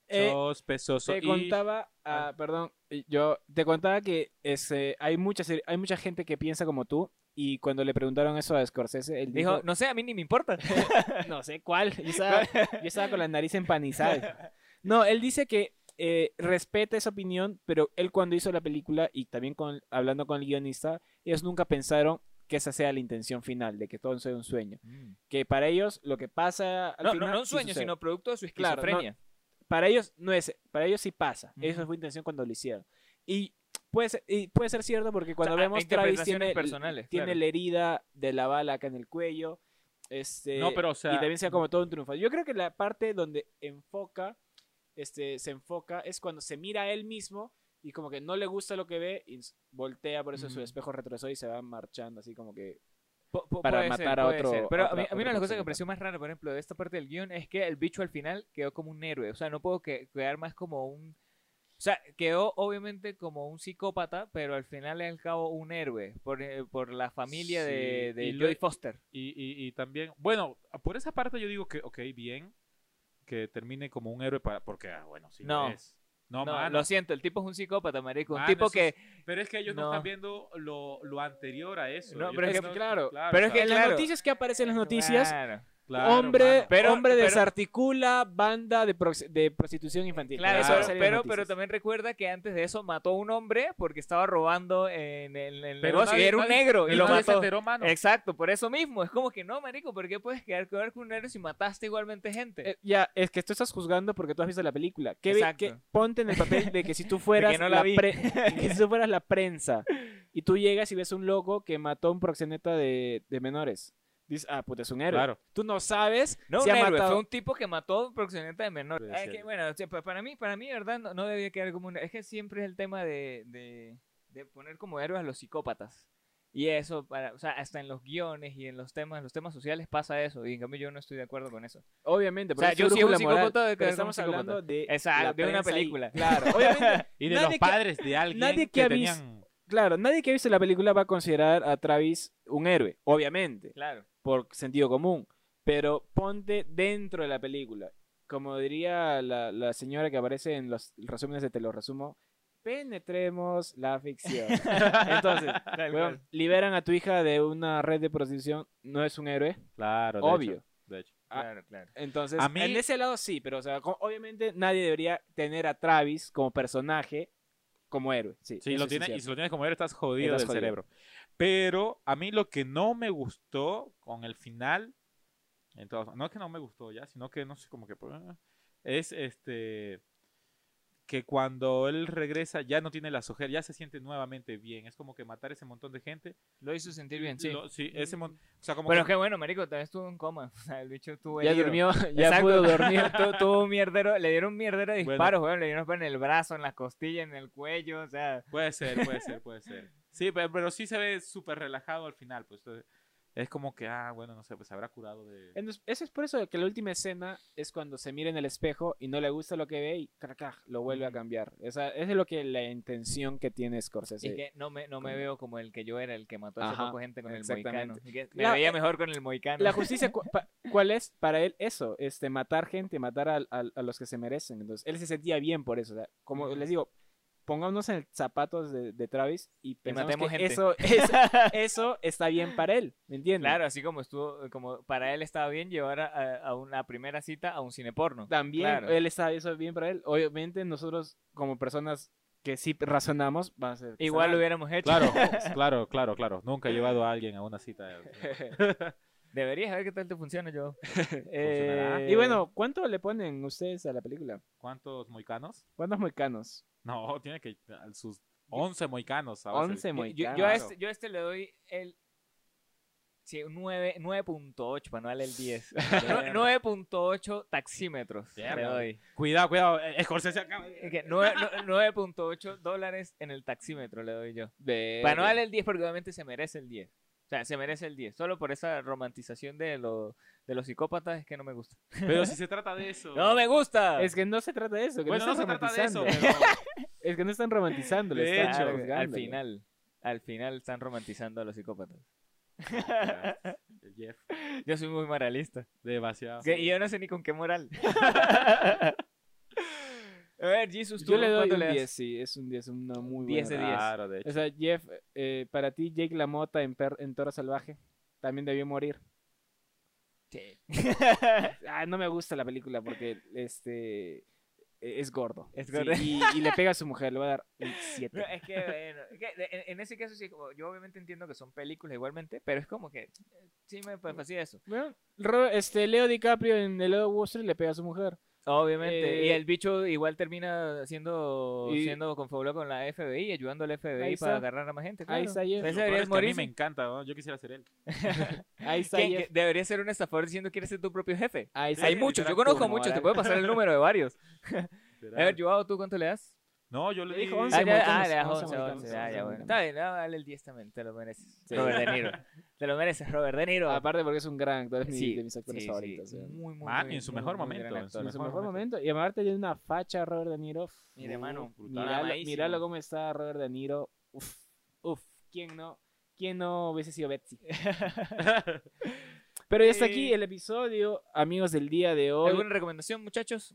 S2: Eh,
S3: Sos pesoso.
S7: Eh, te
S3: Y-
S7: contaba, ah, perdón, yo te contaba que ese, hay, mucha, ser- hay mucha gente que piensa como tú. Y cuando le preguntaron eso a Scorsese, él dijo,
S2: Dijo, no sé, a mí ni me importa.
S7: no sé cuál. Yo estaba, yo estaba con la nariz empanizada. No, él dice que eh, respeta esa opinión, pero él cuando hizo la película y también con, hablando con el guionista, ellos nunca pensaron que esa sea la intención final, de que todo sea un sueño. Que para ellos lo que pasa...
S2: Mm.
S7: al
S2: no, no,
S7: final
S2: no un
S7: sí
S2: sueño,
S7: sucede.
S2: sino producto de su
S7: Claro, no-
S2: esquizofrenia.
S7: para ellos no es, para ellos sí pasa.
S2: Ujú.
S7: Esa fue intención cuando lo hicieron. Y puede ser, y puede ser cierto porque cuando
S2: O sea,
S7: vemos Travis
S2: interpretaciones
S7: tiene,
S2: personales,
S7: tiene
S2: claro.
S7: la herida de la bala acá en el cuello. Este,
S3: No, pero o sea.
S7: y también sea como todo un triunfo. Yo creo que la parte donde enfoca, este, se enfoca es cuando se mira a él mismo y como que no le gusta lo que ve y s- voltea por eso su
S2: Ujú.
S7: espejo retrovisor y se va marchando así como que
S2: Po- po-
S7: para
S2: puede
S7: matar a
S2: puede
S7: otro-
S2: Pero
S7: otra-
S2: a mí, a mí una de
S7: otra
S2: las cosas
S7: persona.
S2: que me pareció más rara, por ejemplo, de esta parte del guión es que el bicho al final quedó como un héroe. O sea, no puedo que- quedar más como un. O sea, quedó obviamente como un psicópata, pero al final y al cabo un héroe por, eh, por la familia
S3: Sí,
S2: de, de
S3: y lo-
S2: Jodie Foster.
S3: Y, y- y también, bueno, por esa parte yo digo que, ok, bien, que termine como un héroe para, porque, ah, bueno, sí
S2: No.
S3: lo es. No,
S2: No,
S3: mano,
S2: lo siento, el tipo es un psicópata, marico. Un
S3: Mano,
S2: tipo
S3: eso
S2: que.
S3: es- pero es que ellos no,
S2: no.
S3: están viendo lo, lo anterior a eso.
S2: No,
S3: Ellos
S2: pero es
S3: están
S2: que-
S3: viendo-
S7: claro, pero
S3: o
S7: es que
S3: sea,
S7: en las
S2: claro.
S7: noticias que aparecen en las noticias
S2: Claro.
S3: claro,
S7: hombre,
S3: mano.
S2: Pero-
S7: hombre
S2: pero-
S7: desarticula banda de, prox- de prostitución infantil.
S2: Claro,
S7: Eso va a
S2: pero-
S7: salir en
S2: pero,
S7: noticias.
S2: pero también recuerda que antes de eso mató a un hombre porque estaba robando en el, en el
S3: Pero
S2: negocio y
S3: nadie-
S2: era un
S3: nadie-
S2: negro y lo
S3: nadie se
S2: mató.
S3: enteró, mano.
S2: Exacto, por eso mismo. Es como que no, marico, ¿por qué puedes quedar con un negro si mataste igualmente gente?
S7: Eh, ya, es que tú estás juzgando porque tú has visto la película. ¿Qué ve-
S2: Exacto.
S7: qué- ponte en el papel de que si tú fueras
S2: no la vi.
S7: pre- que si tú fueras la prensa y tú llegas y ves un loco que mató a un proxeneta de, de menores. Dices, ah, puta, es un héroe.
S3: Claro.
S7: Tú no sabes
S2: No,
S7: si
S2: un
S7: ha
S2: héroe,
S7: matado.
S2: fue un tipo que mató a un proxeneta de menor.
S3: Puede
S2: Ah, es
S3: ser.
S2: que, bueno, o sea, pa- para mí, para mí, de verdad, no, no debía quedar como un... Es que siempre es el tema de, de- de poner como héroes a los psicópatas. Y eso, para, o sea, hasta en los guiones y en los temas, en los temas sociales pasa eso. Y en cambio yo no estoy de acuerdo con eso.
S7: Obviamente,
S2: O sea, yo soy un psicópata de
S7: pero
S2: que
S7: estamos hablando de, Eh, la
S2: Exacto, de una
S7: prensa y-
S2: película.
S7: claro, obviamente,
S3: Y de
S7: Nadie
S3: los
S7: que-
S3: padres de alguien
S7: nadie que
S3: que,
S7: ha visto-
S3: tenían...
S7: claro, nadie que ha visto la película va a considerar a Travis un héroe, obviamente,
S2: Claro.
S7: por sentido común. Pero ponte dentro de la película. Como diría la, la señora que aparece en los resúmenes de Te lo resumo, penetremos la ficción. Entonces,
S2: Tal
S7: weón,
S2: cual.
S7: liberan a tu hija de una red de prostitución, no es un héroe,
S3: Claro, de
S7: obvio.
S3: hecho, de hecho.
S7: ah,
S2: claro, claro.
S7: Entonces,
S3: A mí-
S7: en ese lado sí, pero o sea, co- obviamente nadie debería tener a Travis como personaje, como héroe. Sí,
S3: Sí,
S7: eso
S3: lo
S7: sí
S3: tiene-
S7: es
S3: y
S7: cierto.
S3: si lo tienes como héroe, estás jodido
S7: Estás
S3: del
S7: jodido.
S3: cerebro. Pero a mí lo que no me gustó con el final, en todas- no es que no me gustó ya, sino que no sé, como que eh, es este que cuando él regresa ya no tiene las ojeras, ya se siente nuevamente bien. Es como que matar ese montón de gente.
S2: Lo hizo sentir bien, sí.
S3: Lo- sí, ese mon- o sea, como
S2: Pero es
S3: que-
S2: que bueno, marico, también estuvo en coma. O sea, el bicho estuvo
S7: ya
S2: herido.
S7: durmió, ya
S2: Exacto.
S7: pudo dormir.
S2: Tu- tuvo un mierdero, le dieron un mierdero de
S3: Bueno.
S2: disparos, weón. Le dieron pues, en el brazo, en las costillas, en el cuello, o sea.
S3: puede ser, puede ser, puede ser. Sí, pero, pero sí se ve súper relajado al final, pues entonces, es como que ah, bueno, no sé, pues se habrá curado de
S7: Entonces, eso es por eso que la última escena es cuando se mira en el espejo y no le gusta lo que ve y cracaj, lo vuelve a cambiar. Esa, esa es lo que la intención que tiene Scorsese.
S2: Y que no me, no me
S7: Con-
S2: veo como el que yo era, el que mató a ese
S7: Ajá,
S2: poco gente con el
S7: exactamente.
S2: moicano. Y que Me
S7: La- eh,
S2: veía mejor con el moicano.
S7: La justicia, cu- pa- ¿cuál es para él eso? Este, matar gente, matar al- al- a, los que se merecen. Entonces, él se sentía bien por eso. o sea, como les digo, pongámonos en el zapatos de, de Travis y pensemos
S2: matemos
S7: que
S2: gente.
S7: eso, eso, eso está bien para él, ¿me entiendes?
S2: Claro, así como estuvo, como para él estaba bien llevar a, a- a una primera cita a un cine porno.
S7: También
S2: Claro.
S7: él está eso bien para él. Obviamente nosotros como personas que sí razonamos, va a ser pues, que
S2: Igual
S7: está
S2: lo
S7: mal.
S2: hubiéramos hecho.
S3: Claro, claro, claro, claro. Nunca he llevado a alguien a una cita.
S2: Deberías ver qué tal te funciona, yo.
S3: Funcionará.
S2: Eh,
S7: Y bueno, ¿cuánto le ponen ustedes a la película?
S3: ¿Cuántos moicanos?
S7: ¿Cuántos moicanos?
S3: No, tiene que a sus 11 moicanos. ahora se-
S2: yo,
S7: 11
S2: yo a
S7: moicanos.
S2: este, yo a este le doy el. Sí, un nueve- 9.8, para no darle el 10.
S3: Verga.
S2: No- 9.8 taxímetros. Le
S3: Verga.
S2: doy.
S3: Cuidado, cuidado. eh, Scorsese acaba de...
S2: Es que nueve- no- 9.8 dólares en el taxímetro le doy yo. Para no darle el 10, porque obviamente se merece el 10. O sea, se merece el 10. Solo por esa romantización de, lo- de los psicópatas es que no me gusta.
S3: Pero si se trata de eso.
S2: ¡No me gusta!
S7: Es que no se trata de eso, que
S3: bueno,
S7: no
S3: no se
S7: están
S3: trata de eso,
S7: romantizando.
S3: pero...
S7: Es que no están romantizando,
S3: De
S7: están
S3: hecho,
S2: Claro,
S7: juzgándolo.
S2: al final. Al final están romantizando a los psicópatas.
S3: El Jeff,
S2: Yo soy muy moralista.
S3: demasiado.
S2: Que- y yo no sé ni con qué moral. a ver, Jesus, tú
S7: Yo le doy
S2: ¿cuánto
S7: un
S2: das?
S7: 10, sí, es un 10, una muy buena. Ah,
S2: 10 de
S7: nota.
S2: 10.
S3: Claro, de
S7: O
S3: hecho.
S7: sea, Jeff, eh, para ti Jake LaMotta en, per- en Toro Salvaje también debió morir.
S2: Sí.
S7: Ah, no me gusta la película porque este eh, es gordo.
S2: Es
S7: Sí,
S2: gordo.
S7: y, y le pega a su mujer, le voy a dar un 7.
S2: No, es que, bueno, es que de- en, en ese caso sí, como- yo obviamente entiendo que son películas igualmente, pero es como que eh, sí me parecía eso.
S7: Bueno, Ro- este Leo DiCaprio en El Leo de Wall Street le pega a su mujer.
S2: Obviamente. y
S7: Eh,
S2: el bicho igual termina siendo,
S7: y-
S2: siendo confabulado con la FBI, ayudando al FBI
S7: Ahí
S2: para
S7: está.
S2: agarrar a más gente. claro.
S7: Ahí está Jeff.
S2: Ese
S3: Lo peor
S2: debería
S3: es que a mí me
S2: morirse.
S3: encanta, ¿no? yo quisiera ser él.
S7: Ahí está
S2: Que-
S7: Jeff.
S2: que debería ser un estafador diciendo quieres ser tu propio jefe.
S7: Ahí está
S2: Hay
S7: Jeff.
S2: muchos, yo conozco a
S7: Turno,
S2: muchos, te
S7: ¿verdad?
S2: puedo pasar el número de varios. A
S3: Literal.
S2: ver, Joao, ¿tú cuánto le das?
S3: No, yo le
S7: Le
S3: di...
S7: dijo
S2: Ah,
S7: 11
S2: ya,
S7: americanos,
S2: ah, le das
S7: 11
S2: 11, 11, ah,
S7: americanos, 11
S2: ya, bueno.
S7: americanos.
S2: Está bien, ah, dale el 10 también, te lo mereces. Robert De Niro. Te lo mereces, Robert De Niro.
S7: Aparte porque es un gran actor, es mi-
S2: Sí,
S7: de mis actores
S2: sí, sí.
S7: favoritos. ¿eh?
S2: Muy, muy, muy-
S3: Man, y Ah, en su
S2: muy,
S3: mejor
S2: muy
S3: momento,
S2: gran
S3: en su
S2: actor.
S7: En su
S3: mejor
S7: mejor momento. Y aparte tiene una facha Robert De Niro.
S2: Mira, mano,
S3: brutal.
S7: Míralo,
S2: mamadísimo.
S7: míralo cómo está Robert De Niro. Uf, uf. ¿Quién no? ¿Quién no hubiese sido Betsy? Pero ya está aquí el episodio, amigos del día de hoy.
S2: Eh, ¿Alguna recomendación, muchachos?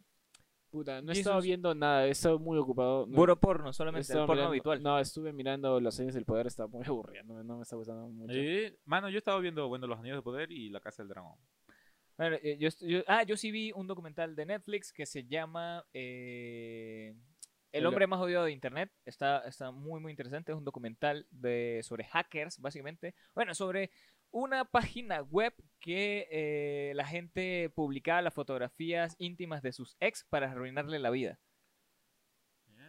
S7: Puta, no he
S2: Jesus.
S7: estado viendo nada, he estado muy ocupado. No,
S2: Puro porno,
S7: he
S2: solamente el
S7: estado
S2: porno
S7: mirando-
S2: habitual.
S7: No, estuve mirando Los Años del Poder, está muy aburriendo, no me está gustando mucho.
S3: Eh, Mano, yo he estado viendo, bueno, Los Anillos de Poder y La Casa del Dragón.
S2: Bueno, eh, yo, est- yo- ah, yo sí vi un documental de Netflix que se llama eh, El
S7: El-
S2: hombre más odiado de Internet. Está, está muy, muy interesante. Es un documental de, sobre hackers, básicamente. Bueno, sobre una página web que eh, la gente publicaba las fotografías íntimas de sus ex para arruinarle la vida.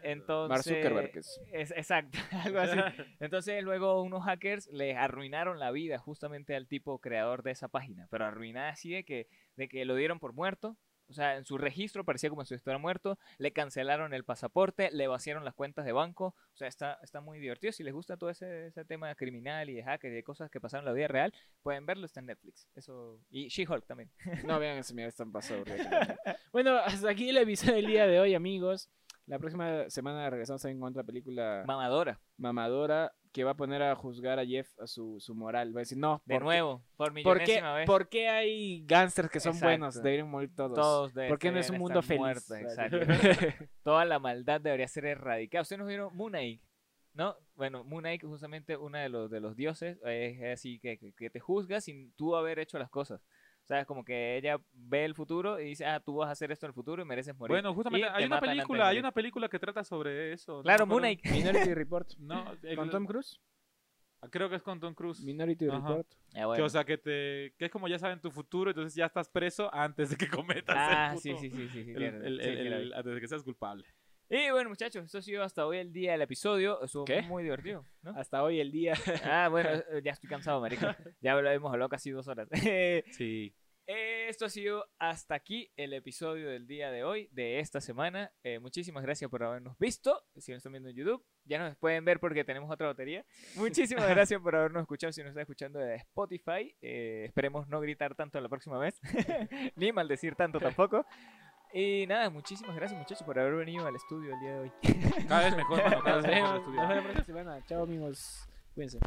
S2: Entonces,
S7: Mark Zuckerberg. que es-
S2: es- exacto, algo así. Entonces luego unos hackers les arruinaron la vida justamente al tipo creador de esa página, pero arruinada así de que, de que lo dieron por muerto, O sea, en su registro parecía como si estuviera muerto. Le cancelaron el pasaporte, le vaciaron las cuentas de banco. O sea, está, está muy divertido. Si les gusta todo ese, ese tema criminal y de hackers y de cosas que pasaron en la vida real, pueden verlo. Está en Netflix. Eso. Y She-Hulk también.
S7: No, vean ese mierda, están pasados. de risa. bueno, hasta aquí el episodio del día de hoy, amigos. La próxima semana regresamos también con otra película
S2: Mamadora.
S7: mamadora que va a poner a juzgar a Jeff a su, su moral. Va a decir, no,
S2: De
S7: ¿por qué-
S2: nuevo, por
S7: ¿Por qué,
S2: millonésima vez.
S7: por qué hay gángsters que son
S2: Exacto.
S7: buenos? Deberían morir todos.
S2: Todos de
S7: ¿Por qué no es
S2: este
S7: un
S2: deben
S7: mundo
S2: estar
S7: feliz?
S2: muertos, exacto. Toda la maldad debería ser erradicada. Ustedes nos vieron Moon Knight, ¿no? Bueno, Moon Knight justamente uno de los, de los dioses, eh, es así que, que- que te juzga sin tú haber hecho las cosas. O sea, es como que ella ve el futuro y dice, ah, tú vas a hacer esto en el futuro y mereces morir.
S3: Bueno, justamente
S2: Y te
S3: hay
S2: matan
S3: una
S2: antes de
S3: película, hay
S2: morir.
S3: una película que trata sobre eso. ¿no?
S2: Claro,
S3: Pero-
S2: Moon Knight.
S7: Minority Report.
S3: No, el-
S7: ¿Con Tom Cruise?
S3: creo que es con Tom Cruise.
S7: Minority
S3: Ajá.
S7: Report.
S2: Ah,
S3: Que,
S2: bueno.
S3: o sea, que, te, que es como ya saben tu futuro, entonces ya estás preso antes de que cometas
S2: Ah,
S3: el
S2: sí,
S3: puto-
S2: sí, sí, sí. sí,
S3: el-
S2: claro.
S3: el-
S2: Sí,
S3: el-
S2: sí, la vi.
S3: el- antes de que seas culpable.
S2: Y bueno, muchachos, eso ha sido hasta hoy el día del episodio. Estuvo
S7: ¿Qué?
S2: muy divertido, ¿no?
S7: Hasta hoy el día.
S2: Ah, bueno, eh, ya estoy cansado, marica. Ya lo hemos hablado casi dos horas. Eh,
S3: Sí.
S2: Esto ha sido hasta aquí el episodio del día de hoy, de esta semana. Eh, muchísimas gracias por habernos visto. Si nos están viendo en YouTube, ya nos pueden ver porque tenemos otra batería. Muchísimas gracias por habernos escuchado. Si nos está escuchando de Spotify, eh, esperemos no gritar tanto la próxima vez, ni maldecir tanto tampoco. Y nada, muchísimas gracias muchachos por haber venido al estudio el día de hoy.
S3: Cada vez mejor, mano, cada
S7: Nos
S3: vez mejor el
S7: vemos. Nos
S3: estudio.
S7: vemos la próxima semana. Chao, amigos. Cuídense.